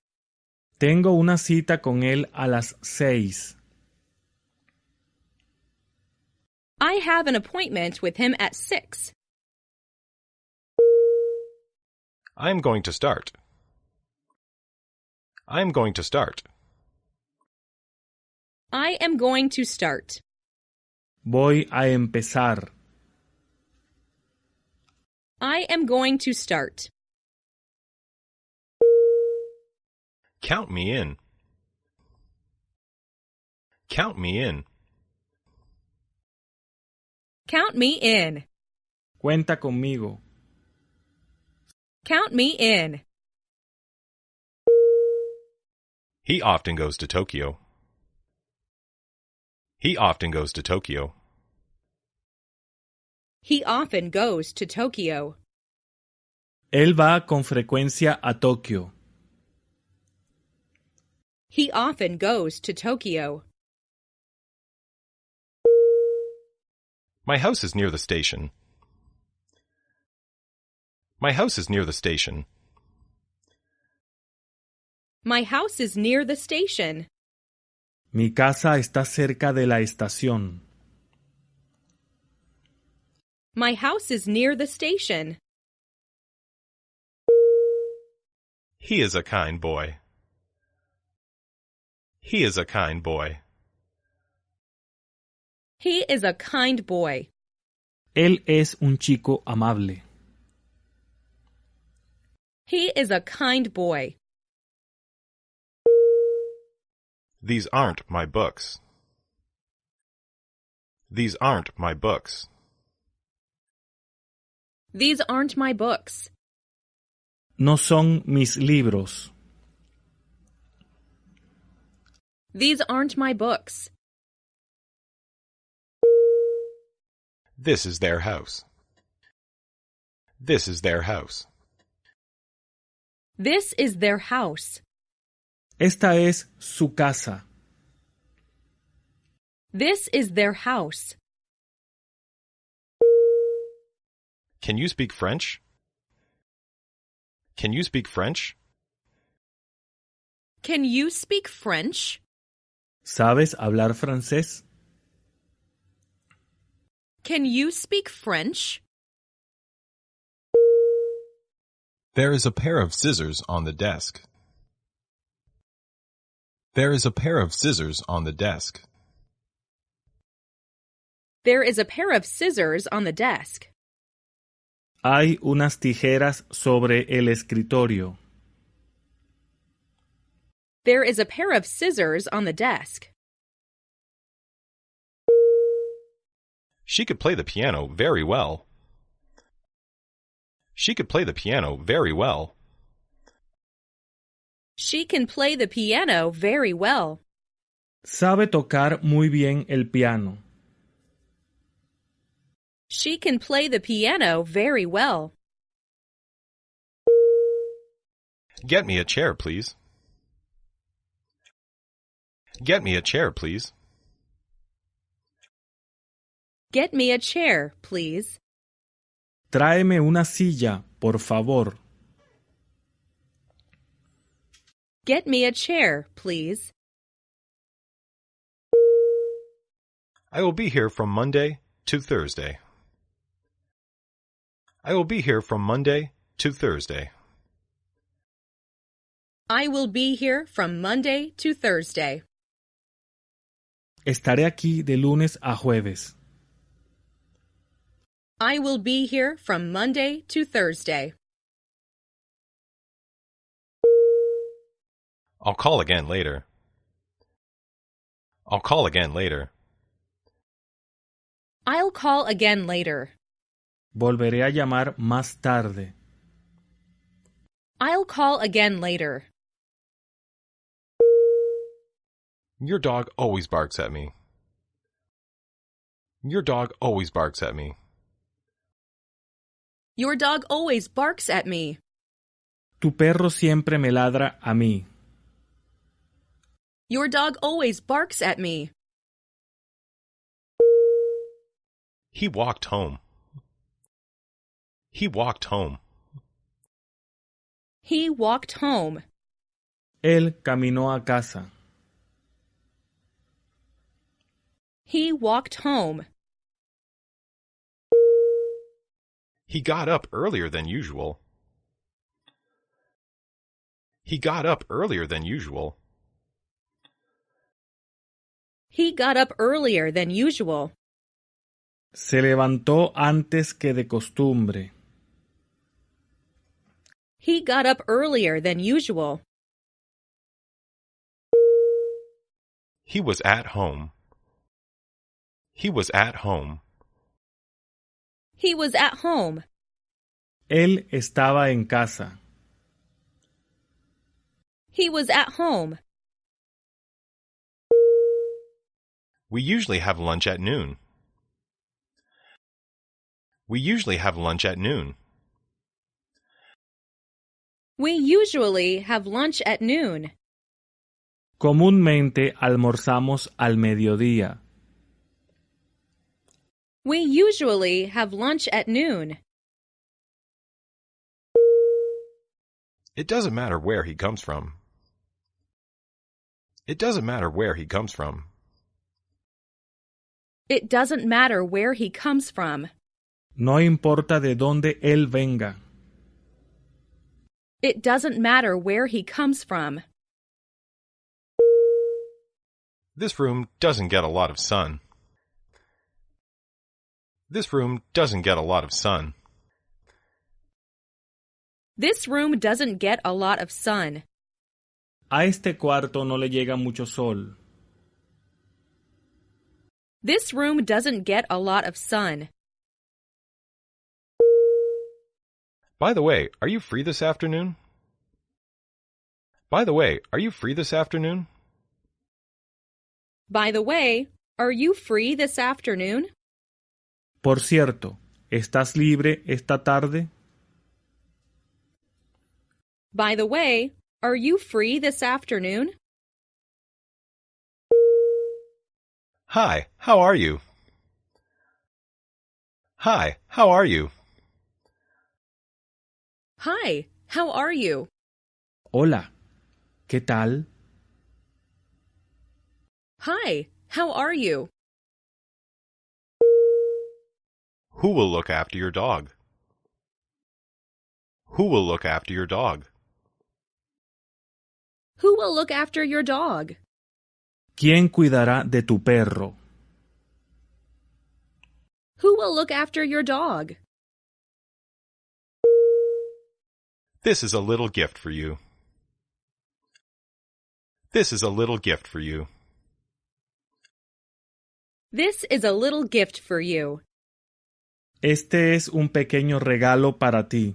S3: Tengo una cita con él a las seis.
S2: I have an appointment with him at 6.
S1: I'm going to start. I'm going to start.
S2: I am going to start.
S3: Voy a empezar.
S2: I am going to start.
S1: Count me in. Count me in.
S2: Count me in.
S3: Cuenta conmigo.
S2: Count me in.
S1: He often goes to Tokyo. He often goes to Tokyo.
S2: He often goes to Tokyo.
S3: Él va con frecuencia a Tokio.
S2: He often goes to Tokyo.
S1: My house is near the station. My house is near the station.
S2: My house is near the station.
S3: Mi casa está cerca de la estación.
S2: My house is near the station.
S1: He is a kind boy. He is a kind boy.
S2: He is a kind boy.
S3: Él es un chico amable.
S2: He is a kind boy.
S1: These aren't my books. These aren't my books.
S2: These aren't my books.
S3: No son mis libros.
S2: These aren't my books.
S1: This is their house. This is their house.
S2: This is their house.
S3: Esta es su casa.
S2: This is their house.
S1: Can you speak French? Can you speak French?
S2: Can you speak French?
S3: ¿Sabes hablar francés?
S2: Can you speak French?
S1: There is a pair of scissors on the desk. There is a pair of scissors on the desk.
S2: There is a pair of scissors on the desk.
S3: Hay unas tijeras sobre el escritorio.
S2: There is a pair of scissors on the desk.
S1: She could play the piano very well. She could play the piano very well.
S2: She can play the piano very well.
S3: Sabe tocar muy bien el piano.
S2: She can play the piano very well.
S1: Get me a chair, please. Get me a chair, please.
S2: Get me a chair, please.
S3: Tráeme una silla, por favor.
S2: Get me a chair, please.
S1: I will be here from Monday to Thursday. I will be here from Monday to Thursday.
S2: I will be here from Monday to Thursday.
S3: Estaré aquí de lunes a jueves.
S2: I will be here from Monday to Thursday.
S1: I'll call again later. I'll call again later.
S2: I'll call again later.
S3: Volveré a llamar más tarde.
S2: I'll call again later.
S1: Your dog always barks at me. Your dog always barks at me.
S2: Your dog always barks at me.
S3: Tu perro siempre me ladra a mí.
S2: Your dog always barks at me.
S1: He walked home. He walked home.
S2: He walked home.
S3: Él caminó a casa.
S2: He walked home.
S1: He got up earlier than usual. He got up earlier than usual.
S2: He got up earlier than usual.
S3: Se levantó antes que de costumbre.
S2: He got up earlier than usual.
S1: He was at home. He was at home.
S2: He was at home.
S3: Él estaba en casa.
S2: He was at home.
S1: We usually have lunch at noon. We usually have lunch at noon.
S2: We usually have lunch at noon.
S3: Comúnmente almorzamos al mediodía.
S2: We usually have lunch at noon.
S1: It doesn't matter where he comes from. It doesn't matter where he comes from.
S2: It doesn't matter where he comes from.
S3: No importa de dónde él venga.
S2: It doesn't matter where he comes from.
S1: This room doesn't get a lot of sun. This room doesn't get a lot of sun.
S2: This room doesn't get a lot of sun.
S3: A este cuarto no le llega mucho sol.
S2: This room doesn't get a lot of sun.
S1: By the way, are you free this afternoon? By the way, are you free this afternoon?
S2: By the way, are you free this afternoon?
S3: Por cierto, ¿estás libre esta tarde?
S2: By the way, are you free this afternoon?
S1: Hi, how are you? Hi, how are you?
S2: Hi, how are you?
S3: Hola. ¿Qué tal?
S2: Hi, how are you?
S1: Who will look after your dog? Who will look after your dog?
S2: Who will look after your dog?
S3: ¿Quién cuidará de tu perro?
S2: Who will look after your dog?
S1: This is a little gift for you. This is a little gift for you.
S2: This is a little gift for you.
S3: Este es un pequeño regalo para ti.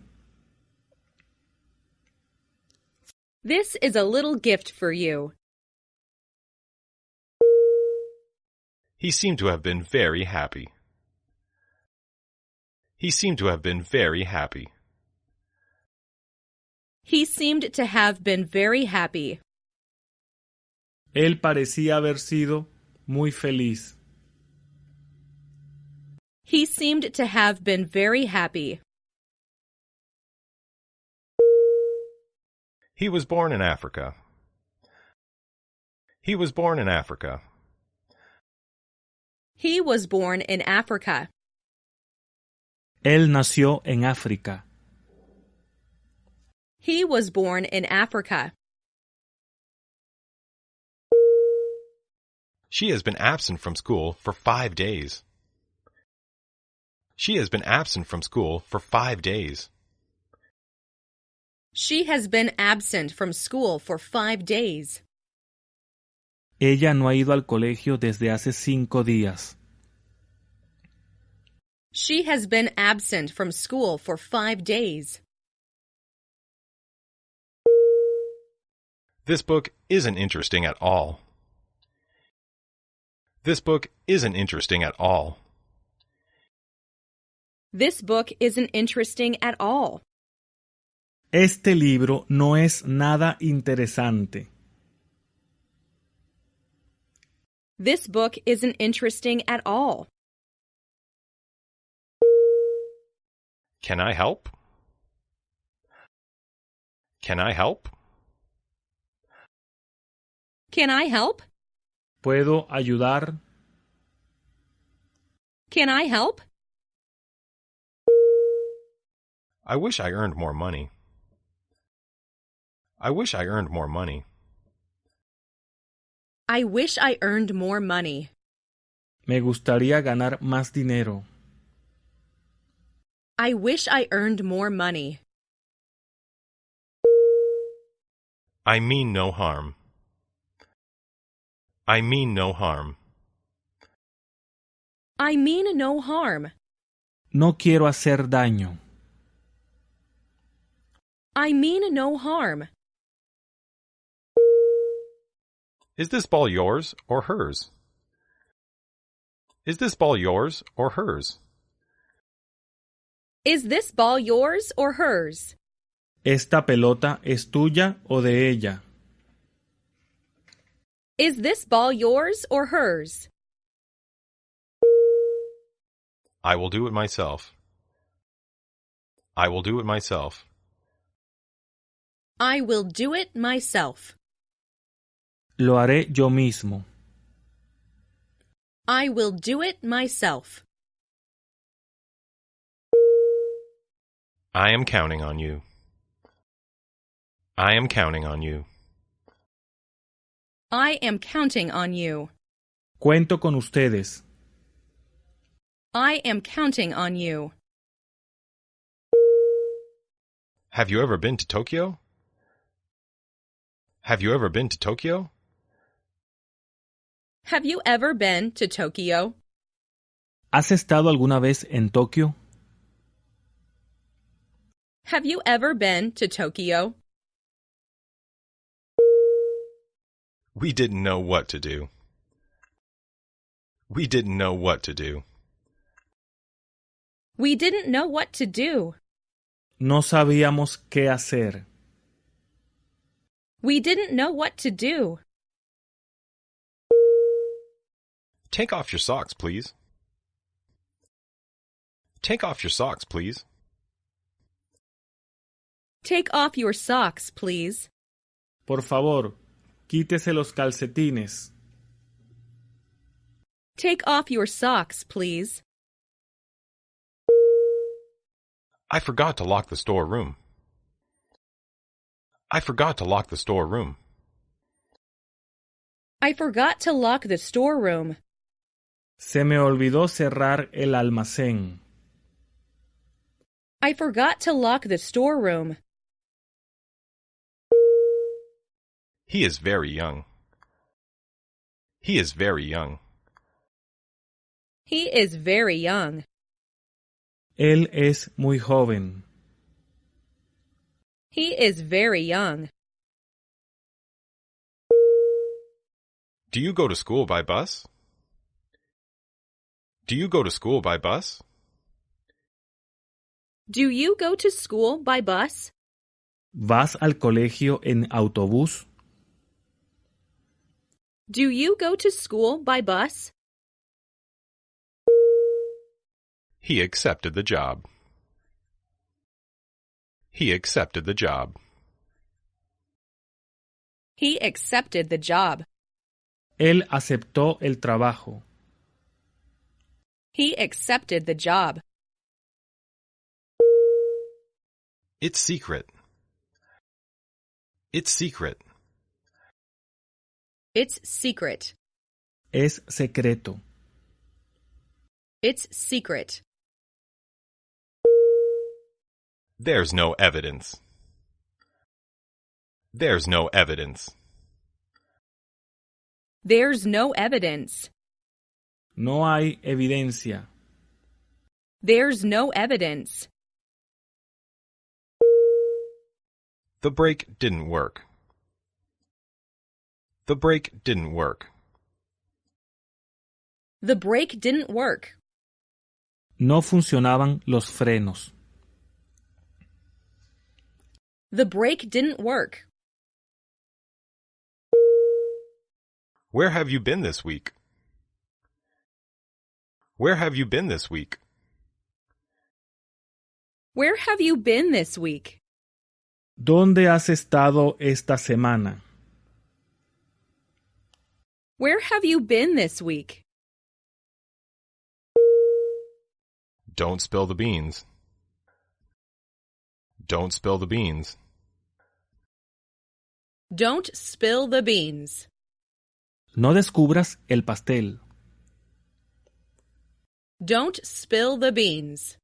S2: This is a little gift for you.
S1: He seemed to have been very happy. He seemed to have been very happy.
S2: He seemed to have been very happy.
S3: Él parecía haber sido muy feliz.
S2: He seemed to have been very happy.
S1: He was born in Africa. He was born in Africa.
S2: He was born in Africa.
S3: Él nació en África.
S2: He was born in Africa.
S1: She has been absent from school for five days. She has been absent from school for five days.
S2: She has been absent from school for five days.
S3: Ella no ha ido al colegio desde hace cinco días.
S2: She has been absent from school for five days.
S1: This book isn't interesting at all. This book isn't interesting at all.
S2: This book isn't interesting at all.
S3: Este libro no es nada interesante.
S2: This book isn't interesting at all.
S1: Can I help? Can I help?
S2: Can I help?
S3: ¿Puedo ayudar?
S2: Can I help?
S1: I wish I earned more money. I wish I earned more money.
S2: I wish I earned more money.
S3: Me gustaría ganar más dinero.
S2: I wish I earned more money.
S1: I mean no harm. I mean no harm.
S2: I mean no harm.
S3: No quiero hacer daño.
S2: I mean no harm.
S1: Is this ball yours or hers? Is this ball yours or hers?
S2: Is this ball yours or hers?
S3: ¿Esta pelota es tuya o de ella?
S2: Is this ball yours or hers?
S1: I will do it myself. I will do it myself.
S2: I will do it myself.
S3: Lo haré yo mismo.
S2: I will do it myself.
S1: I am counting on you. I am counting on you.
S2: I am counting on you.
S3: Cuento con ustedes.
S2: I am counting on you.
S1: Have you ever been to Tokyo? Have you ever been to Tokyo?
S2: Have you ever been to Tokyo?
S3: ¿Has estado alguna vez en Tokio?
S2: Have you ever been to Tokyo?
S1: We didn't know what to do. We didn't know what to do.
S2: We didn't know what to do.
S3: No sabíamos qué hacer.
S2: We didn't know what to do.
S1: Take off your socks, please. Take off your socks, please.
S2: Take off your socks, please.
S3: Por favor, quítese los calcetines.
S2: Take off your socks, please.
S1: I forgot to lock the storeroom. I forgot to lock the storeroom.
S2: I forgot to lock the storeroom.
S3: Se me olvidó cerrar el almacén.
S2: I forgot to lock the storeroom.
S1: He is very young. He is very young.
S2: He is very young.
S3: Él es muy joven.
S2: He is very young.
S1: Do you go to school by bus? Do you go to school by bus?
S2: Do you go to school by bus?
S3: ¿Vas al colegio en autobús?
S2: Do you go to school by bus?
S1: He accepted the job. He accepted the job.
S2: He accepted the job.
S3: Él aceptó el trabajo.
S2: He accepted the job.
S1: It's secret. It's secret.
S2: It's secret.
S3: Es secreto.
S2: It's secret.
S1: There's no evidence. There's no evidence.
S2: There's no evidence.
S3: No hay evidencia.
S2: There's no evidence.
S1: The brake didn't work. The brake didn't work.
S2: The brake didn't work.
S3: No funcionaban los frenos.
S2: The brake didn't work.
S1: Where have you been this week? Where have you been this week?
S2: Where have you been this week?
S3: ¿Dónde has estado esta semana?
S2: Where have you been this week?
S1: Don't spill the beans. Don't spill the beans.
S2: Don't spill the beans.
S3: No descubras el pastel.
S2: Don't spill the beans.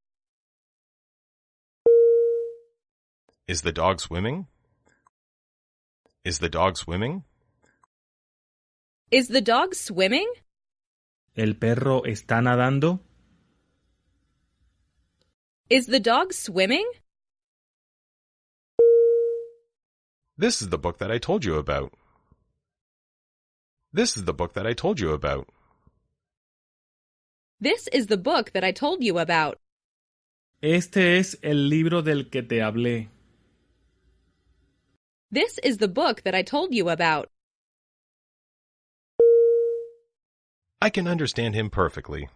S1: Is the dog swimming? Is the dog swimming?
S2: Is the dog swimming?
S3: ¿El perro está nadando?
S2: Is the dog swimming?
S1: This is the book that I told you about. This is the book that I told you about.
S2: This is the book that I told you about.
S3: Este es el libro del que te hablé.
S2: This is the book that I told you about.
S1: I can understand him perfectly.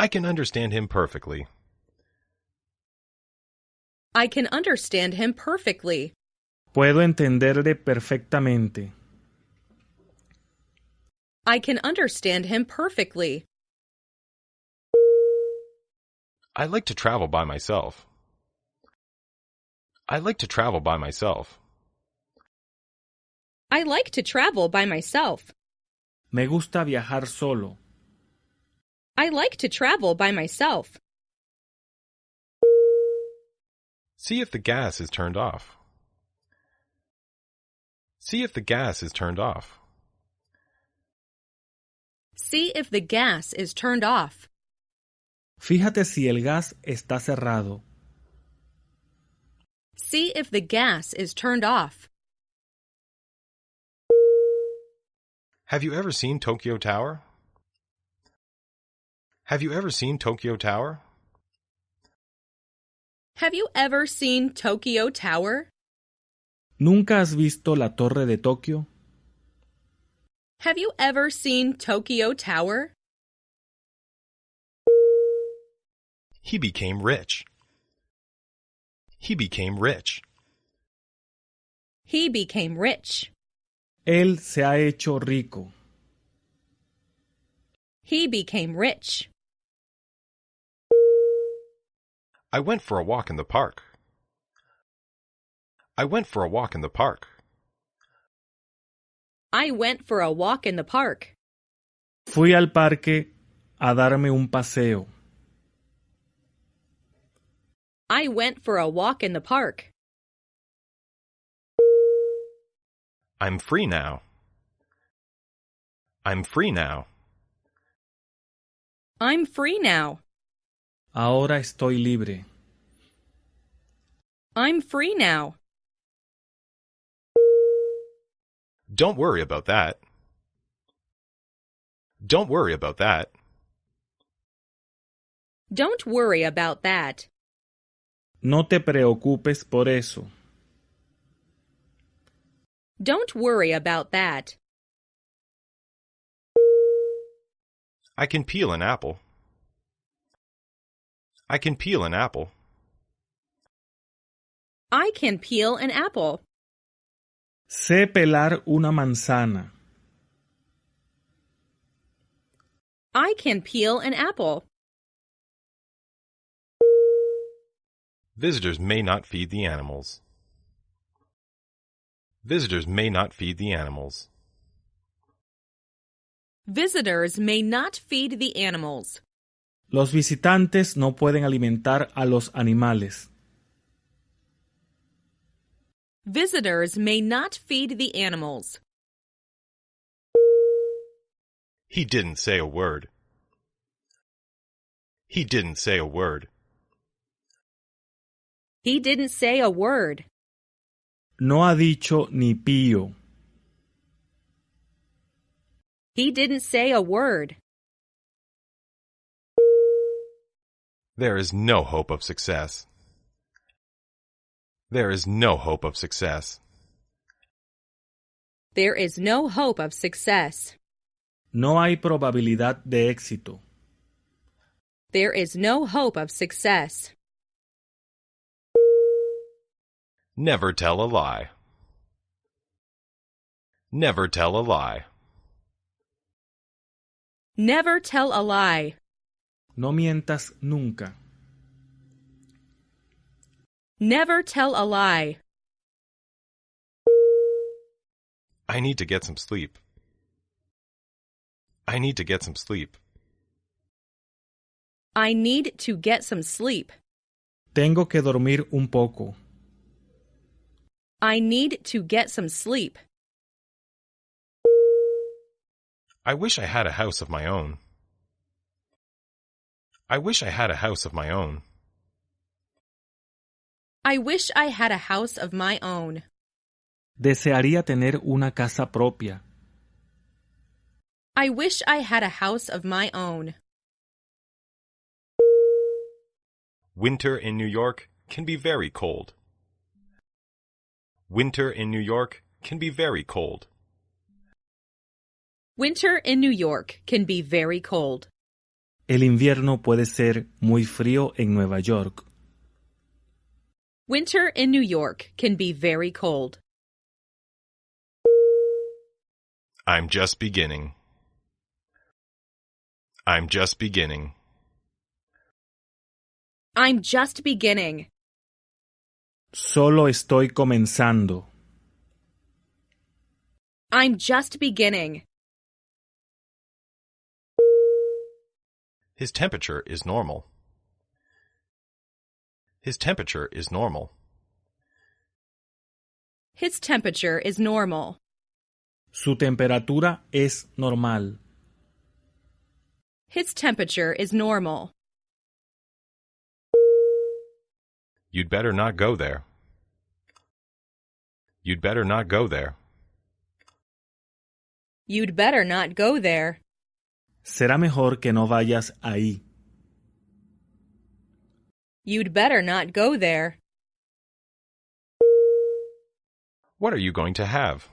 S1: I can understand him perfectly.
S2: I can understand him perfectly.
S3: Puedo entenderle perfectamente.
S2: I can understand him perfectly.
S1: I like to travel by myself. I like to travel by myself.
S2: I like to travel by myself.
S3: Me gusta viajar solo.
S2: I like to travel by myself.
S1: See if the gas is turned off. See if the gas is turned off.
S2: See if the gas is turned off.
S3: Fíjate si el gas está cerrado.
S2: See if the gas is turned off.
S1: Have you ever seen Tokyo Tower? Have you ever seen Tokyo Tower?
S2: Have you ever seen Tokyo Tower?
S3: ¿Nunca has visto la torre de Tokio?
S2: Have you ever seen Tokyo Tower?
S1: He became rich. He became rich.
S2: He became rich.
S3: Él se ha hecho rico.
S2: He became rich.
S1: I went for a walk in the park. I went for a walk in the park.
S2: I went for a walk in the park.
S3: Fui al parque a darme un paseo.
S2: I went for a walk in the park.
S1: I'm free now. I'm free now.
S2: I'm free now.
S3: Ahora estoy libre.
S2: I'm free now.
S1: Don't worry about that. Don't worry about that.
S2: Don't worry about that.
S3: No te preocupes por eso.
S2: Don't worry about that.
S1: I can peel an apple. I can peel an apple.
S2: I can peel an apple.
S3: Sé pelar una manzana.
S2: I can peel an apple.
S1: Visitors may not feed the animals. Visitors may not feed the animals.
S2: Visitors may not feed the animals.
S3: Los visitantes no pueden alimentar a los animales.
S2: Visitors may not feed the animals.
S1: He didn't say a word. He didn't say a word.
S2: He didn't say a word.
S3: No ha dicho ni pío.
S2: He didn't say a word.
S1: There is no hope of success. There is no hope of success.
S2: There is no hope of success.
S3: No hay probabilidad de éxito.
S2: There is no hope of success.
S1: Never tell a lie. Never tell a lie.
S2: Never tell a lie.
S3: No mientas nunca.
S2: Never tell a lie.
S1: I need to get some sleep. I need to get some sleep.
S2: I need to get some sleep.
S3: Tengo que dormir un poco.
S2: I need to get some sleep.
S1: I wish I had a house of my own. I wish I had a house of my own.
S2: I wish I had a house of my own.
S3: Desearía tener una casa propia.
S2: I wish I had a house of my own.
S1: Winter in New York can be very cold. Winter in New York can be very cold.
S2: Winter in New York can be very cold.
S3: El invierno puede ser muy frío en Nueva York.
S2: Winter in New York can be very cold.
S1: I'm just beginning. I'm just beginning.
S2: I'm just beginning.
S3: Solo estoy comenzando.
S2: I'm just beginning.
S1: His temperature is normal. His temperature is normal.
S2: His temperature is normal.
S3: Su temperatura es normal.
S2: His temperature is normal.
S1: You'd better not go there. You'd better not go there.
S2: You'd better not go there.
S3: Será mejor que no vayas ahí.
S2: You'd better not go there.
S1: What are you going to have?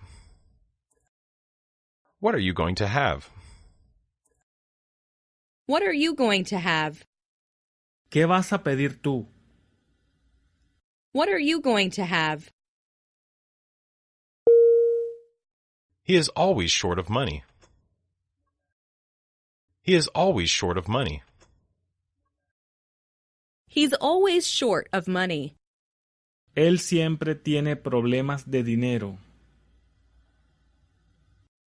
S1: What are you going to have?
S2: What are you going to have?
S3: ¿Qué vas a pedir tú?
S2: What are you going to have?
S1: He is always short of money. He is always short of money.
S2: He's always short of money.
S3: Él siempre tiene problemas de dinero.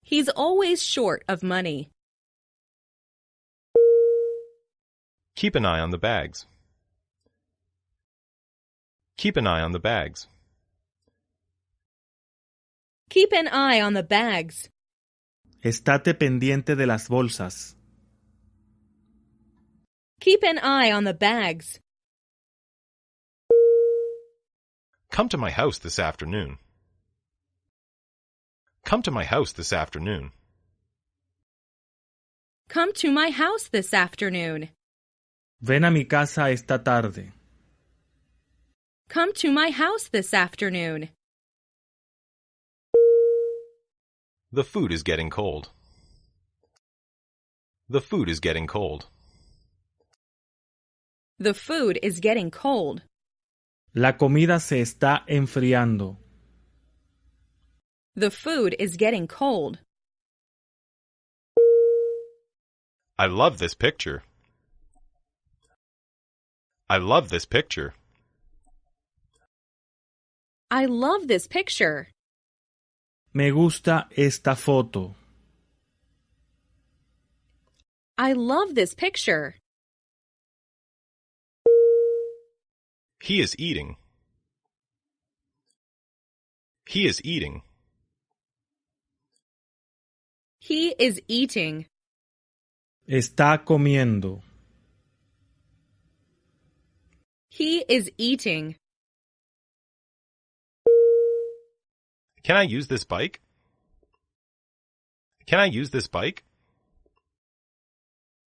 S2: He's always short of money.
S1: Keep an eye on the bags. Keep an eye on the bags.
S2: Keep an eye on the bags.
S3: Estate pendiente de las bolsas.
S2: Keep an eye on the bags.
S1: Come to my house this afternoon. Come to my house this afternoon.
S2: Come to my house this afternoon.
S3: Ven a mi casa esta tarde.
S2: Come to my house this afternoon.
S1: The food is getting cold. The food is getting cold.
S2: The food is getting cold.
S3: La comida se está enfriando.
S2: The food is getting cold.
S1: I love this picture. I love this picture.
S2: I love this picture.
S3: Me gusta esta foto.
S2: I love this picture.
S1: He is eating. He is eating.
S2: He is eating.
S3: Está comiendo.
S2: He is eating.
S1: Can I use this bike? Can I use this bike?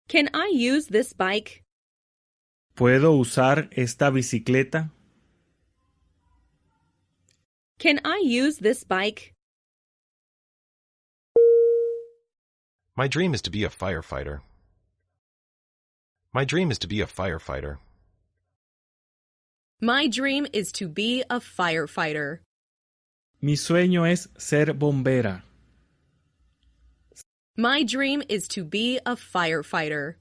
S2: Can I use this bike?
S3: ¿Puedo usar esta bicicleta?
S2: Can I use this bike?
S1: My dream is to be a firefighter. My dream is to be a firefighter.
S2: My dream is to be a firefighter.
S3: Mi sueño es ser bombera.
S2: My dream is to be a firefighter.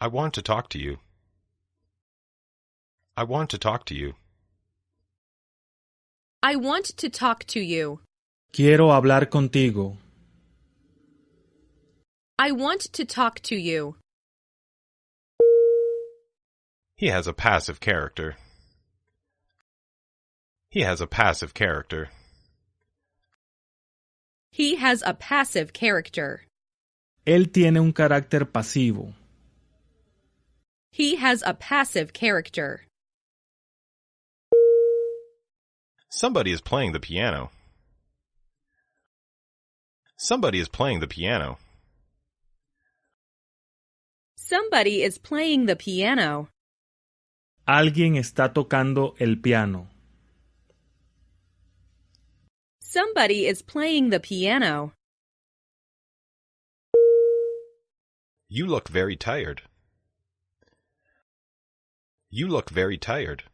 S1: I want to talk to you. I want to talk to you.
S2: I want to talk to you.
S3: Quiero hablar contigo.
S2: I want to talk to you.
S1: He has a passive character. He has a passive character.
S2: He has a passive character.
S3: Él tiene un carácter pasivo.
S2: He has a passive character.
S1: Somebody is playing the piano. Somebody is playing the piano.
S2: Somebody is playing the piano.
S3: Alguien está tocando el piano.
S2: Somebody is playing the piano.
S1: You look very tired. You look very tired.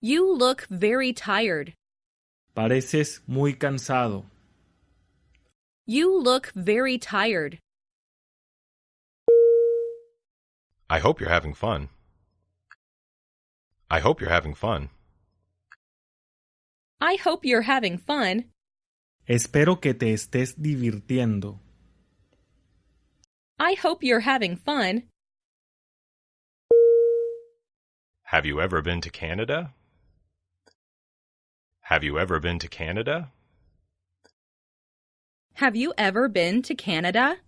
S2: You look very tired.
S3: Pareces muy cansado.
S2: You look very tired.
S1: I hope you're having fun. I hope you're having fun.
S2: I hope you're having fun.
S3: Espero que te estés divirtiendo.
S2: I hope you're having fun.
S1: Have you ever been to Canada? Have you ever been to Canada?
S2: Have you ever been to Canada?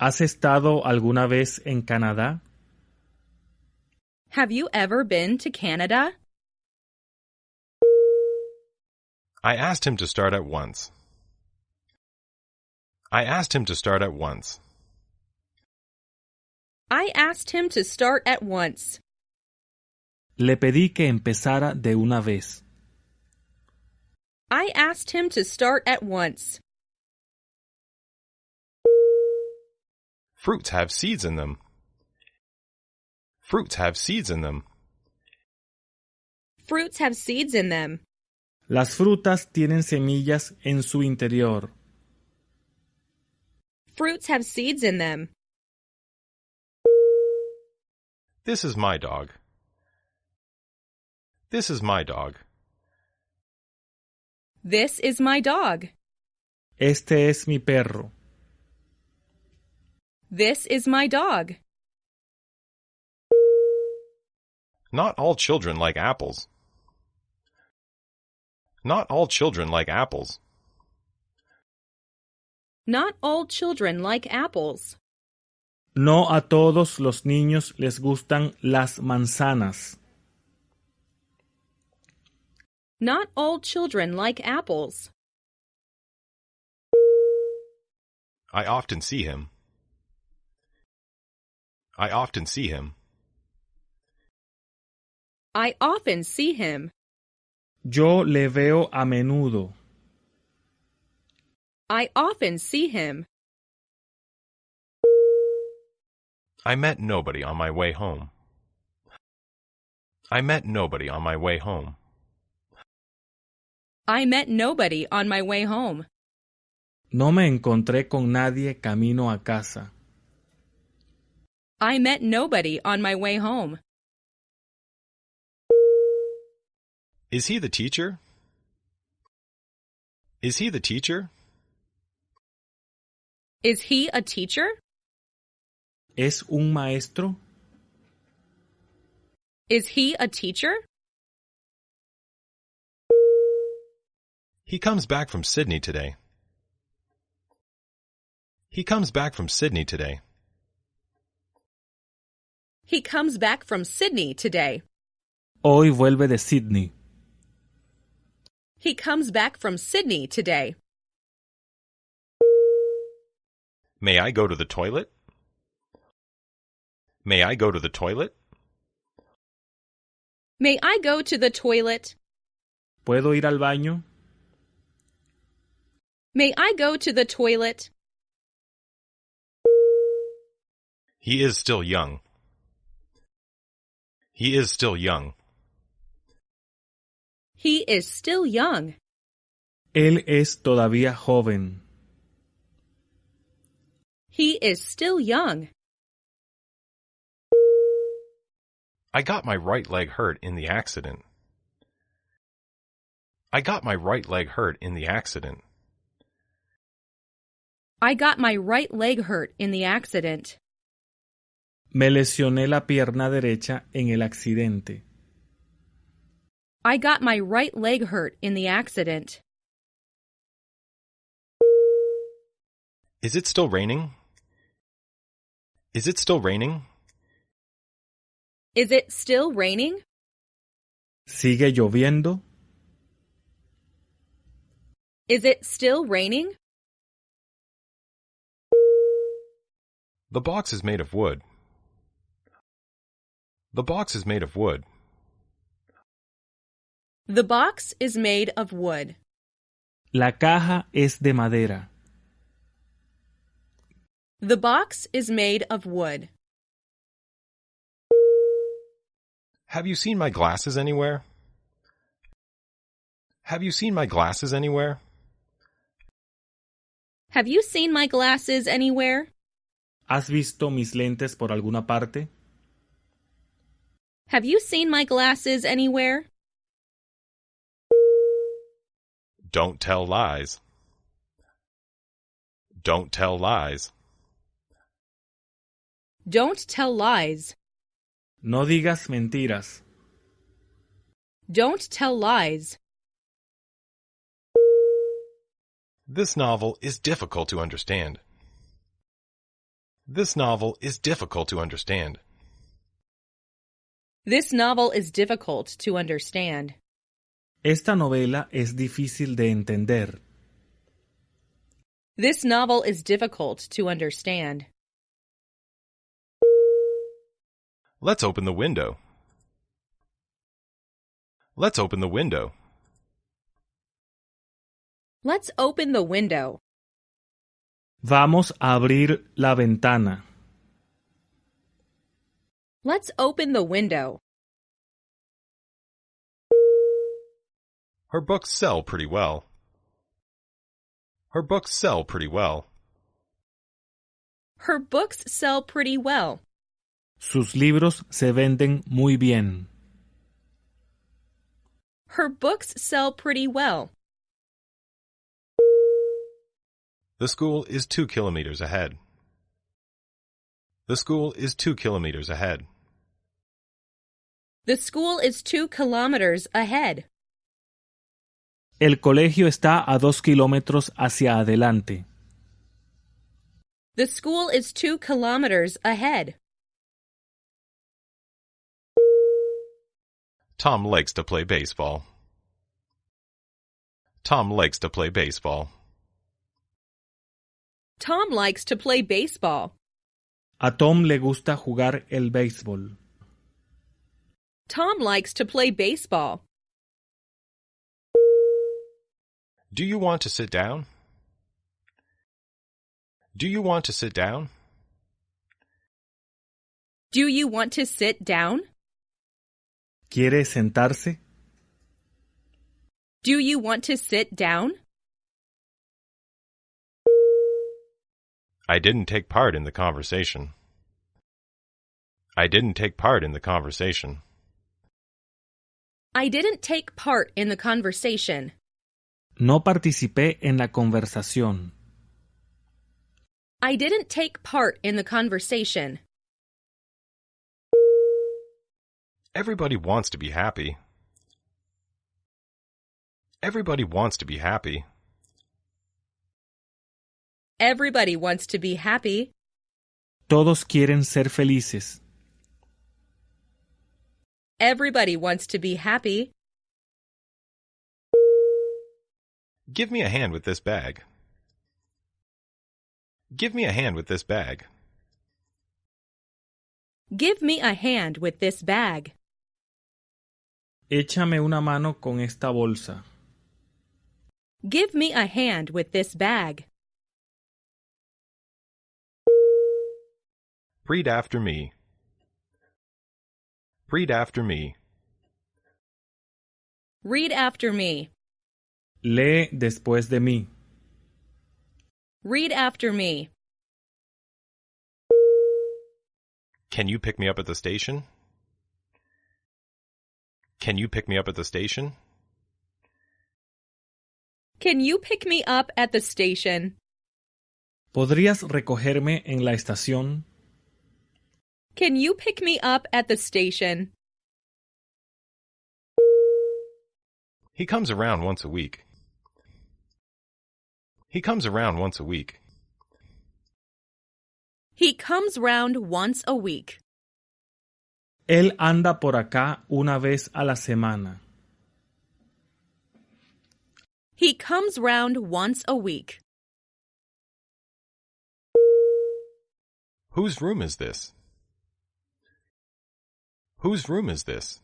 S3: ¿Has estado alguna vez en Canadá?
S2: Have you ever been to Canada?
S1: I asked him to start at once. I asked him to start at once.
S2: I asked him to start at once.
S3: Le pedí que empezara de una vez.
S2: I asked him to start at once.
S1: Fruits have seeds in them. Fruits have seeds in them.
S2: Fruits have seeds in them.
S3: Las frutas tienen semillas en su interior.
S2: Fruits have seeds in them.
S1: This is my dog. This is my dog.
S2: This is my dog.
S3: Este es mi perro.
S2: This is my dog.
S1: Not all children like apples. Not all children like apples.
S2: Not all children like apples.
S3: No a todos los niños les gustan las manzanas.
S2: Not all children like apples.
S1: I often see him. I often see him.
S2: I often see him.
S3: Yo le veo a menudo.
S2: I often see him.
S1: I met nobody on my way home. I met nobody on my way home.
S2: I met nobody on my way home.
S3: No me encontré con nadie camino a casa.
S2: I met nobody on my way home.
S1: Is he the teacher? Is he the teacher?
S2: Is he a teacher?
S3: ¿Es un maestro?
S2: Is he a teacher?
S1: He comes back from Sydney today. He comes back from Sydney today.
S2: He comes back from Sydney today.
S3: Hoy vuelve de Sydney.
S2: He comes back from Sydney today.
S1: May I go to the toilet? May I go to the toilet?
S2: May I go to the toilet?
S3: ¿Puedo ir al baño?
S2: May I go to the toilet?
S1: He is still young. He is still young.
S2: He is still young.
S3: Él es todavía joven.
S2: He is still young.
S1: I got my right leg hurt in the accident. I got my right leg hurt in the accident.
S2: I got my right leg hurt in the accident.
S3: Me lesioné la pierna derecha en el accidente.
S2: I got my right leg hurt in the accident.
S1: Is it still raining? Is it still raining?
S2: Is it still raining?
S3: ¿Sigue lloviendo?
S2: Is it still raining?
S1: The box is made of wood. The box is made of wood.
S2: The box is made of wood.
S3: La caja es de madera.
S2: The box is made of wood.
S1: Have you seen my glasses anywhere? Have you seen my glasses anywhere?
S2: Have you seen my glasses anywhere?
S3: ¿Has visto mis lentes por alguna parte?
S2: Have you seen my glasses anywhere?
S1: Don't tell lies. Don't tell lies.
S2: Don't tell lies.
S3: No digas mentiras.
S2: Don't tell lies.
S1: This novel is difficult to understand. This novel is difficult to understand.
S2: This novel is difficult to understand.
S3: Esta novela es difícil de entender.
S2: This novel is difficult to understand.
S1: Let's open the window. Let's open the window.
S2: Let's open the window.
S3: Vamos a abrir la ventana.
S2: Let's open the window.
S1: Her books sell pretty well. Her books sell pretty well.
S2: Her books sell pretty well.
S3: Sus libros se venden muy bien.
S2: Her books sell pretty well.
S1: The school is two kilometers ahead. The school is two kilometers ahead.
S2: The school is two kilometers ahead.
S3: El colegio está a dos kilómetros hacia adelante.
S2: The school is two kilometers ahead.
S1: Tom likes to play baseball. Tom likes to play baseball.
S2: Tom likes to play baseball.
S3: A Tom le gusta jugar el béisbol.
S2: Tom likes to play baseball.
S1: Do you want to sit down? Do you want to sit down?
S2: Do you want to sit down?
S3: ¿Quiere sentarse?
S2: Do you want to sit down?
S1: I didn't take part in the conversation. I didn't take part in the conversation.
S2: I didn't take part in the conversation.
S3: No participé en la conversación.
S2: I didn't take part in the conversation.
S1: Everybody wants to be happy. Everybody wants to be happy.
S2: Everybody wants to be happy.
S3: Todos quieren ser felices.
S2: Everybody wants to be happy.
S1: Give me a hand with this bag. Give me a hand with this bag.
S2: Give me a hand with this bag.
S3: Échame una mano con esta bolsa.
S2: Give me a hand with this bag.
S1: Read after me. Read after me.
S2: Read after me.
S3: Lee después de mí.
S2: Read after me.
S1: Can you pick me up at the station? Can you pick me up at the station?
S2: Can you pick me up at the station?
S3: ¿Podrías recogerme en la estación?
S2: Can you pick me up at the station?
S1: He comes around once a week. He comes around once a week.
S2: He comes round once a week.
S3: Él anda por acá una vez a la semana.
S2: He comes round once a week.
S1: Whose room is this? Whose room is this?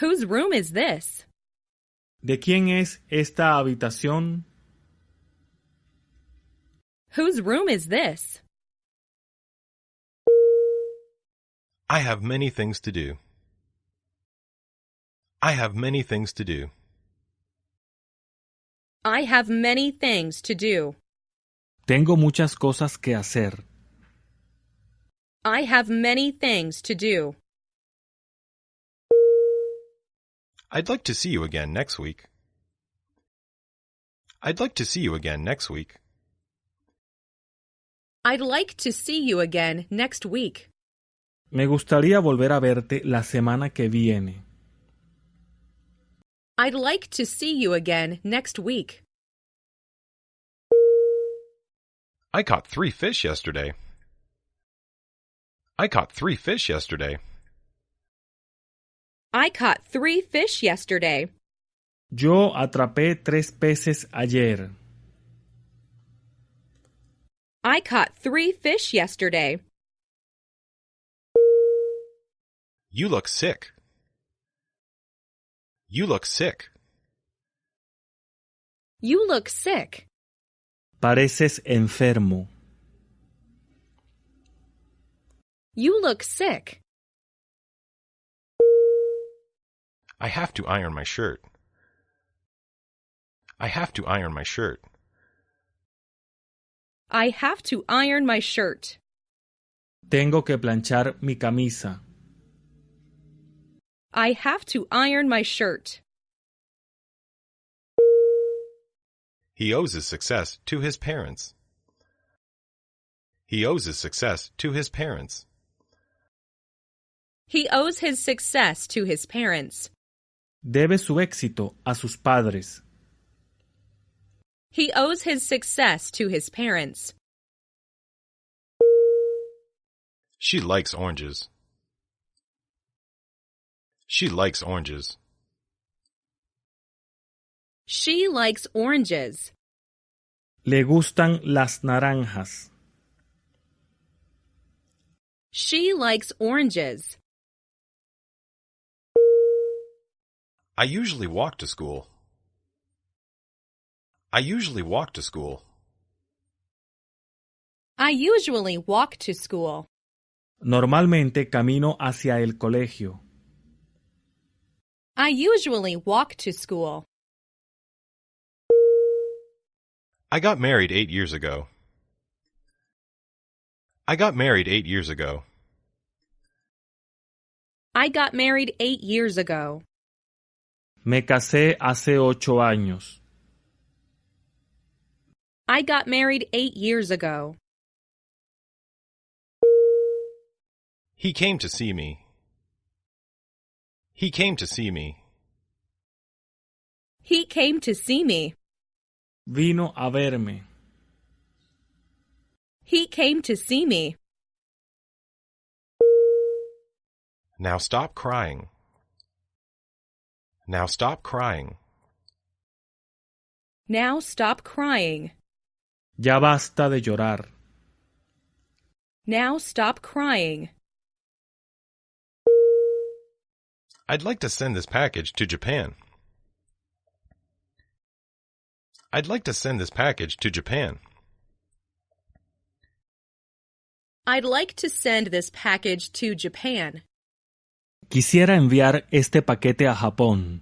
S2: Whose room is this?
S3: ¿De quién es esta habitación?
S2: Whose room is this?
S1: I have many things to do. I have many things to do.
S2: I have many things to do.
S3: Tengo muchas cosas que hacer.
S2: I have many things to do.
S1: I'd like to see you again next week. I'd like to see you again next week.
S2: I'd like to see you again next week.
S3: Me gustaría volver a verte la semana que viene.
S2: I'd like to see you again next week.
S1: I caught three fish yesterday. I caught three fish yesterday.
S2: I caught three fish yesterday.
S3: Yo atrapé tres peces ayer.
S2: I caught three fish yesterday.
S1: You look sick. You look sick.
S2: You look sick.
S3: Pareces enfermo.
S2: You look sick.
S1: I have to iron my shirt. I have to iron my shirt.
S2: I have to iron my shirt.
S3: Tengo que planchar mi camisa.
S2: I have to iron my shirt.
S1: He owes his success to his parents. He owes his success to his parents.
S2: He owes his success to his parents.
S3: Debe su éxito a sus padres.
S2: He owes his success to his parents.
S1: She likes oranges. She likes oranges.
S2: She likes oranges.
S3: Le gustan las naranjas.
S2: She likes oranges.
S1: I usually walk to school. I usually walk to school.
S2: I usually walk to school.
S3: Normalmente camino hacia el colegio.
S2: I usually walk to school.
S1: I got married eight years ago. I got married eight years ago.
S2: I got married eight years ago.
S3: Me casé hace ocho años.
S2: I got married eight years ago.
S1: He came to see me. He came to see me.
S2: He came to see me.
S3: Vino a verme.
S2: He came to see me.
S1: Now stop crying. Now stop crying.
S2: Now stop crying.
S3: Ya basta de llorar.
S2: Now stop crying.
S1: I'd like to send this package to Japan. I'd like to send this package to Japan.
S2: I'd like to send this package to Japan.
S3: Quisiera enviar este paquete a Japón.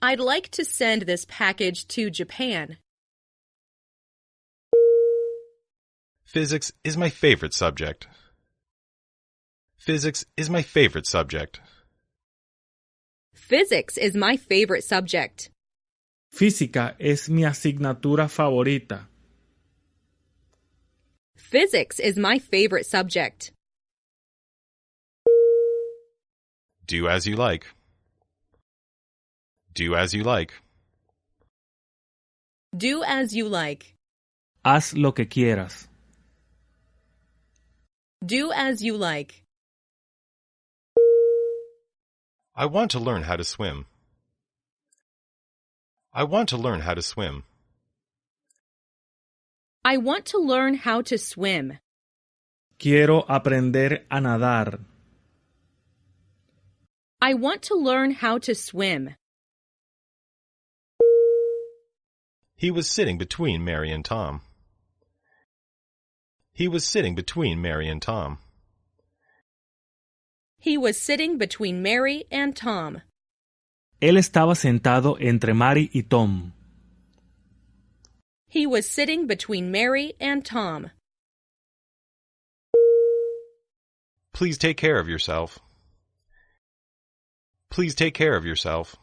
S2: I'd like to send this package to Japan.
S1: Physics is my favorite subject. Physics is my favorite subject.
S2: Physics is my favorite subject.
S3: Física es mi asignatura favorita.
S2: Physics is my favorite subject.
S1: Do as you like. Do as you like.
S2: Do as you like.
S3: Haz lo que quieras.
S2: Do as you like.
S1: I want to learn how to swim. I want to learn how to swim.
S2: I want to learn how to swim.
S3: Quiero aprender a nadar.
S2: I want to learn how to swim.
S1: He was sitting between Mary and Tom. He was sitting between Mary and Tom.
S2: He was sitting between Mary and Tom.
S3: Él estaba sentado entre Mary y Tom.
S2: He was sitting between Mary and Tom.
S1: Please take care of yourself. Please take care of yourself.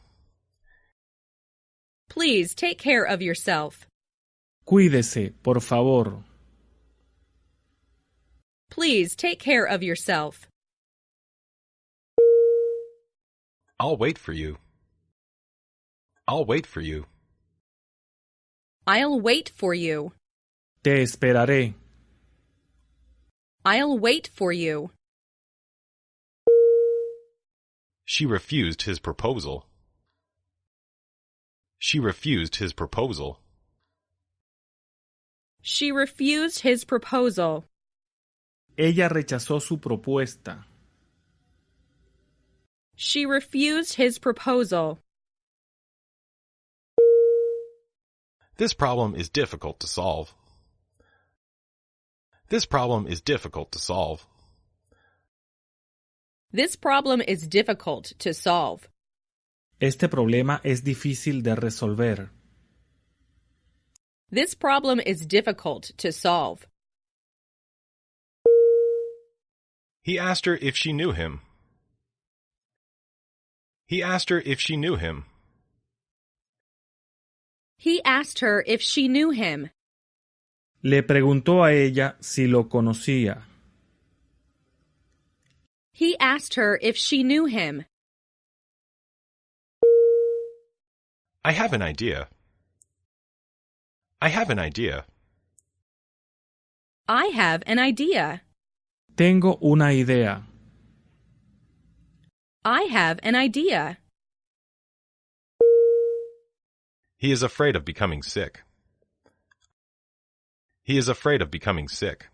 S2: Please take care of yourself.
S3: Cuídese, por favor.
S2: Please take care of yourself.
S1: I'll wait for you. I'll wait for you.
S2: I'll wait for you.
S3: Te esperaré.
S2: I'll wait for you.
S1: She refused his proposal. She refused his proposal.
S2: She refused his proposal.
S3: Ella rechazó su propuesta.
S2: She refused his proposal.
S1: This problem is difficult to solve. This problem is difficult to solve.
S2: This problem is difficult to solve.
S3: Este problema es difícil de resolver.
S2: This problem is difficult to solve.
S1: He asked her if she knew him. He asked her if she knew him.
S2: He asked her if she knew him.
S3: Le preguntó a ella si lo conocía.
S2: He asked her if she knew him.
S1: I have an idea. I have an idea.
S2: I have an idea.
S3: Tengo una idea.
S2: I have an idea.
S1: He is afraid of becoming sick. He is afraid of becoming sick.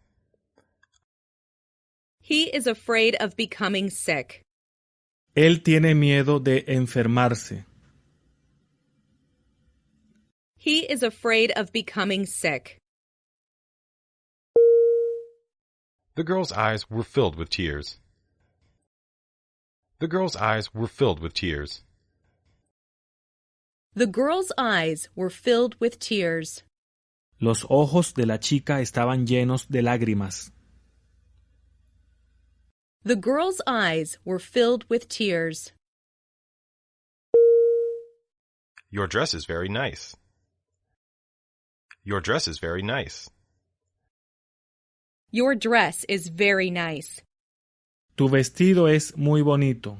S2: He is afraid of becoming sick.
S3: Él tiene miedo de enfermarse.
S2: He is afraid of becoming sick.
S1: The girl's eyes were filled with tears. The girl's eyes were filled with tears.
S2: The girl's eyes were filled with tears.
S3: Los ojos de la chica estaban llenos de lágrimas.
S2: The girl's eyes were filled with tears.
S1: Your dress is very nice. Your dress is very nice.
S2: Your dress is very nice.
S3: Tu vestido es muy bonito.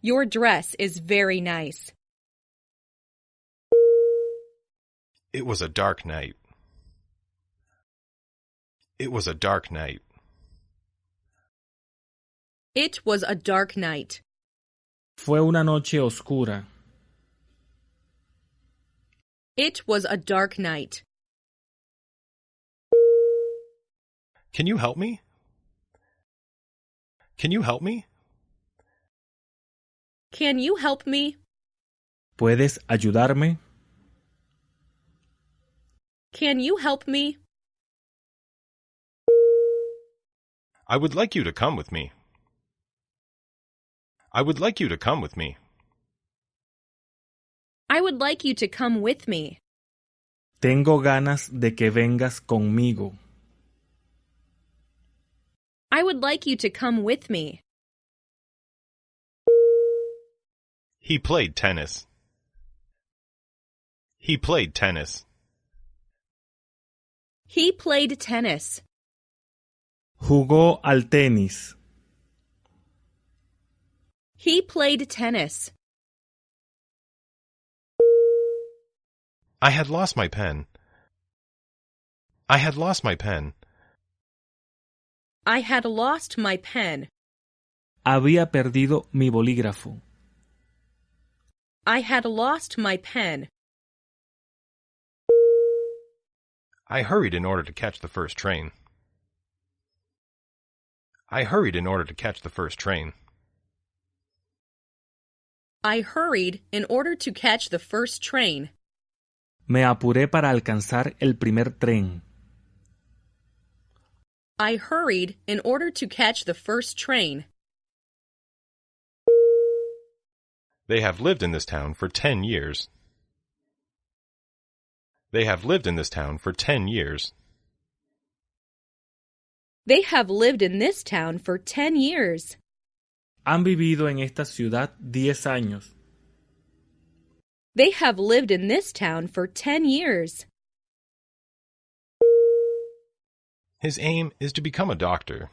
S2: Your dress is very nice.
S1: It was a dark night. It was a dark night.
S2: It was a dark night.
S3: Fue una noche oscura.
S2: It was a dark night.
S1: Can you help me? Can you help me?
S2: Can you help me?
S3: ¿Puedes ayudarme?
S2: Can you help me?
S1: I would like you to come with me. I would like you to come with me.
S2: I would like you to come with me.
S3: Tengo ganas de que vengas conmigo.
S2: I would like you to come with me.
S1: He played tennis. He played tennis.
S2: He played tennis.
S3: Jugó al tenis.
S2: He played tennis.
S1: I had lost my pen. I had lost my pen.
S2: I had lost my pen.
S3: Había perdido mi bolígrafo.
S2: I had lost my pen.
S1: I hurried in order to catch the first train. I hurried in order to catch the first train.
S2: I hurried in order to catch the first train.
S3: Me apuré para alcanzar el primer tren.
S2: I hurried in order to catch the first train.
S1: They have lived in this town for ten years. They have lived in this town for ten years.
S2: They have lived in this town for 10 years.
S3: Han vivido en esta ciudad 10 años.
S2: They have lived in this town for 10 years.
S1: His aim is to become a doctor.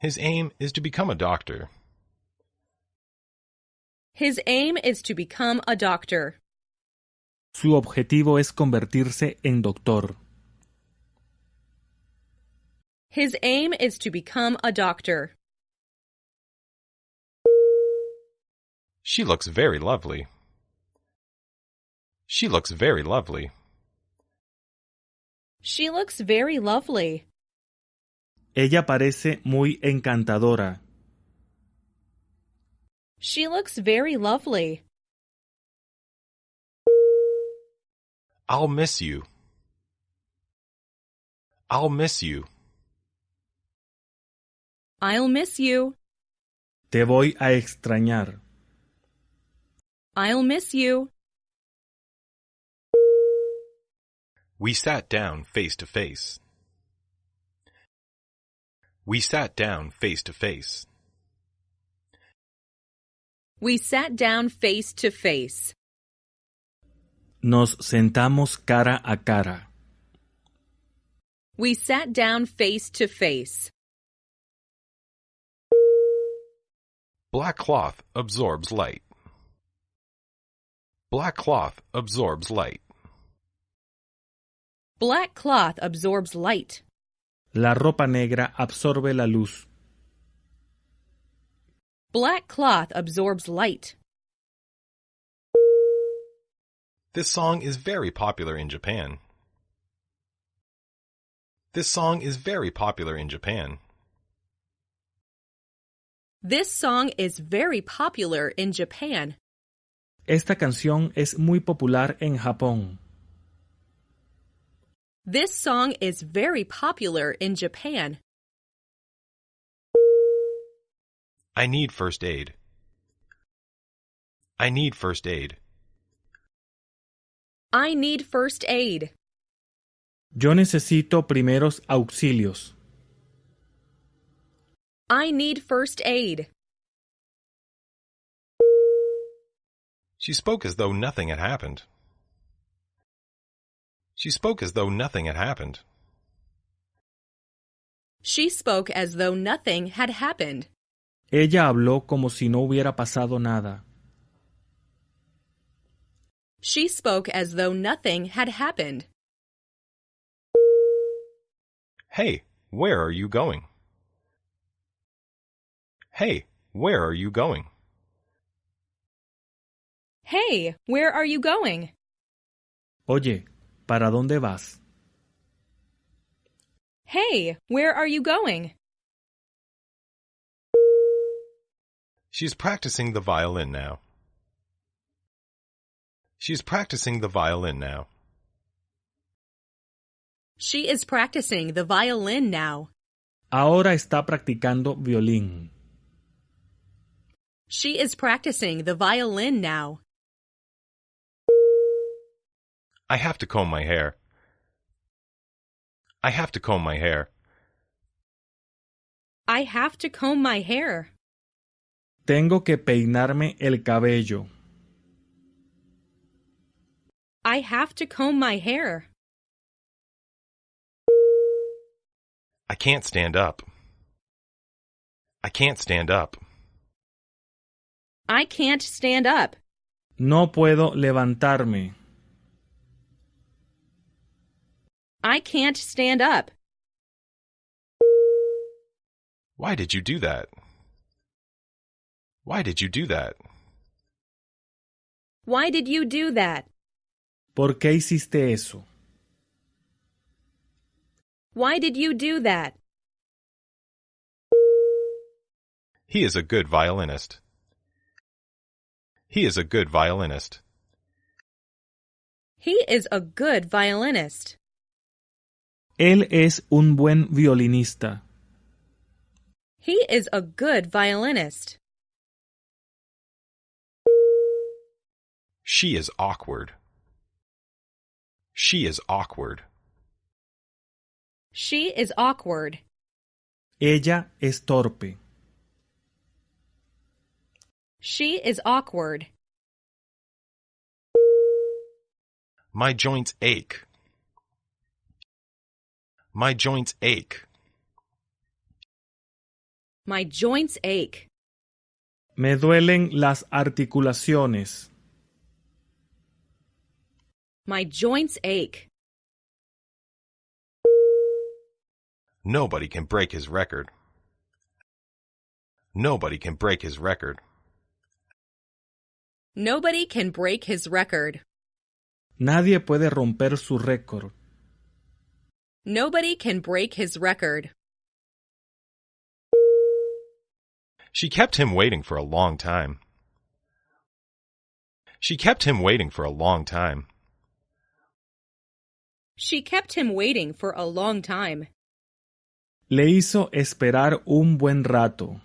S1: His aim is to become a doctor.
S2: His aim is to become a doctor.
S3: Su objetivo es convertirse en doctor.
S2: His aim is to become a doctor.
S1: She looks very lovely. She looks very lovely.
S2: She looks very lovely.
S3: Ella parece muy encantadora.
S2: She looks very lovely.
S1: I'll miss you. I'll miss you.
S2: I'll miss you.
S3: Te voy a extrañar.
S2: I'll miss you.
S1: We sat down face to face. We sat down face to face.
S2: We sat down face to face.
S3: Nos sentamos cara a cara.
S2: We sat down face to face.
S1: Black cloth absorbs light. Black cloth absorbs light.
S2: Black cloth absorbs light.
S3: La ropa negra absorbe la luz.
S2: Black cloth absorbs light.
S1: This song is very popular in Japan. This song is very popular in Japan.
S2: This song is very popular in Japan.
S3: Esta canción es muy popular en Japón.
S2: This song is very popular in Japan.
S1: I need first aid. I need first aid.
S2: I need first aid.
S3: Yo necesito primeros auxilios.
S2: I need first aid.
S1: She spoke as though nothing had happened. She spoke as though nothing had happened.
S2: She spoke as though nothing had happened.
S3: Ella habló como si no hubiera pasado nada.
S2: She spoke as though nothing had happened.
S1: Hey, where are you going? Hey, where are you going?
S2: Hey, where are you going?
S3: Oye, ¿para dónde vas?
S2: Hey, where are you going?
S1: She's practicing the violin now. She's practicing the violin now.
S2: She is practicing the violin now.
S3: Ahora está practicando violín.
S2: She is practicing the violin now.
S1: I have to comb my hair. I have to comb my hair.
S2: I have to comb my hair.
S3: Tengo que peinarme el cabello.
S2: I have to comb my hair.
S1: I can't stand up. I can't stand up.
S2: I can't stand up.
S3: No puedo levantarme.
S2: I can't stand up.
S1: Why did you do that? Why did you do that?
S2: Why did you do that?
S3: ¿Por qué hiciste eso?
S2: Why did you do that?
S1: He is a good violinist. He is a good violinist.
S2: He is a good violinist.
S3: Él es un buen violinista.
S2: He is a good violinist.
S1: She is awkward. She is awkward.
S2: She is awkward.
S3: Ella es torpe.
S2: She is awkward.
S1: My joints ache. My joints ache.
S2: My joints ache.
S3: Me duelen las articulaciones.
S2: My joints ache.
S1: Nobody can break his record. Nobody can break his record.
S2: Nobody can break his record.
S3: Nadie puede romper su récord.
S2: Nobody can break his record.
S1: She kept him waiting for a long time. She kept him waiting for a long time.
S2: She kept him waiting for a long time.
S3: Le hizo esperar un buen rato.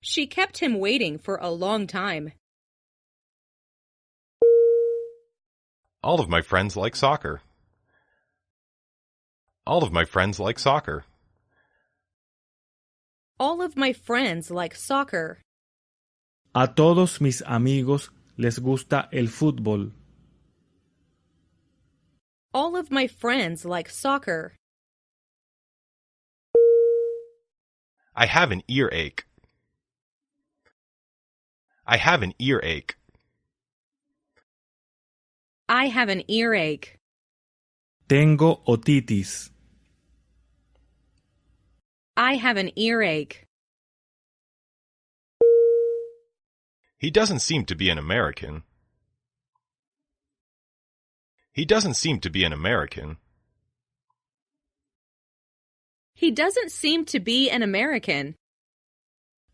S2: She kept him waiting for a long time.
S1: All of my friends like soccer. All of my friends like soccer.
S2: All of my friends like soccer.
S3: A todos mis amigos les gusta el fútbol.
S2: All of my friends like soccer.
S1: I have an earache. I have an earache.
S2: I have an earache.
S3: Tengo otitis.
S2: I have an earache.
S1: He doesn't seem to be an American. He doesn't seem to be an American.
S2: He doesn't seem to be an American.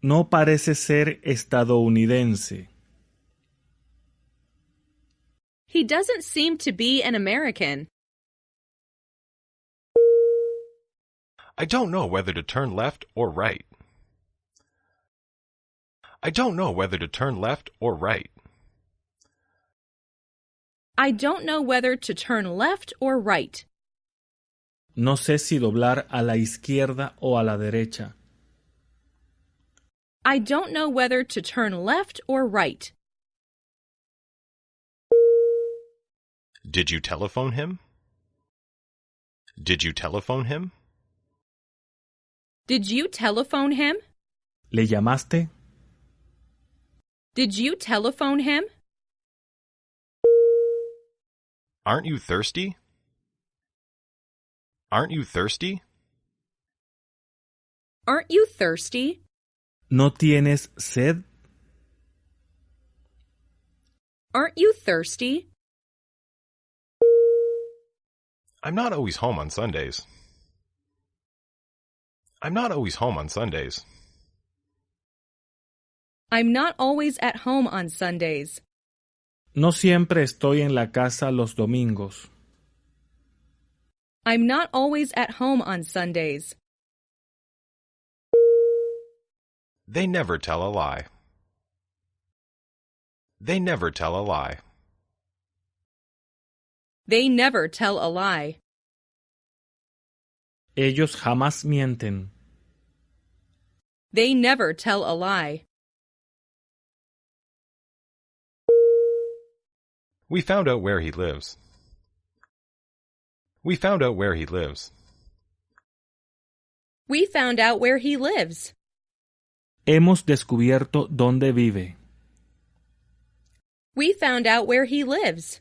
S3: No parece ser estadounidense.
S2: He doesn't seem to be an American.
S1: I don't know whether to turn left or right. I don't know whether to turn left or right.
S2: I don't know whether to turn left or right.
S3: No sé si doblar a la izquierda o a la derecha.
S2: I don't know whether to turn left or right.
S1: Did you telephone him? Did you telephone him?
S2: Did you telephone him?
S3: ¿Le llamaste?
S2: Did you telephone him?
S1: Aren't you thirsty? Aren't you thirsty?
S2: Aren't you thirsty?
S3: ¿No tienes sed?
S2: Aren't you thirsty?
S1: I'm not always home on Sundays. I'm not always home on Sundays.
S2: I'm not always at home on Sundays.
S3: No siempre estoy en la casa los domingos.
S2: I'm not always at home on Sundays.
S1: They never tell a lie. They never tell a lie.
S2: They never tell a lie.
S3: Ellos jamás mienten.
S2: They never tell a lie.
S1: We found out where he lives. We found out where he lives.
S2: We found out where he lives.
S3: Hemos descubierto dónde vive.
S2: We found out where he lives.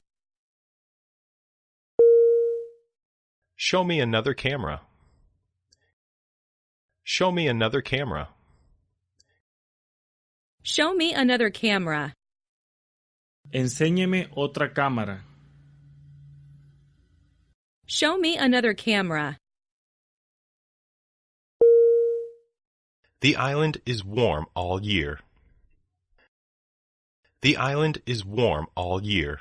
S1: Show me another camera. Show me another camera.
S2: Show me another camera.
S3: Enséñeme otra cámara.
S2: Show me another camera.
S1: The island is warm all year. The island is warm all year.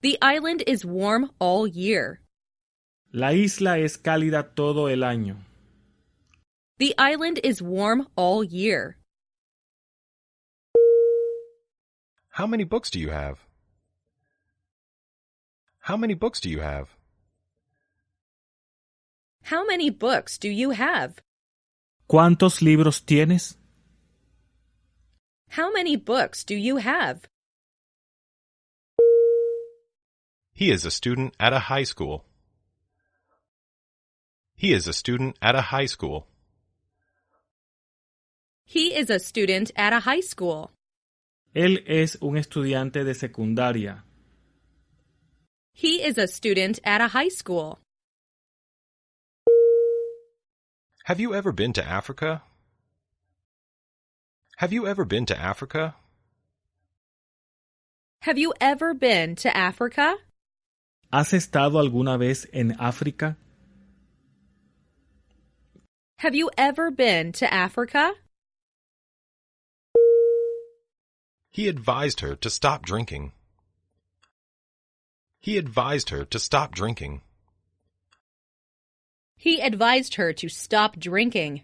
S2: The island is warm all year.
S3: La isla es cálida todo el año.
S2: The island is warm all year.
S1: How many books do you have? How many books do you have?
S2: How many books do you have?
S3: ¿Cuántos libros tienes?
S2: How many books do you have?
S1: He is a student at a high school. He is a student at a high school.
S2: He is a student at a high school.
S3: Él es un estudiante de secundaria.
S2: He is a student at a high school.
S1: Have you ever been to Africa? Have you ever been to Africa?
S2: Have you ever been to Africa?
S3: ¿Has estado alguna vez en África?
S2: Have you ever been to Africa?
S1: He advised her to stop drinking. He advised her to stop drinking.
S2: He advised her to stop drinking.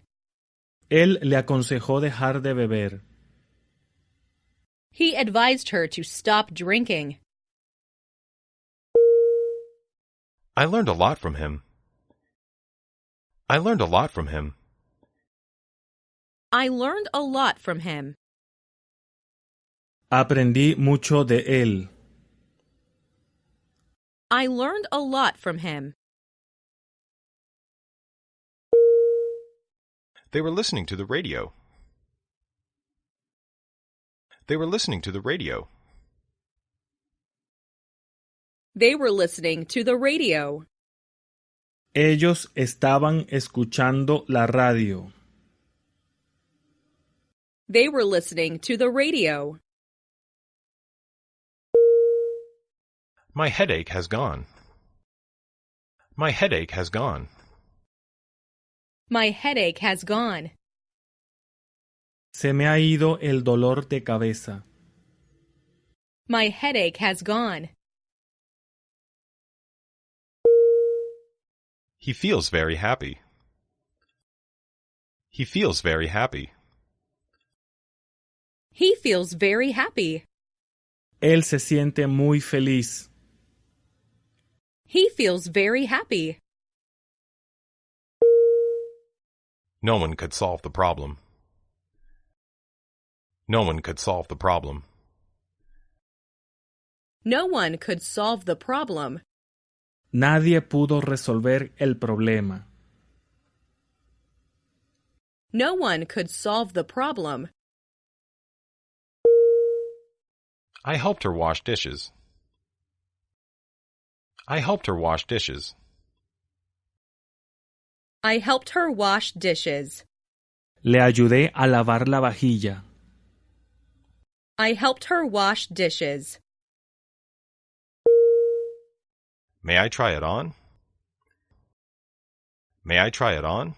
S3: Él le aconsejó dejar de beber.
S2: He advised her to stop drinking.
S1: I learned a lot from him. I learned a lot from him.
S2: I learned a lot from him.
S3: Aprendí mucho de él.
S2: I learned a lot from him.
S1: They were listening to the radio. They were listening to the radio.
S2: They were listening to the radio.
S3: Ellos estaban escuchando la radio.
S2: They were listening to the radio.
S1: My headache has gone. My headache has gone.
S2: My headache has gone.
S3: Se me ha ido el dolor de cabeza.
S2: My headache has gone.
S1: He feels very happy. He feels very happy.
S2: He feels very happy.
S3: Él se siente muy feliz.
S2: He feels very happy.
S1: No one could solve the problem. No one could solve the problem.
S2: No one could solve the problem.
S3: Nadie pudo resolver el problema.
S2: No one could solve the problem.
S1: I helped her wash dishes. I helped her wash dishes.
S2: I helped her wash dishes.
S3: Le ayudé a lavar la vajilla.
S2: I helped her wash dishes.
S1: May I try it on? May I try it on?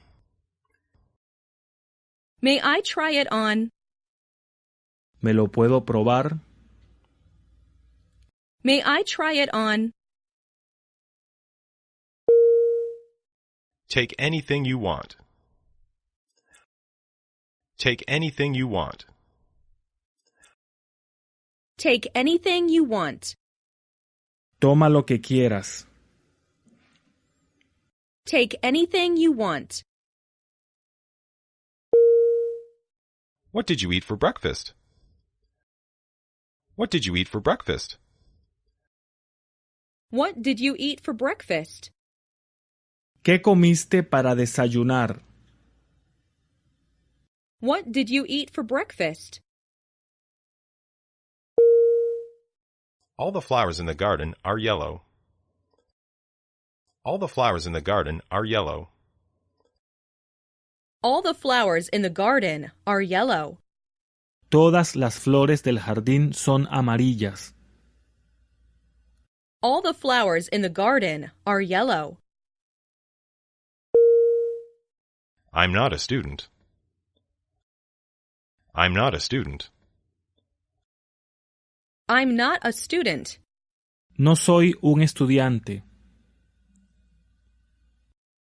S2: May I try it on?
S3: ¿Me lo puedo probar?
S2: May I try it on?
S1: Take anything you want. Take anything you want.
S2: Take anything you want.
S3: Toma lo que quieras.
S2: Take anything you want.
S1: What did you eat for breakfast? What did you eat for breakfast?
S2: What did you eat for breakfast?
S3: ¿Qué comiste para desayunar?
S2: What did you eat for breakfast?
S1: All the flowers in the garden are yellow. All the flowers in the garden are yellow.
S2: All the flowers in the garden are yellow.
S3: Todas las flores del jardín son amarillas.
S2: All the flowers in the garden are yellow.
S1: I'm not a student. I'm not a student.
S2: I'm not a student.
S3: No soy un estudiante.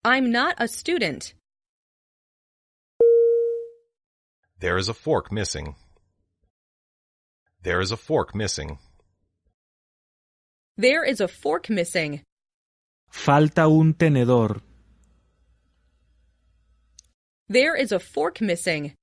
S2: I'm not a student.
S1: There is a fork missing. There is a fork missing.
S2: There is a fork missing.
S3: Falta un tenedor.
S2: There is a fork missing.